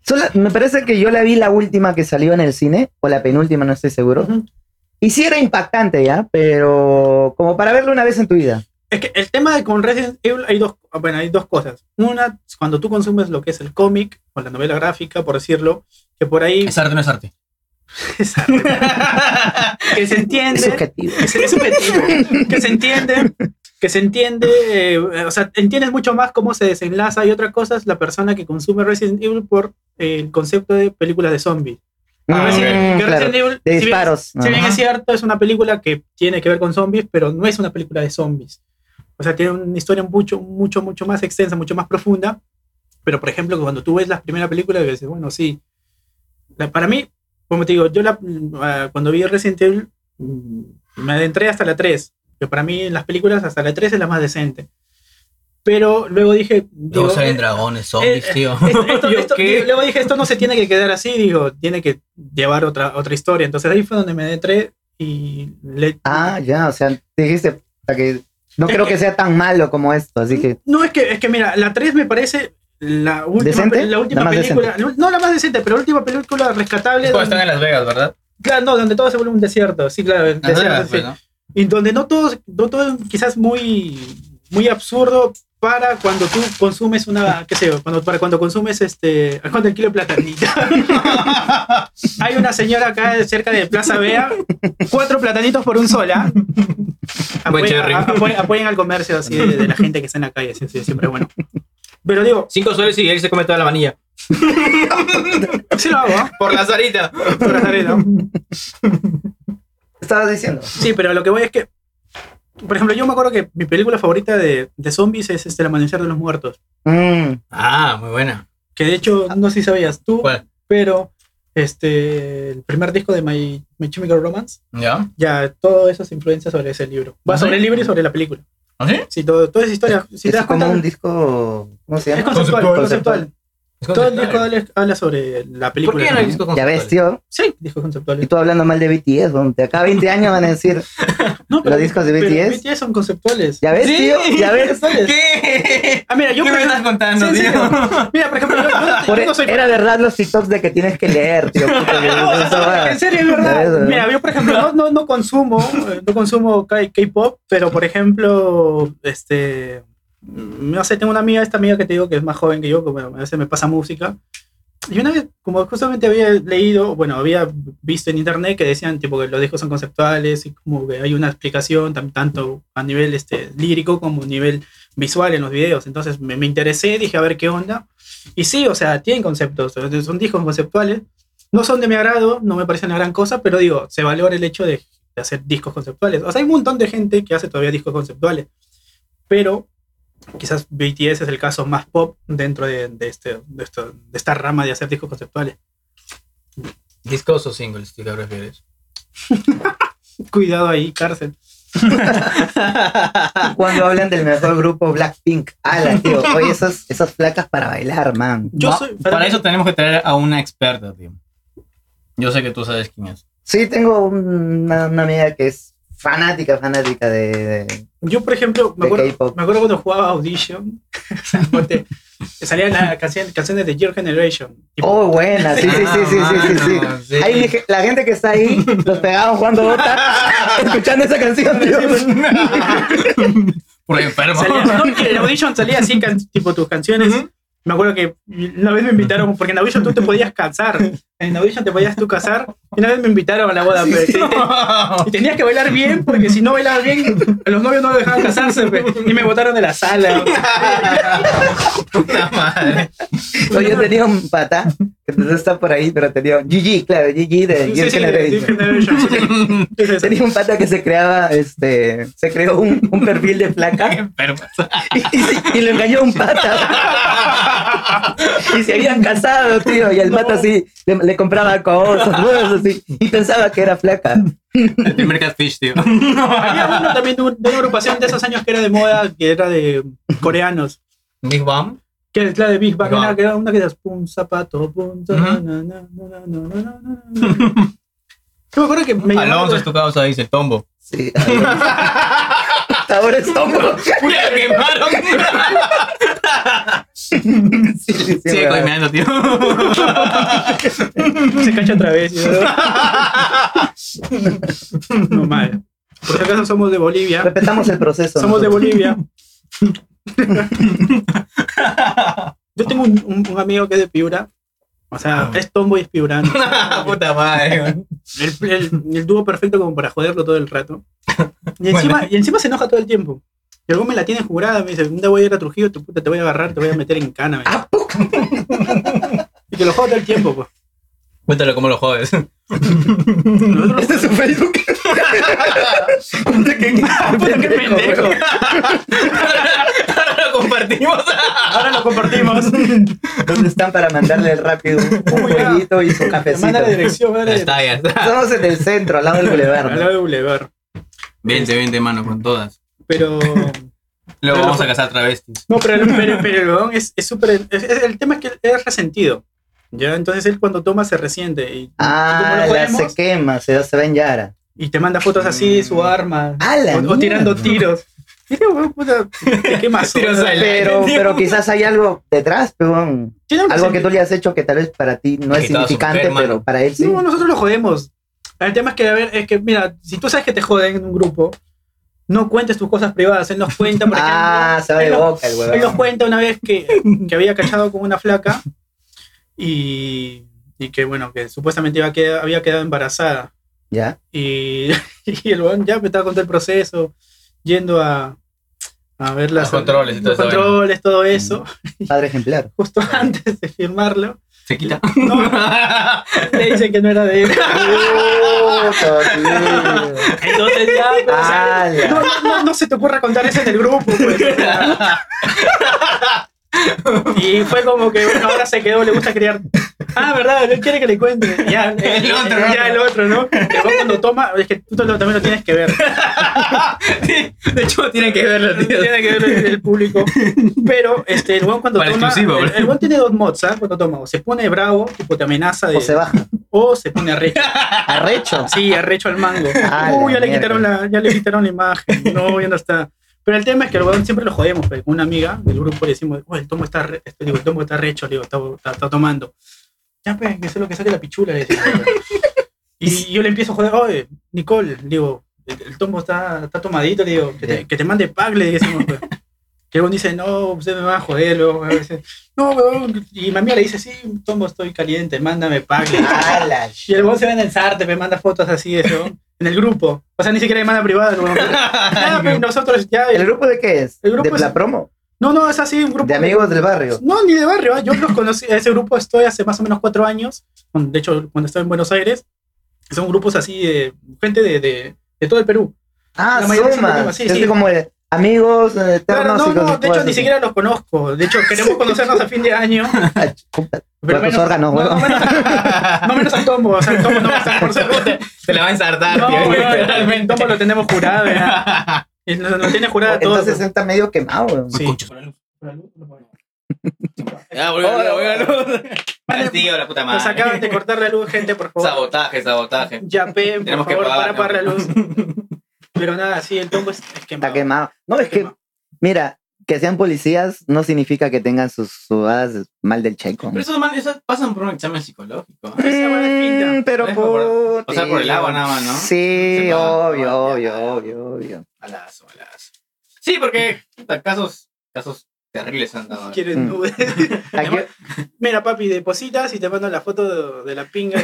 Speaker 3: Solo- me parece que yo la vi la última que salió en el cine, o la penúltima, no estoy seguro.
Speaker 2: Ujú.
Speaker 3: Y sí era impactante ya, pero como para verlo una vez en tu vida.
Speaker 2: Es que el tema de con Resident Evil hay dos, bueno, hay dos cosas. Una, cuando tú consumes lo que es el cómic o la novela gráfica, por decirlo, que por ahí
Speaker 1: Es arte, no es arte.
Speaker 2: que se
Speaker 3: Es
Speaker 2: entiende,
Speaker 3: subjetivo.
Speaker 2: que se, es subjetivo, que se entiende, que se entiende, eh, o sea, entiendes mucho más cómo se desenlaza y otra cosa es la persona que consume Resident Evil por eh, el concepto de películas de zombies.
Speaker 1: Ah,
Speaker 3: Mm,
Speaker 1: ok.
Speaker 2: Resident- que
Speaker 3: claro.
Speaker 2: Resident Evil,
Speaker 3: De
Speaker 2: si bien-
Speaker 3: disparos.
Speaker 2: si bien
Speaker 3: Ajá.
Speaker 2: es cierto, es una película que tiene que ver con zombies, pero no es una película de zombies. O sea, tiene una historia mucho, mucho, mucho más extensa, mucho más profunda. Pero, por ejemplo, cuando tú ves la primera película, dices, bueno, sí, la- para mí, como te digo, yo la, ah, cuando vi Resident Evil mm, me adentré hasta la 3, que para mí en las películas hasta la 3 es la más decente. Pero luego dije...
Speaker 6: Luego
Speaker 2: digo,
Speaker 6: salen dragones, zombies,
Speaker 2: eh,
Speaker 6: tío.
Speaker 2: esto- esto-
Speaker 1: Yo,
Speaker 2: esto-
Speaker 1: ¿qué?
Speaker 2: digo, luego dije, esto no se tiene que quedar así, digo, tiene que llevar otra, otra historia. Entonces ahí fue donde me adentré y le...
Speaker 3: Ah, ya, o sea, dijiste puta, que no
Speaker 2: Es
Speaker 3: creo
Speaker 2: que-
Speaker 3: que sea tan malo como esto, así que
Speaker 2: No, es que, es que mira, la 3 me parece la última,
Speaker 3: ¿Decente?
Speaker 2: pe- la última
Speaker 3: La más
Speaker 2: película, no la más decente, pero la última película rescatable.
Speaker 1: Es cuando
Speaker 2: donde-
Speaker 1: están en Las Vegas, ¿verdad?
Speaker 2: Claro, no, donde todo se vuelve un desierto, sí, claro, el
Speaker 1: Las
Speaker 2: desierto,
Speaker 1: Vegas,
Speaker 2: sí.
Speaker 1: pues, ¿no?
Speaker 2: Y donde no todo, no todo es quizás muy, muy absurdo para cuando tú consumes una, qué sé yo, cuando, para cuando consumes este, cuando el kilo de platanita. Hay una señora acá cerca de Plaza Vea, cuatro platanitos por un sol, ¿ah?
Speaker 1: Buen
Speaker 2: Apoyen,
Speaker 1: cherry.
Speaker 2: a- apoyen- apoyen al comercio así de, de la gente que está en la calle, sí, sí, siempre es bueno. Pero digo,
Speaker 1: Cinco soles y él se come toda la manilla.
Speaker 2: sí lo hago, ¿ah?
Speaker 1: Por la zarita.
Speaker 2: Por las arenas.
Speaker 3: estabas diciendo.
Speaker 2: Sí, pero lo que voy es que, por ejemplo, yo me acuerdo que mi película favorita de, de zombies es este, El Amanecer de los Muertos.
Speaker 3: Mm,
Speaker 6: Ah, muy buena.
Speaker 2: Que de hecho, no sé si sabías tú,
Speaker 6: ¿Cuál?
Speaker 2: pero este, el primer disco de My, My Chemical Romance,
Speaker 6: ¿Ya?
Speaker 2: ya todo eso se influencia sobre ese libro. Va
Speaker 6: ¿Ah,
Speaker 2: sobre
Speaker 6: sí?
Speaker 2: el libro y sobre la película.
Speaker 6: ¿Ah, sí?
Speaker 2: Sí, todo, toda esa historia. Si te
Speaker 3: es
Speaker 2: das cuenta,
Speaker 3: como un disco, ¿cómo se
Speaker 2: es
Speaker 3: llama?
Speaker 2: conceptual.
Speaker 3: Conceptual.
Speaker 2: conceptual.
Speaker 6: Es
Speaker 2: Todo el disco
Speaker 6: conceptual.
Speaker 2: habla, habla sobre la película.
Speaker 1: ¿Por qué no hay
Speaker 2: también.
Speaker 1: discos
Speaker 3: Ya ves, tío,
Speaker 2: Sí, disco
Speaker 3: y
Speaker 2: conceptual.
Speaker 3: tú hablando mal de BTS, weón, de acá a 20 años van a decir,
Speaker 2: No,
Speaker 3: ¿Los discos de
Speaker 2: pero
Speaker 3: BTS?
Speaker 2: BTS son conceptuales.
Speaker 3: ya ves,
Speaker 1: Sí.
Speaker 3: tío, ya ves.
Speaker 1: ¿Qué?
Speaker 2: Ah, mira, yo
Speaker 1: ¿Qué
Speaker 2: por
Speaker 1: me estás
Speaker 2: ejemplo-
Speaker 1: contando,
Speaker 2: Sí, en
Speaker 1: tío?
Speaker 2: serio. Mira, por ejemplo, yo, yo-
Speaker 3: Por
Speaker 2: yo no
Speaker 3: e-
Speaker 2: soy
Speaker 3: era verdad los TikToks de que tienes que leer, tío. puta, que- esa va.
Speaker 2: En serio, es
Speaker 3: Ya ves,
Speaker 2: verdad.
Speaker 3: ¿verdad?
Speaker 2: Mira, yo por ejemplo no, no, no consumo, eh, no consumo K- K-pop, pero por ejemplo, este, no sé, tengo una amiga, esta amiga que te digo que es más joven que yo, que bueno, a veces me pasa música. Y una vez, como justamente había leído, bueno, había visto en internet que decían tipo que los discos son conceptuales y como que hay una explicación tan- tanto a nivel este, lírico como a nivel visual en los videos. Entonces me, me interesé, dije a ver qué onda. Y sí, o sea, tienen conceptos, son discos conceptuales. No son de mi agrado, no me parecen una gran cosa, pero digo, se valora el hecho de, de hacer discos conceptuales. O sea, hay un montón de gente que hace todavía discos conceptuales, pero quizás BTS es el caso más pop dentro de, de este, de, esto- de esta rama de hacer discos conceptuales.
Speaker 1: ¿Discos o singles, tío, qué prefieres?
Speaker 2: Cuidado ahí, cárcel.
Speaker 3: Cuando hablan del mejor grupo Blackpink, ala, tío, oye, esas, esas placas para bailar, man.
Speaker 2: Yo
Speaker 1: Va-
Speaker 2: soy-
Speaker 1: Para eso tenemos que traer a una experta, tío. Yo sé que tú sabes quién es.
Speaker 3: Sí, tengo una, una amiga que es fanática, fanática de, de-
Speaker 2: Yo, por ejemplo, me
Speaker 3: De
Speaker 2: acuerdo,
Speaker 3: K-pop.
Speaker 2: me acuerdo cuando jugaba Audition, ponte, salían las canciones, canciones de Your Generation. tipo,
Speaker 3: Oh, buena, sí, sí, sí, sí, sí, sí, sí.
Speaker 6: Ah, sí.
Speaker 3: Ahí mi ge- la gente que está ahí, los pegados jugando Dota, escuchando esa canción, tío.
Speaker 1: Por enfermo.
Speaker 2: Salía- no, que en Audition salía así, can- tipo tus canciones. Me acuerdo que una vez me invitaron, porque en Audition tú te podías casar. En Audition te podías tú casar. Y una vez me invitaron a la boda. pe, te- te- y tenías que bailar bien, porque si no bailabas bien, a los novios no lo dejaban casarse. pe, y me botaron de la sala.
Speaker 1: Puta madre.
Speaker 3: Oye, yo tenía un pata, que no está por ahí, pero tenía un GG, claro, GG de
Speaker 2: Sí,
Speaker 3: Your
Speaker 2: sí,
Speaker 3: Generation.
Speaker 2: Your Generation, sí, sí. Sí, sí, sí.
Speaker 3: Tenía un pata que se creaba, este, se creó un, un perfil de
Speaker 1: Qué
Speaker 3: placa
Speaker 1: enfermo.
Speaker 3: y, y- y lo engañó un pata. Y se habían casado, tío, y el pata así le, le compraba cosas, cosas así, y pensaba que era flaca.
Speaker 1: El primer catfish, tío.
Speaker 2: Había uno también de, un- de una agrupación de esos años que era de moda, que era de coreanos.
Speaker 1: Big Bang.
Speaker 2: Que es la de Big Bang,
Speaker 1: Big Bang.
Speaker 2: Era, que era una que era pum, zapato, pum, ta,
Speaker 1: Ujú.
Speaker 2: na, na, na, na, na, na, na, na. Yo me acuerdo que me llamó-
Speaker 1: Alonso es tu causa, dice el tombo.
Speaker 3: Sí. Hasta Ahora es tombo.
Speaker 1: ¡Puta, lo quemaron!
Speaker 3: Sí, sí, sí,
Speaker 1: Sigue
Speaker 3: weón.
Speaker 1: coimeando, tío.
Speaker 2: se cacha otra vez. ¿no? no mal. Por si acaso somos de Bolivia.
Speaker 3: Respetamos el proceso.
Speaker 2: Somos de
Speaker 3: nosotros.
Speaker 2: Bolivia. Yo tengo un, un- un amigo que es de Piura. O
Speaker 1: Ah.
Speaker 2: sea, es tombo y es piurano.
Speaker 1: Puta madre.
Speaker 2: El, el- el dúo perfecto como para joderlo todo el rato. Y encima, y encima se enoja todo el tiempo. Y luego me la tiene jurada, me dice, un día voy a ir a Trujillo, tu puta, te voy a agarrar, te voy a meter en cana. me dice. y que lo joda todo el tiempo, pues.
Speaker 1: Cuéntalo cómo lo jodes.
Speaker 2: Nosotros-
Speaker 3: Este es su Facebook. Este Puta, qué
Speaker 2: Puta, qué pendejo.
Speaker 3: weón.
Speaker 1: Ahora lo compartimos.
Speaker 2: Ahora lo compartimos.
Speaker 3: ¿Dónde están para mandarle rápido un
Speaker 2: Uy, ya.
Speaker 3: jueguito y su cafecito?
Speaker 2: Manda la dirección, manda la dirección.
Speaker 1: está, ya está.
Speaker 3: Estamos en el centro, al lado del
Speaker 2: Al
Speaker 3: boulevard.
Speaker 2: lado de Boulevard.
Speaker 1: Vente, vente, mano, con todas.
Speaker 2: Pero.
Speaker 1: Luego
Speaker 2: Pero-
Speaker 1: vamos a casar travestis.
Speaker 2: No, pero, pero, pero el huevón es es súper. es- es- el tema es que es resentido. ¿ya? Entonces él cuando toma se resiente. Y, ¿Cómo
Speaker 3: Ah,
Speaker 2: lo
Speaker 3: la
Speaker 2: jodemos?
Speaker 3: se quema, se, da- se va en Yara.
Speaker 2: y te manda fotos así de su arma.
Speaker 3: ¡A la
Speaker 2: o, o tirando
Speaker 3: mierda!
Speaker 2: tiros. Mira, huevón, puta. Te quemas.
Speaker 1: Tiros
Speaker 2: solo.
Speaker 1: al
Speaker 3: Pero, pero quizás hay algo detrás, peón.
Speaker 2: Tiene
Speaker 3: Algo que
Speaker 2: sentir.
Speaker 3: tú le has hecho que tal vez para ti no es
Speaker 1: Que estaba
Speaker 3: significante,
Speaker 1: soltero,
Speaker 3: pero
Speaker 1: mano.
Speaker 3: para él sí.
Speaker 2: No, nosotros lo jodemos. El tema es que, a ver, es que, mira, si tú sabes que te joden en un grupo, no cuentes tus cosas privadas. Él nos cuenta, por ejemplo.
Speaker 3: Ah, se va de
Speaker 2: él nos-
Speaker 3: boca el
Speaker 2: Él nos
Speaker 3: huevón.
Speaker 2: cuenta una vez que, que había cachado con una flaca y, y que, bueno, que supuestamente iba a queda- había quedado embarazada.
Speaker 3: Ya.
Speaker 2: Y, y el weón ya me estaba contando el proceso, yendo a, a ver las,
Speaker 1: Los controles y todo
Speaker 2: los
Speaker 1: eso, Mm.
Speaker 2: controles, todo eso,
Speaker 3: Padre ejemplar.
Speaker 2: justo antes de firmarlo.
Speaker 1: Se quita.
Speaker 2: No, le dicen que no era de él.
Speaker 3: Puta, tío.
Speaker 2: Entonces ya, pues, o
Speaker 3: Ah,
Speaker 2: sea,
Speaker 3: ¡Hala!
Speaker 2: no, no, no, no se te ocurra contar eso en el grupo, pues. o sea. Y fue como que, bueno, ahora se quedó, le gusta criar. Ah, verdad, él quiere que le cuente. Ya,
Speaker 1: El
Speaker 2: eh,
Speaker 1: otro,
Speaker 2: ya el otro, ¿no? Pero cuando toma, es que tú lo- también lo tienes que ver.
Speaker 1: De hecho, tienen que verlo, tío.
Speaker 2: Tiene que ver el, el público. Pero este, el buen cuando
Speaker 1: Para
Speaker 2: toma.
Speaker 1: exclusivo,
Speaker 2: el,
Speaker 1: bro.
Speaker 2: el buen tiene dos mods, ¿sabes? Cuando toma, o se pone bravo, tipo te amenaza de.
Speaker 3: O se baja.
Speaker 2: o se pone arrecho.
Speaker 3: Arrecho.
Speaker 2: Sí, arrecho al mango.
Speaker 3: Ah, la
Speaker 2: Uy, ya le,
Speaker 3: mierda.
Speaker 2: quitaron la, ya le quitaron la imagen. No, ya no está. Pero el tema es que al weón siempre lo jodemos. pues, Con una amiga del grupo le decimos, uy, el tomo está, re- este, digo, el tomo está recho, le digo, está, está- está tomando. Ya, pues, que sé lo que saque la pichula. le decimos. y yo le empiezo a joder, oye, Nicole, le digo, el, el tombo está, está tomadito, le digo, que te, que te mande pack, le decimos. pues. Que el weón dice, no, usted me va a joder, luego. a veces, No, weón. Y mi amiga le dice, sí, tombo, estoy caliente, mándame pack. le digo.
Speaker 3: ¡Hala!
Speaker 2: Y el weón se va en el Sarte, me manda fotos así de eso, en el grupo. O sea, ni siquiera me manda privada el weón. Ya, pues, nosotros ya.
Speaker 3: ¿El grupo de qué es?
Speaker 2: El grupo
Speaker 3: ¿De
Speaker 2: es-
Speaker 3: la promo?
Speaker 2: No, no, es así, un grupo.
Speaker 3: ¿De amigos del barrio?
Speaker 2: No, ni de barrio. ¿eh? Yo los conocí, a ese grupo estoy hace más o menos cuatro años. Bueno, De hecho, cuando estaba en Buenos Aires, son grupos así de gente de, de, de todo el Perú.
Speaker 3: Ah,
Speaker 2: La mayoría son
Speaker 3: sumas.
Speaker 2: amigos, sí,
Speaker 3: es
Speaker 2: sí.
Speaker 3: de como de amigos eh,
Speaker 2: Claro,
Speaker 3: eternos.
Speaker 2: no,
Speaker 3: y con
Speaker 2: no,
Speaker 3: sus
Speaker 2: de hecho,
Speaker 3: cosas.
Speaker 2: ni siquiera los conozco. De hecho, queremos conocernos a fin de año.
Speaker 3: Ah, chuta,
Speaker 2: Pero
Speaker 3: Con tus órganos,
Speaker 2: no,
Speaker 3: huevón.
Speaker 2: no, menos, no menos al tombo. O sea, el tombo no va a estar por suerte.
Speaker 1: Se la va a
Speaker 3: Ah,
Speaker 1: ensartar,
Speaker 2: No,
Speaker 1: tío.
Speaker 2: huevón, el tombo lo tenemos jurado. ¿verdad? Y Lo lo tiene jurado todo.
Speaker 3: Entonces está medio quemado. weón.
Speaker 2: Sí.
Speaker 1: Ya, voy a voy a- Al tío, la puta
Speaker 2: Nos acaban
Speaker 1: madre.
Speaker 2: de cortar la luz, gente, por favor.
Speaker 1: Sabotaje, sabotaje.
Speaker 2: Ya, pe, por
Speaker 1: Tenemos que
Speaker 2: favor,
Speaker 1: pagar,
Speaker 2: para apagar la
Speaker 1: ¿no?
Speaker 2: luz. Pero nada, sí, el tombo es, es
Speaker 3: Está
Speaker 2: quemado.
Speaker 3: quemado. No, es que,
Speaker 2: quemado.
Speaker 3: mira, que sean policías no significa que tengan sus sudadas mal del checo.
Speaker 1: Pero esos man, esos pasan por un examen psicológico. ¿eh?
Speaker 2: esa buena
Speaker 3: Mm,
Speaker 2: pinta.
Speaker 3: pero
Speaker 1: Es
Speaker 3: por,
Speaker 1: por- o sea, por el agua nada más, ¿no?
Speaker 3: Sí,
Speaker 1: Se va,
Speaker 3: obvio,
Speaker 1: va,
Speaker 3: obvio,
Speaker 1: ya.
Speaker 3: obvio, obio.
Speaker 1: Alazo, alazo. Sí, porque puta, casos, casos terribles han dado.
Speaker 2: Quieres
Speaker 3: Mm.
Speaker 2: nubes.
Speaker 3: Aquí,
Speaker 2: Mira, papi, depositas y te mando la foto de, de la pinga.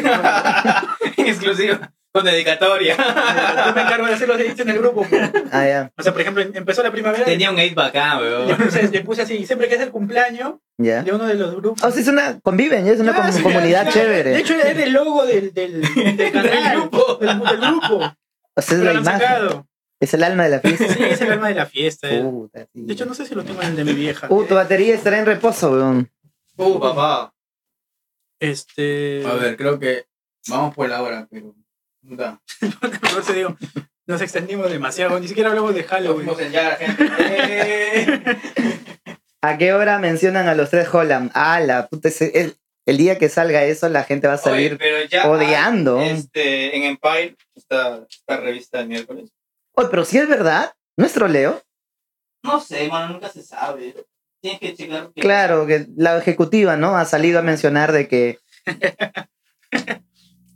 Speaker 2: Y
Speaker 1: Exclusiva. Con dedicatoria.
Speaker 2: Yo me encargo de hacer los edits en el grupo.
Speaker 3: ah, ya,
Speaker 2: O sea, por ejemplo, em- empezó la primavera.
Speaker 1: Tenía un 8 bacán,
Speaker 2: Le
Speaker 1: weón.
Speaker 2: puse, le puse así, siempre que es el cumpleaños
Speaker 3: ya.
Speaker 2: de uno de los grupos.
Speaker 3: O sea, es una, conviven, ya es una
Speaker 2: Ya,
Speaker 3: com-
Speaker 2: sí,
Speaker 3: comunidad
Speaker 2: ya, ya.
Speaker 3: chévere.
Speaker 2: De hecho, era el logo del, del, del canal,
Speaker 1: Del grupo.
Speaker 2: Del, del grupo.
Speaker 3: o sea, es
Speaker 2: Pero
Speaker 3: la
Speaker 2: lo han
Speaker 3: imagen,
Speaker 2: sacado.
Speaker 3: es el alma de la fiesta.
Speaker 2: Sí, es el alma de la fiesta. eh.
Speaker 3: Puta, tío.
Speaker 2: De hecho, no sé si lo tengo en el de mi vieja.
Speaker 3: Uh, tu batería estará en reposo, weón.
Speaker 1: Uh, papá.
Speaker 2: Este.
Speaker 1: A ver, creo que vamos por la hora, pero. puta,
Speaker 2: No te digo, nos extendimos demasiado. Ni siquiera hablamos de
Speaker 1: Lo
Speaker 2: Halloween.
Speaker 1: fuimos en Yara, gente.
Speaker 3: ¿A qué hora mencionan a los tres Holland? Ah, la puta, ese- el, el día que salga eso, la gente va a
Speaker 1: Oye,
Speaker 3: salir
Speaker 1: pero ya.
Speaker 3: odiando.
Speaker 1: Este, en Empire, esta, esta revista del miércoles.
Speaker 3: Oye, pero si es verdad, nuestro Leo,
Speaker 1: No sé, mano, nunca se sabe. Tienes que checar. que-
Speaker 3: claro, que la ejecutiva, ¿no? Ha salido a mencionar de que.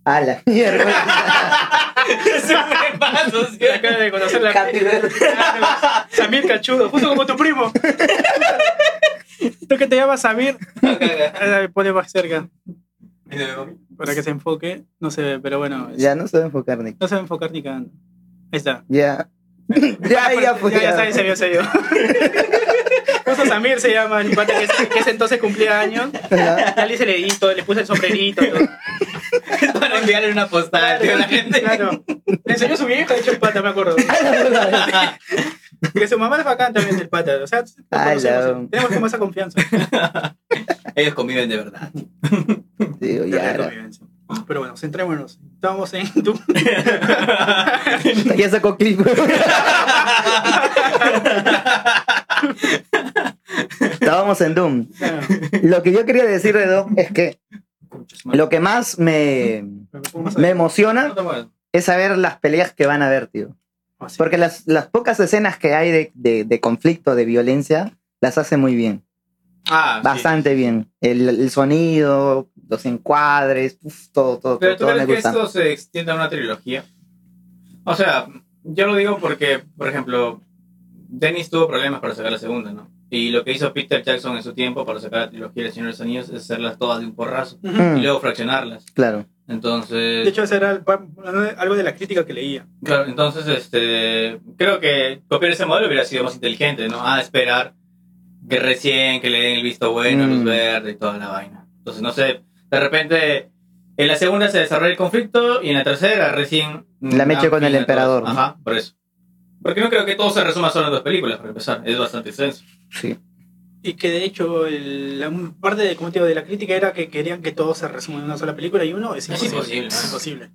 Speaker 3: A la mierda.
Speaker 1: Siempre paso, ¿sí?
Speaker 2: Acaba de conocer la
Speaker 3: Katy Verde.
Speaker 2: Claro, Samir Cachudo, justo como tu primo. Tú que te llamas Samir, eh, ponle más cerca para que se enfoque. No se ve, pero bueno, es-
Speaker 3: ya no se va a enfocar, Nick.
Speaker 2: no se va a enfocar ni cagando. Ahí está.
Speaker 3: Ya. ya, ya, pues.
Speaker 2: ya, ya
Speaker 3: ya.
Speaker 2: está, ahí se vio, se vio. Justo Samir se llama, el pata que, es- que ese entonces cumplía años.
Speaker 3: Ajá.
Speaker 2: Ya le hice el edito, le puse el sombrerito. todo.
Speaker 1: Para enviarle una postal, tío, a la gente. Ah,
Speaker 2: Claro. Le enseñó a su vieja, de hecho, el pata, me acuerdo. Porque su mamá es bacán también el pata. O sea, lo
Speaker 3: Ala.
Speaker 2: conocemos, tenemos como esa confianza.
Speaker 1: Ellos conviven de verdad.
Speaker 3: Digo,
Speaker 2: de la
Speaker 3: ya, era.
Speaker 2: convivencia. Pero bueno, centrémonos. Estamos en tu.
Speaker 3: ya sacó clip. Estábamos en Doom.
Speaker 2: Claro,
Speaker 3: Lo que yo quería decir de Doom es que lo que más me,
Speaker 2: pero ¿cómo más
Speaker 3: me
Speaker 2: adelante?
Speaker 3: emociona es saber las peleas que van a haber, tío.
Speaker 2: Ah, sí.
Speaker 3: Porque las, las pocas escenas que hay de, de- de conflicto, de violencia, las hace muy bien.
Speaker 1: Ah, sí.
Speaker 3: Bastante bien. El, el sonido, los encuadres, uf, todo, todo,
Speaker 1: Pero tú
Speaker 3: todo, todo me
Speaker 1: crees que
Speaker 3: gusta.
Speaker 1: esto se extienda a una trilogía. O sea, yo lo digo porque, por ejemplo, Dennis tuvo problemas para sacar la segunda, ¿no? Y lo que hizo Peter Jackson en su tiempo para sacar la trilogía del Señor de los Anillos es hacerlas todas de un porrazo
Speaker 2: Ujú.
Speaker 1: y
Speaker 3: Mm,
Speaker 1: luego fraccionarlas.
Speaker 3: claro.
Speaker 1: Entonces,
Speaker 2: De hecho, eso era el- algo de la crítica que leía.
Speaker 1: claro, entonces este, creo que copiar ese modelo hubiera sido más inteligente, ¿no? A esperar que recién que le den el visto bueno, luz
Speaker 3: Mm.
Speaker 1: verde y toda la vaina. Entonces, no sé, de repente en la segunda se desarrolla el conflicto y en la tercera recién... mm,
Speaker 3: La mecha
Speaker 1: dan
Speaker 3: con
Speaker 1: fin
Speaker 3: el
Speaker 1: a todo.
Speaker 3: emperador, ¿no?
Speaker 1: Ajá, por eso. Porque no creo que todo se resuma solo en dos películas, para empezar. Es bastante extenso.
Speaker 3: Sí.
Speaker 2: Y que de hecho, el- la un- parte de, como te digo, de la crítica era que querían que todo se resuma en una sola película y uno
Speaker 1: Es
Speaker 2: es imposible.
Speaker 1: imposible,
Speaker 2: Es
Speaker 1: ¿no?
Speaker 2: imposible.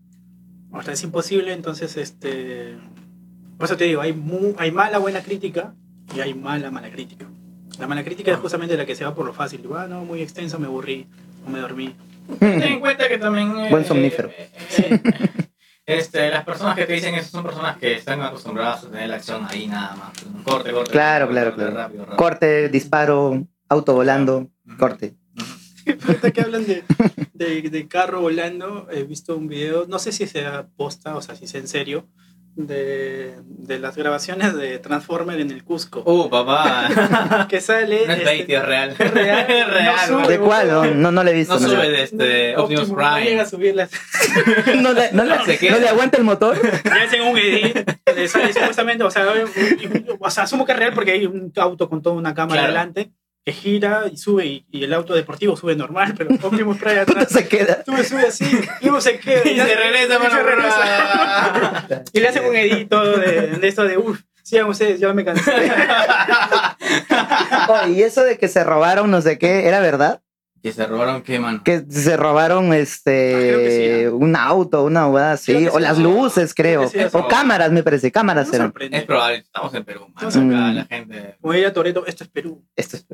Speaker 2: O sea, es imposible, entonces, este. Por eso te digo, hay, mu- hay mala buena crítica y hay mala mala crítica. La mala crítica
Speaker 1: Ah.
Speaker 2: es justamente la que se va por lo fácil. Digo, ah, no, muy extenso, me aburrí o me dormí.
Speaker 1: Ten en cuenta que también... eh,
Speaker 3: Buen somnífero.
Speaker 1: eh, eh, este, las personas que te dicen eso son personas que están acostumbradas a tener la acción ahí nada más. Corte, corte.
Speaker 3: Claro,
Speaker 1: corte,
Speaker 3: claro,
Speaker 1: corte,
Speaker 3: claro.
Speaker 1: rápido, rápido.
Speaker 3: Corte, disparo, auto volando,
Speaker 1: Ujú.
Speaker 3: corte.
Speaker 2: Ahorita que hablan de, de- de carro volando, he visto un video, no sé si sea posta, o sea, si es en serio, de, de las grabaciones de Transformer en el Cusco.
Speaker 1: Uh, papá.
Speaker 2: que sale
Speaker 1: No es
Speaker 2: este,
Speaker 1: bait, tío, es real.
Speaker 2: es real,
Speaker 1: Es real,
Speaker 2: no
Speaker 1: güey.
Speaker 3: ¿De cuál? No, no, no la he visto.
Speaker 1: No
Speaker 3: no la-
Speaker 1: sube de este Optimus
Speaker 2: No llega a
Speaker 1: Prime.
Speaker 2: subirlas.
Speaker 3: No le, no le-
Speaker 1: Se queda.
Speaker 3: no le aguanta el motor.
Speaker 2: Le hacen un edit, le sale supuestamente, o sea, un- un- o sea, asumo que es real porque hay un auto con toda una cámara
Speaker 1: Claro.
Speaker 2: delante que gira y sube y, y el auto deportivo sube normal, pero Optimus Prime
Speaker 3: Puta,
Speaker 2: atrás.
Speaker 3: se queda.
Speaker 2: Sube, sube así, y luego se queda.
Speaker 1: Y se regresa,
Speaker 2: y se
Speaker 1: mano.
Speaker 2: regresa.
Speaker 1: regresa.
Speaker 2: Y le hacen un edit todo de, de esto de uff, sigan ustedes, yo me cansé.
Speaker 3: Oh, y eso de que se robaron no sé qué, ¿era verdad?
Speaker 1: Que se robaron qué, mano.
Speaker 3: Que se robaron
Speaker 2: Ah, creo que sí,
Speaker 3: este
Speaker 2: ¿no?
Speaker 3: un auto, una boda
Speaker 2: Creo
Speaker 3: así,
Speaker 2: que
Speaker 3: o
Speaker 2: sí,
Speaker 3: las
Speaker 2: ¿no?
Speaker 3: luces, creo.
Speaker 2: Creo que sí,
Speaker 3: O
Speaker 2: eso.
Speaker 3: cámaras, me parece,
Speaker 2: No
Speaker 3: cámaras eran.
Speaker 2: sorprende.
Speaker 1: Es probable, estamos en Perú, mano.
Speaker 2: Estamos
Speaker 3: en
Speaker 1: Acá
Speaker 3: Perú.
Speaker 1: la gente.
Speaker 2: Como diría Toreto, esto es Perú.
Speaker 3: Esto es-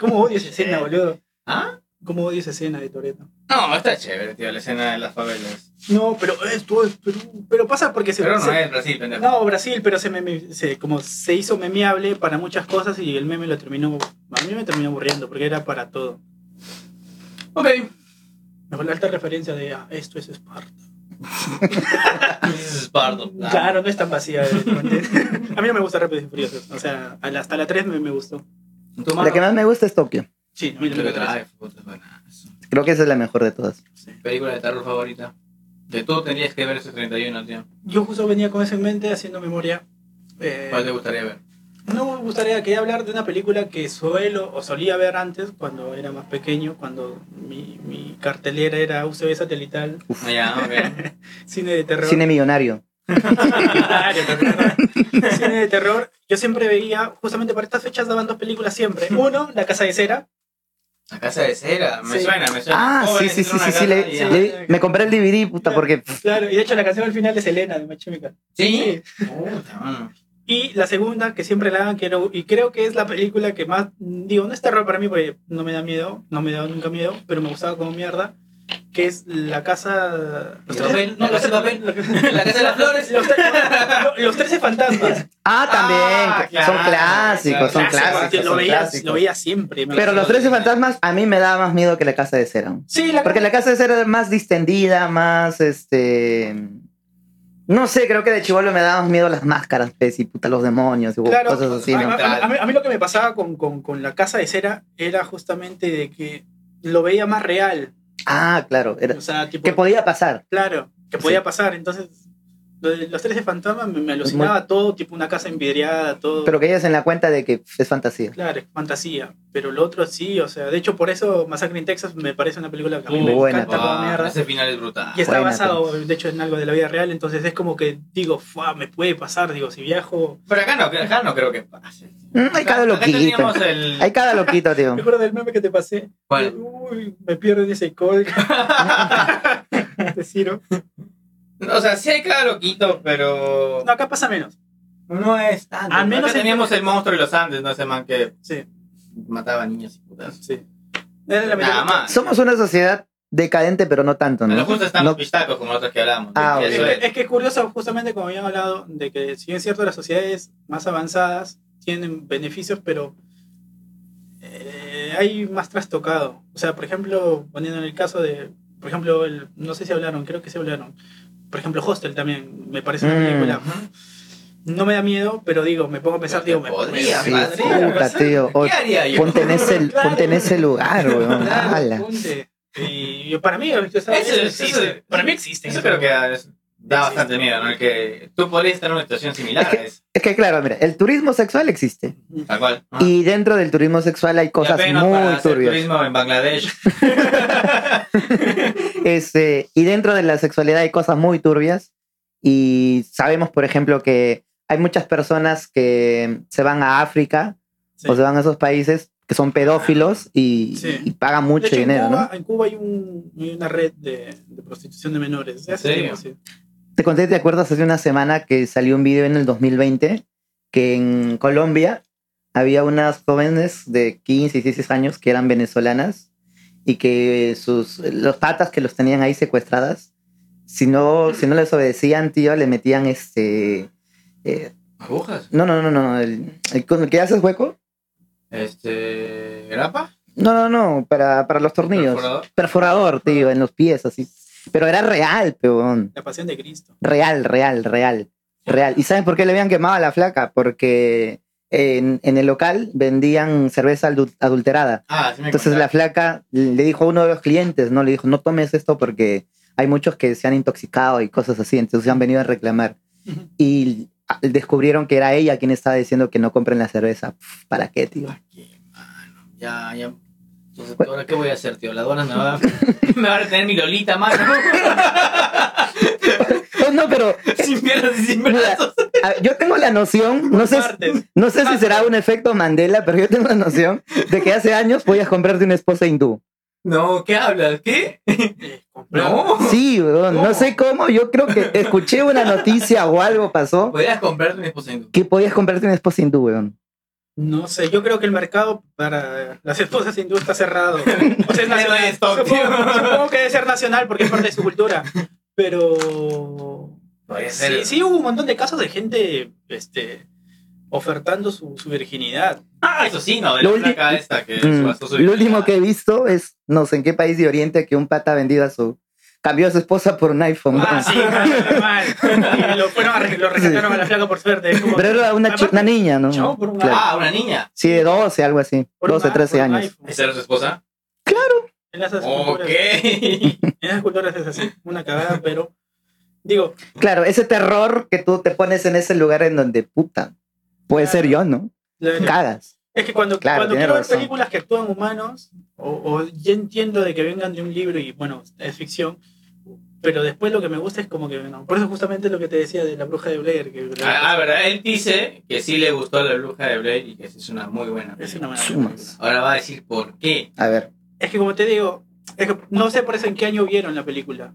Speaker 2: ¿Cómo odio esa escena, boludo?
Speaker 1: Eh, ¿Ah?
Speaker 2: ¿Cómo odio esa escena de Toreto?
Speaker 1: No, está chévere, tío, la escena de las favelas.
Speaker 2: No, pero esto es Perú. Pero pasa porque se.
Speaker 1: Pero no
Speaker 2: se-
Speaker 1: es Brasil, pendejo.
Speaker 2: no, Brasil, pero se, meme- se- como se hizo memeable para muchas cosas y el meme lo terminó. A mí me terminó aburriendo porque era para todo.
Speaker 1: Ok.
Speaker 2: Mejor la alta referencia de ah, esto es Esparta.
Speaker 1: This is Sparta.
Speaker 2: Claro, no es tan vacía. eh, a mí no me gusta Rápidos y Furiosos. O sea, a la- hasta la 3 me, me gustó.
Speaker 1: Tu mano.
Speaker 3: La que más me gusta es Tokio.
Speaker 2: Sí, a mí
Speaker 1: Lo
Speaker 2: también
Speaker 1: que
Speaker 2: me gusta.
Speaker 1: trae, puta, es buenazo.
Speaker 3: Creo que esa es la mejor de todas.
Speaker 1: Película de terror favorita. De tú tendrías que ver ese 31, tío.
Speaker 2: Yo justo venía con eso en mente haciendo memoria. Eh,
Speaker 1: ¿Cuál te gustaría ver?
Speaker 2: No me gustaría quería hablar de una película que suelo o solía ver antes cuando era más pequeño, cuando mi, mi cartelera era UCB satelital,
Speaker 1: Ah, Ya, ok.
Speaker 2: cine de terror.
Speaker 3: Cine millonario.
Speaker 2: Claro, claro. cine de terror. Yo siempre veía, justamente para estas fechas daban dos películas siempre. Uno, La Casa de Cera.
Speaker 1: La casa de cera, me
Speaker 2: Sí.
Speaker 1: suena, me suena.
Speaker 3: Ah, sí,
Speaker 1: Jóvenes
Speaker 3: sí,
Speaker 1: en
Speaker 3: sí,
Speaker 1: una
Speaker 3: sí, sí.
Speaker 1: casa
Speaker 3: le-
Speaker 1: y ya.
Speaker 3: le- me compré el DVD, puta, porque ah, pff,
Speaker 2: Claro, y de hecho la canción al final es Elena de Machímica.
Speaker 1: ¿Sí? Puta, mano.
Speaker 2: Y la segunda, que siempre la dan, que era- y creo que es la película que más, digo, no es terror para mí porque no me da miedo, no me da nunca miedo, pero me gustaba como mierda, que es La Casa...
Speaker 1: El papel, la casa del papel.
Speaker 2: La Casa de las Flores. Los, tres- los 13 fantasmas.
Speaker 3: Ah,
Speaker 1: Ah,
Speaker 3: también.
Speaker 1: claro,
Speaker 3: son clásicos, son
Speaker 1: claro.
Speaker 3: clásicos.
Speaker 2: Clásico, Lo
Speaker 3: son
Speaker 2: veía,
Speaker 3: clásicos.
Speaker 2: lo veía siempre. me
Speaker 3: Pero
Speaker 2: acuerdo.
Speaker 3: los 13 fantasmas a mí me daba más miedo que la casa de cera.
Speaker 2: Sí, la
Speaker 3: Porque la casa de cera era más distendida, más este. No sé, creo que de chivolo me daban miedo las máscaras, pez y puta, los demonios y
Speaker 2: Claro.
Speaker 3: cosas así,
Speaker 2: a,
Speaker 3: ¿no?
Speaker 2: a- a mí, a mí lo que me pasaba con, con- con la casa de cera era justamente de que lo veía más real.
Speaker 3: Ah, claro. Era...
Speaker 2: O sea, tipo,
Speaker 3: Que podía pasar.
Speaker 2: claro, que podía
Speaker 3: Sí.
Speaker 2: pasar. Entonces, lo de los 13 fantasmas me, me alucinaba todo, tipo una casa envidriada, todo.
Speaker 3: Pero que ellos en la cuenta de que es fantasía.
Speaker 2: Claro, es fantasía. Pero lo otro sí, o sea, de hecho por eso Massacre en Texas me parece una película que a mí me
Speaker 3: buena.
Speaker 2: encanta como
Speaker 1: Ah,
Speaker 2: mierda.
Speaker 1: ese final es brutal.
Speaker 2: Y está
Speaker 3: Buena,
Speaker 2: basado, de hecho, en algo de la vida real, entonces es como que digo, "Fua, me puede pasar, digo, si viajo.
Speaker 1: Pero acá no, acá no creo que pase.
Speaker 3: Mm, hay cada
Speaker 1: Acá
Speaker 3: loquito.
Speaker 1: teníamos el...
Speaker 3: Hay cada loquito, tío.
Speaker 2: Me acuerdo del meme que te pasé.
Speaker 1: ¿Cuál?
Speaker 2: Uy, me pierdo en ese col. Te Ciro.
Speaker 1: O sea, sí hay cada loquito, pero...
Speaker 2: No, acá pasa menos.
Speaker 1: No es tanto.
Speaker 2: Al menos
Speaker 1: Acá
Speaker 2: en- este
Speaker 1: teníamos el monstruo de los Andes, ¿no? Ese man que
Speaker 2: Sí,
Speaker 1: mataba niños y putas.
Speaker 2: sí. Era la
Speaker 1: Nada
Speaker 2: mitad-
Speaker 1: más.
Speaker 3: Somos una sociedad decadente, pero no tanto,
Speaker 1: A lo
Speaker 3: ¿no?
Speaker 1: justo están
Speaker 3: No-
Speaker 1: los pistacos, como los otros que hablamos.
Speaker 3: Ah,
Speaker 1: Eso
Speaker 2: Es
Speaker 3: ok.
Speaker 1: es.
Speaker 2: que, es que es curioso, justamente como habían hablado, de que si bien es cierto las sociedades más avanzadas tienen beneficios, pero eh, hay más trastocado. O sea, por ejemplo, poniendo en el caso de, por ejemplo, el, no sé si hablaron, creo que se hablaron. Por ejemplo, Hostel también, me parece una
Speaker 3: Mm.
Speaker 2: película. No me da miedo, pero digo, me pongo a pensar,
Speaker 1: Pero
Speaker 2: digo,
Speaker 1: te
Speaker 2: me
Speaker 1: podría,
Speaker 2: podría,
Speaker 3: Sí,
Speaker 1: madre,
Speaker 3: puta, tío.
Speaker 1: ¿Qué
Speaker 3: Oye,
Speaker 1: haría yo?
Speaker 3: ponte, en ese, ponte en ese lugar, weón.
Speaker 2: Claro,
Speaker 3: Ala.
Speaker 2: ponte. Y yo- para mí, o sea,
Speaker 1: Eso
Speaker 2: eso
Speaker 1: existe.
Speaker 2: existe. Para mí existe.
Speaker 1: Eso creo que da, es- da
Speaker 2: Sí,
Speaker 1: bastante
Speaker 2: sí.
Speaker 1: miedo, ¿no? El que tú podrías estar en una situación similar
Speaker 3: Es que-
Speaker 1: a eso.
Speaker 3: Es que claro, mira, el turismo sexual existe.
Speaker 1: Tal cual. Ah.
Speaker 3: Y dentro del turismo sexual hay cosas
Speaker 1: Y apenas para
Speaker 3: muy
Speaker 1: hacer
Speaker 3: turbias.
Speaker 1: turismo en Bangladesh.
Speaker 3: Este, y dentro de la sexualidad hay cosas muy turbias. Y sabemos, por ejemplo, que hay muchas personas que se van a África
Speaker 2: Sí.
Speaker 3: o se van a esos países que son pedófilos y,
Speaker 2: Sí.
Speaker 3: y pagan
Speaker 2: De
Speaker 3: mucho
Speaker 2: hecho,
Speaker 3: dinero,
Speaker 2: en, Cuba,
Speaker 3: ¿no?
Speaker 2: en Cuba hay, un- hay una red de, de prostitución de menores. de hace
Speaker 1: ¿En
Speaker 2: tiempo, sí.
Speaker 3: Te conté, ¿te acuerdas? Hace una semana que salió un video en el 2020 que en Colombia había unas jóvenes de 15 y 16 años que eran venezolanas y que sus, los patas que los tenían ahí secuestradas, si no, si no les obedecían, tío, le metían este... eh,
Speaker 1: ¿Agujas?
Speaker 3: no, no, no, no, el, el con el que haces hueco.
Speaker 1: Este... ¿Grapa?
Speaker 3: No, no, no, para, para los tornillos.
Speaker 1: ¿Perforador?
Speaker 3: Perforador, tío, en los pies, así. Pero era real, peón.
Speaker 2: La pasión de Cristo.
Speaker 3: Real, real, real, real. ¿Y saben por qué le habían quemado a la flaca? Porque en, en el local vendían cerveza adu- adulterada.
Speaker 1: Ah, sí me
Speaker 3: Entonces la
Speaker 1: contaste.
Speaker 3: flaca le dijo a uno de los clientes, ¿no? Le dijo, no tomes esto porque hay muchos que se han intoxicado y cosas así, entonces han venido a reclamar.
Speaker 2: Ujú.
Speaker 3: Y ah, descubrieron que era ella quien estaba diciendo que no compren la cerveza. Pf, ¿Para qué, tío?
Speaker 1: Qué mano. Ya, ya. Entonces, ¿ahora qué voy a hacer, tío? La aduana me va, me va a retener mi lolita, mano.
Speaker 3: Oh, no, pero
Speaker 1: sin piernas y sin brazos.
Speaker 3: ah, yo tengo la noción, no sé,
Speaker 2: Martes.
Speaker 3: No sé si será un efecto Mandela, pero yo tengo la noción de que hace años podías comprarte una esposa hindú.
Speaker 1: No, ¿qué hablas? ¿Qué?
Speaker 2: Eh, comprar-
Speaker 1: No.
Speaker 3: Sí, weón, no
Speaker 1: ¿Cómo?
Speaker 3: sé cómo, yo creo que escuché una noticia o algo pasó
Speaker 1: Podrías comprarte un esposa hindú.
Speaker 3: que podías comprarte una esposa hindú, weón.
Speaker 2: No sé, yo creo que el mercado para las esposas hindú está cerrado. O sea, es nacional.
Speaker 1: de stock,
Speaker 2: supongo,
Speaker 1: tío.
Speaker 2: supongo que debe ser nacional porque es parte de su cultura. Pero.
Speaker 1: Podría
Speaker 2: Sí, sí, hubo un montón de casos de gente este, ofertando su, su virginidad.
Speaker 1: Ah, eso sí, no, de
Speaker 3: Lo
Speaker 1: la
Speaker 3: ulti-
Speaker 1: placa esta que
Speaker 3: Mm,
Speaker 1: subastó su
Speaker 3: Lo último que he visto es, no sé en qué país de Oriente, que un pata vendido a su... cambió a su esposa por un iPhone.
Speaker 2: Ah,
Speaker 3: weón.
Speaker 2: sí, mal. Y lo, fueron a re- lo rescataron a la flaca por suerte. es como-
Speaker 3: Pero era una,
Speaker 2: Además,
Speaker 3: chi- una niña, ¿no?
Speaker 2: chao, por un
Speaker 3: Claro.
Speaker 1: Ah, una niña.
Speaker 3: Sí, de 12, algo así.
Speaker 2: por un
Speaker 3: 12,
Speaker 2: i-
Speaker 3: 13
Speaker 2: por un
Speaker 3: años.
Speaker 2: iPhone.
Speaker 1: ¿Esa era su esposa?
Speaker 2: En esas
Speaker 1: Ok.
Speaker 2: culturas- En esas culturas es así, una cagada, pero digo,
Speaker 3: Claro, ese terror que tú te pones en ese lugar en donde, puta, puede
Speaker 2: Claro.
Speaker 3: ser yo, ¿no?
Speaker 2: la-
Speaker 3: Cagas.
Speaker 2: es que cuando,
Speaker 3: Claro,
Speaker 2: cuando
Speaker 3: tiene
Speaker 2: quiero ver
Speaker 3: razón.
Speaker 2: películas que actúan humanos, o, o ya entiendo de que vengan de un libro y bueno, es ficción, pero después lo que me gusta es como que, no, por eso justamente lo que te decía de la bruja de Blair, que
Speaker 1: Ah, ah, verdad, él dice que sí le gustó la bruja de Blair y que es una muy buena.
Speaker 2: es
Speaker 1: película.
Speaker 2: una buena
Speaker 3: Sumas.
Speaker 2: película.
Speaker 1: Ahora va a decir por qué.
Speaker 3: A ver.
Speaker 2: Es que como te digo, es que no sé por eso en qué año vieron la película.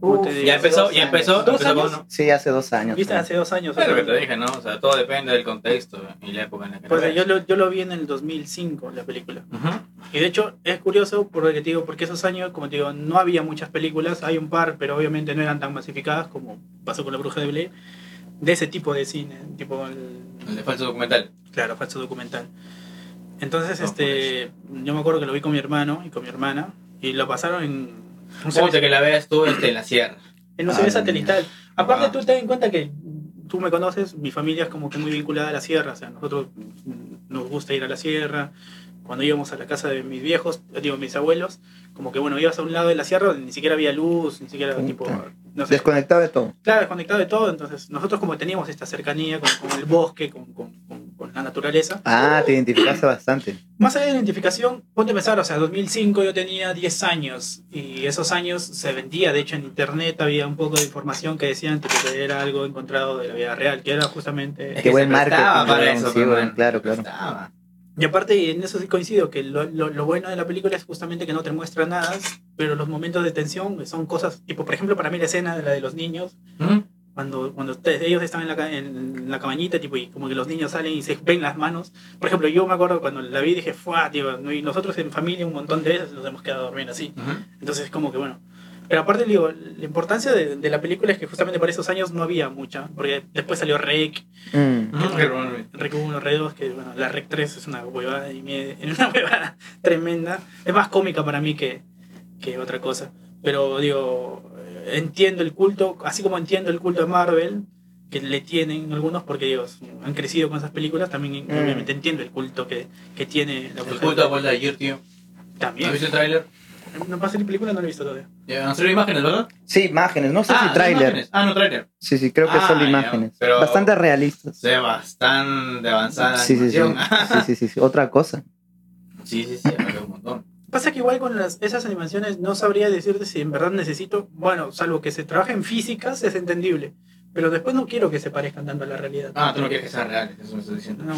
Speaker 2: Como te digo,
Speaker 1: Ya empezó, ya
Speaker 3: años.
Speaker 1: empezó.
Speaker 2: ¿Dos
Speaker 1: empezó con
Speaker 2: años?
Speaker 1: uno.
Speaker 3: Sí, hace dos años.
Speaker 2: viste hace dos años. o
Speaker 1: Es lo que
Speaker 2: sea,
Speaker 1: te dije, ¿no? O sea, todo depende del contexto y la época en la que
Speaker 2: pues,
Speaker 1: lo
Speaker 2: yo,
Speaker 1: veas.
Speaker 2: lo, yo lo vi en el 2005, la película.
Speaker 1: Ujú.
Speaker 2: Y de hecho es curioso porque te digo, porque esos años, como te digo, no había muchas películas, hay un par, pero obviamente no eran tan masificadas como pasó con La Bruja de Blair, de ese tipo de cine, tipo el,
Speaker 1: El de falso documental.
Speaker 2: claro, falso documental. Entonces,
Speaker 1: No,
Speaker 2: este, yo me acuerdo que lo vi con mi hermano y con mi hermana y lo pasaron en un
Speaker 1: Ponte que la veas tú este, en la sierra.
Speaker 2: en un CV
Speaker 3: Ah,
Speaker 2: satelital. Aparte,
Speaker 1: Ah.
Speaker 2: tú ten en cuenta que tú me conoces, mi familia es como que muy vinculada a la sierra, o sea, nosotros mm, nos gusta ir a la sierra. Cuando íbamos a la casa de mis viejos, digo, mis abuelos, como que bueno, ibas a un lado de la sierra donde ni siquiera había luz, ni siquiera
Speaker 3: Puta.
Speaker 2: tipo no sé,
Speaker 3: Desconectado de todo.
Speaker 2: claro, desconectado de todo. Entonces, nosotros como teníamos esta cercanía con, con el bosque, con, con- con- con la naturaleza,
Speaker 3: Ah, te identificaste bastante.
Speaker 2: más allá de la identificación, ponte a pensar, o sea, 2005 yo tenía 10 años y esos años se vendía, de hecho en internet había un poco de información que decían tipo, que era algo encontrado de la vida real, que era justamente...
Speaker 3: Qué buen
Speaker 1: se prestaba
Speaker 3: marketing,
Speaker 1: para
Speaker 3: weón,
Speaker 1: eso,
Speaker 3: sí,
Speaker 1: pero,
Speaker 3: weón,
Speaker 1: man,
Speaker 3: claro, claro.
Speaker 1: Estaba.
Speaker 2: Y aparte, en eso sí coincido, que lo, lo- lo bueno de la película es justamente que no te muestra nada, pero los momentos de tensión son cosas, tipo, por ejemplo, para mí la escena de la de los niños,
Speaker 1: ¿Mm?
Speaker 2: cuando, cuando ustedes- ellos están en la, ca- en la cabañita, tipo, y como que los niños salen y se ven las manos. Por ejemplo, yo me acuerdo cuando la vi dije, fuá, tío, y nosotros en familia un montón de veces nos hemos quedado a dormir así.
Speaker 1: Ujú.
Speaker 2: Entonces es como que bueno. Pero aparte, digo, la importancia de, de la película es que justamente para esos años no había mucha, porque después salió Rec,
Speaker 3: Mm.
Speaker 1: Ujú.
Speaker 2: Rec 1, Rec 2, que bueno, la Rec 3 es una huevada y mie- una huevada tremenda. Es más cómica para mí que, que otra cosa. Pero digo, eh, entiendo el culto, así como entiendo el culto de Marvel, que le tienen algunos, porque ellos han crecido con esas películas, también
Speaker 3: Mm.
Speaker 2: obviamente entiendo el culto que, que tiene la
Speaker 1: El
Speaker 2: bruja
Speaker 1: culto a
Speaker 2: de-
Speaker 1: vuelta de ayer, tío. ¿Has
Speaker 2: También.
Speaker 1: visto el tráiler?
Speaker 2: No pasa la película, no la he visto todavía.
Speaker 1: Ya, ¿Han salido imágenes, verdad?
Speaker 3: Sí, imágenes, no sé
Speaker 1: Ah,
Speaker 3: si
Speaker 1: no
Speaker 3: tráiler.
Speaker 1: imágenes. Ah, no, tráiler.
Speaker 3: Sí, sí, creo que
Speaker 1: Ah,
Speaker 3: solo
Speaker 1: ya,
Speaker 3: imágenes.
Speaker 1: pero-
Speaker 3: Bastante realistas.
Speaker 1: Se ve bastante avanzada.
Speaker 3: Sí, sí, sí.
Speaker 1: animación. Ah,
Speaker 3: Sí, sí, sí, sí, Otra cosa.
Speaker 1: Sí, sí, sí, me veo un montón.
Speaker 2: Pasa que igual con las, esas animaciones no sabría decirte si en verdad necesito, bueno, salvo que se trabaje en físicas, es entendible. Pero después no quiero que se parezcan tanto a la realidad.
Speaker 1: Ah, tú no quieres que sean reales, eso me estás diciendo.
Speaker 2: No.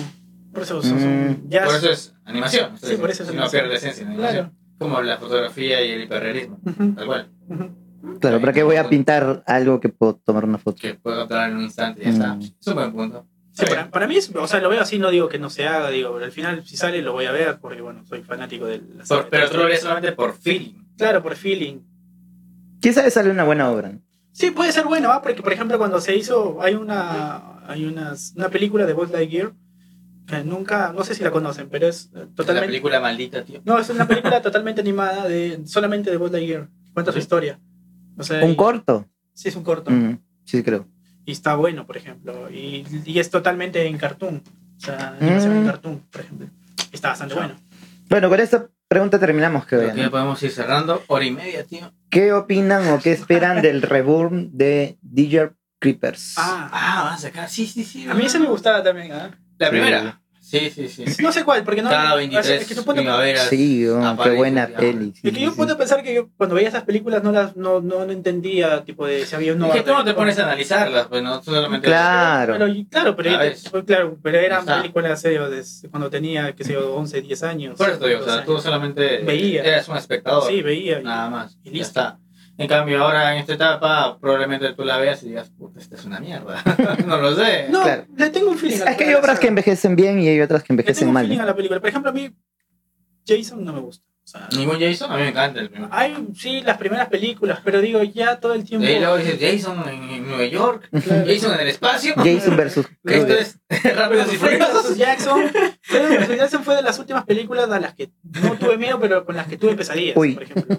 Speaker 2: Por eso son, son- ya
Speaker 1: Mm, Por eso es animación.
Speaker 2: Sí, por eso es
Speaker 1: Si No
Speaker 2: animación.
Speaker 1: pierde la esencia de
Speaker 2: Claro.
Speaker 1: animación. Como la fotografía y el hiperrealismo.
Speaker 2: Ujú,
Speaker 1: Tal cual.
Speaker 2: ujú.
Speaker 3: Claro, ¿para qué voy a pintar algo que puedo tomar una foto?
Speaker 1: Que puedo capturar en un instante y ya está.
Speaker 3: Mm.
Speaker 1: Es un buen punto.
Speaker 2: Sí, para, para mí, es- o sea, lo veo así, no digo que no se haga, digo, pero al final si sale lo voy a ver porque, bueno, soy fanático de la
Speaker 1: Por-
Speaker 2: saga.
Speaker 1: pero tú lo harías solamente por feeling.
Speaker 2: Claro, por feeling.
Speaker 3: ¿Quién sabe sale una buena obra? ¿no?
Speaker 2: Sí, puede ser bueno, ¿ah? porque por ejemplo cuando se hizo, hay una hay unas, una película de Buzz Lightyear que nunca, no sé si la conocen, pero es eh,
Speaker 1: La
Speaker 2: totalmente...
Speaker 1: película maldita, tío.
Speaker 2: No, es una película totalmente animada, de, solamente de Buzz Lightyear. Cuenta su
Speaker 1: Sí.
Speaker 2: historia. O sea,
Speaker 3: ¿Un
Speaker 2: y-
Speaker 3: corto?
Speaker 2: Sí, es un corto.
Speaker 3: Mm, Sí, creo.
Speaker 2: Y está bueno, por ejemplo. Y, y es totalmente en cartoon. O sea, animación en
Speaker 3: Mm.
Speaker 2: cartoon, por ejemplo. Está bastante bueno.
Speaker 3: Bueno, con esta pregunta terminamos, creo.
Speaker 1: Creo
Speaker 3: ya,
Speaker 1: que ya
Speaker 3: ¿no?
Speaker 1: podemos ir cerrando. Hora y media, tío.
Speaker 3: ¿Qué opinan o qué esperan del reborn de Digger Creepers?
Speaker 2: Ah,
Speaker 1: Ah, van a sacar. Sí, sí, sí.
Speaker 2: a mí se me gustaba también, ¿ah?
Speaker 1: La primera. Sí, sí, sí.
Speaker 2: No sé cuál, porque no.
Speaker 1: Cada
Speaker 2: o sea,
Speaker 1: 23
Speaker 2: es que yo pongo-
Speaker 1: primaveras.
Speaker 3: sí, oh, qué
Speaker 1: aparece,
Speaker 3: buena
Speaker 1: ya.
Speaker 3: peli. sí,
Speaker 2: es que yo
Speaker 3: sí,
Speaker 2: puedo
Speaker 3: sí.
Speaker 2: pensar que yo cuando veía esas películas no las no, no, no entendía, tipo de si había un
Speaker 1: es que tú no
Speaker 2: orden.
Speaker 1: te pones a analizarlas, pues no, tú solamente.
Speaker 2: Pero,
Speaker 3: Claro.
Speaker 2: y- claro, pero, yo te-
Speaker 1: ¿Sabes?
Speaker 2: pues, claro, pero eran
Speaker 1: Está.
Speaker 2: películas eh, de- cuando tenía, qué sé yo, 11, 10 años.
Speaker 1: Por eso te digo, o
Speaker 2: 12
Speaker 1: sea, tú
Speaker 2: años.
Speaker 1: solamente.
Speaker 2: Veía.
Speaker 1: Eras un espectador.
Speaker 2: Sí, veía. y-
Speaker 1: Nada más.
Speaker 2: Y
Speaker 1: Y ya
Speaker 2: listo.
Speaker 1: está. En cambio, ahora en esta etapa, probablemente tú la veas y digas, puta, esta es una mierda. no lo sé.
Speaker 2: No,
Speaker 3: Claro.
Speaker 2: le tengo un feeling. a la
Speaker 3: Es que hay
Speaker 2: película,
Speaker 3: obras
Speaker 2: o
Speaker 3: que
Speaker 2: sea,
Speaker 3: envejecen bien y hay otras que
Speaker 2: le tengo
Speaker 3: envejecen
Speaker 2: un
Speaker 3: mal.
Speaker 2: feeling
Speaker 3: ¿no?
Speaker 2: a la película. Por ejemplo, a mí Jason no me gusta. O sea,
Speaker 1: Ningún Jason, a mí me encanta el primero.
Speaker 2: hay sí las primeras películas, pero digo ya todo el
Speaker 1: Y
Speaker 2: tiempo.
Speaker 1: ahí luego dices, Jason en, en Nueva York,
Speaker 2: Claro.
Speaker 1: Jason en el espacio.
Speaker 3: Jason versus
Speaker 1: Esto
Speaker 3: Krueger.
Speaker 1: es Rápidos y
Speaker 2: Freddy
Speaker 1: Furiosos.
Speaker 2: vs. Jackson. Freddy vs. Jackson fue de las últimas películas a las que no tuve miedo, pero con las que tuve pesadillas,
Speaker 3: Uy.
Speaker 2: por ejemplo.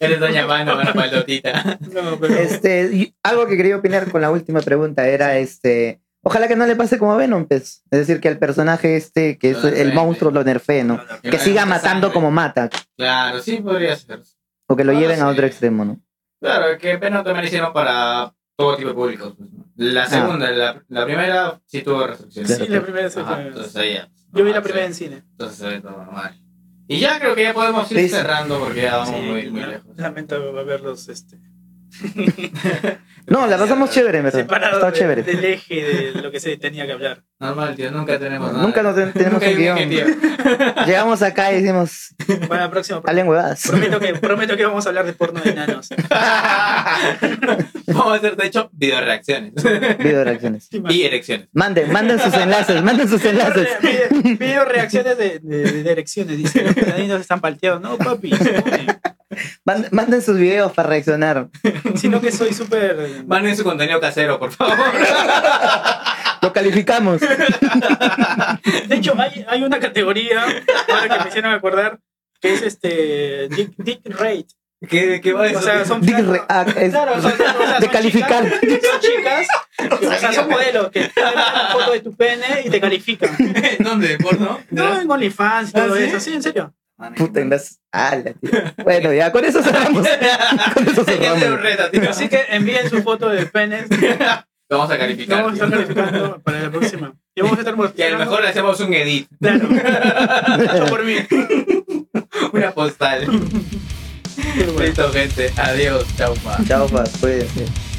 Speaker 1: Eres doña Mano, una palotita.
Speaker 2: No, pero
Speaker 3: Este, y algo que quería opinar con la última pregunta era este. Ojalá que no le pase como a Venom, pues. Es decir, que al personaje este, que es
Speaker 1: Lo nerfeen,
Speaker 3: el monstruo,
Speaker 1: sí.
Speaker 3: lo nerfeen, ¿no? Que siga matando como mata,
Speaker 1: Claro, sí, podría ser.
Speaker 3: o que lo
Speaker 1: Ah,
Speaker 3: lleven a
Speaker 1: sí.
Speaker 3: otro extremo, ¿no?
Speaker 1: Claro, que pena también lo hicieron para todo tipo de públicos. pues, ¿no?
Speaker 3: Ah.
Speaker 1: La segunda, la, la primera sí tuvo restricciones.
Speaker 2: sí, la primera sí
Speaker 1: Ajá,
Speaker 2: fue-
Speaker 1: entonces ahí ya.
Speaker 2: Yo vi
Speaker 1: Ajá,
Speaker 2: la
Speaker 1: sí,
Speaker 2: primera en cine.
Speaker 1: Entonces se ve todo normal. Y ya creo que ya podemos ir
Speaker 3: Sí.
Speaker 1: cerrando porque ya vamos
Speaker 2: Sí,
Speaker 1: muy, muy
Speaker 2: la-
Speaker 1: lejos.
Speaker 2: Lamento verlos este,
Speaker 3: No, la pasamos chévere, en verdad.
Speaker 2: separados
Speaker 3: Está
Speaker 2: de-
Speaker 3: chévere.
Speaker 2: del eje de lo que se tenía que hablar.
Speaker 1: Normal, tío, nunca tenemos nada.
Speaker 3: Nunca nos ten- tenemos
Speaker 1: Nunca
Speaker 3: un
Speaker 1: hay
Speaker 3: guión. Llegamos acá y decimos,
Speaker 2: Para la próxima,
Speaker 3: hablen huevadas.
Speaker 2: prometo que, prometo que vamos a hablar de porno de enanos.
Speaker 1: Vamos a hacer, de hecho, video reacciones
Speaker 3: Video reacciones.
Speaker 1: y erecciones.
Speaker 3: Manden, manden sus enlaces, manden sus enlaces.
Speaker 2: Video, video reacciones de, de, de erecciones. Dicen, los enanos están palteados. No, papi, se mueren.
Speaker 3: Man- manden sus videos para reaccionar.
Speaker 2: sino que soy súper.
Speaker 1: Manden su contenido casero, por favor.
Speaker 3: Lo calificamos.
Speaker 2: De hecho, hay, hay una categoría ahora que me hicieron acordar que es este Dick, dick Rate.
Speaker 1: ¿Qué, qué va eso?
Speaker 2: O sea, son
Speaker 3: Dick
Speaker 2: flacos.
Speaker 3: React ah, es
Speaker 2: Claro, son- o sea, son
Speaker 3: de calificar.
Speaker 2: chicas- Son chicas, que, o sea, son modelos que te dan una foto de tu pene y te califican.
Speaker 1: ¿Dónde? ¿Porno?
Speaker 2: No, en OnlyFans y todo
Speaker 1: ¿Ah, sí?
Speaker 2: eso, sí, en serio.
Speaker 3: Puta, en las- ala, tío. Bueno, ya, con eso cerramos. Con eso cerramos.
Speaker 2: Así que envíen su foto de penes.
Speaker 1: Vamos a
Speaker 2: Lo
Speaker 1: calificar.
Speaker 2: vamos a estar calificando para la próxima. Y vamos a estar
Speaker 1: Y a lo
Speaker 2: mostrando.
Speaker 1: mejor le hacemos un edit,
Speaker 2: Claro. Tanto por mí.
Speaker 1: una postal.
Speaker 2: Qué bueno.
Speaker 1: Listo, gente. Adiós. Chau, pa.
Speaker 3: Chao, pues, cuídense.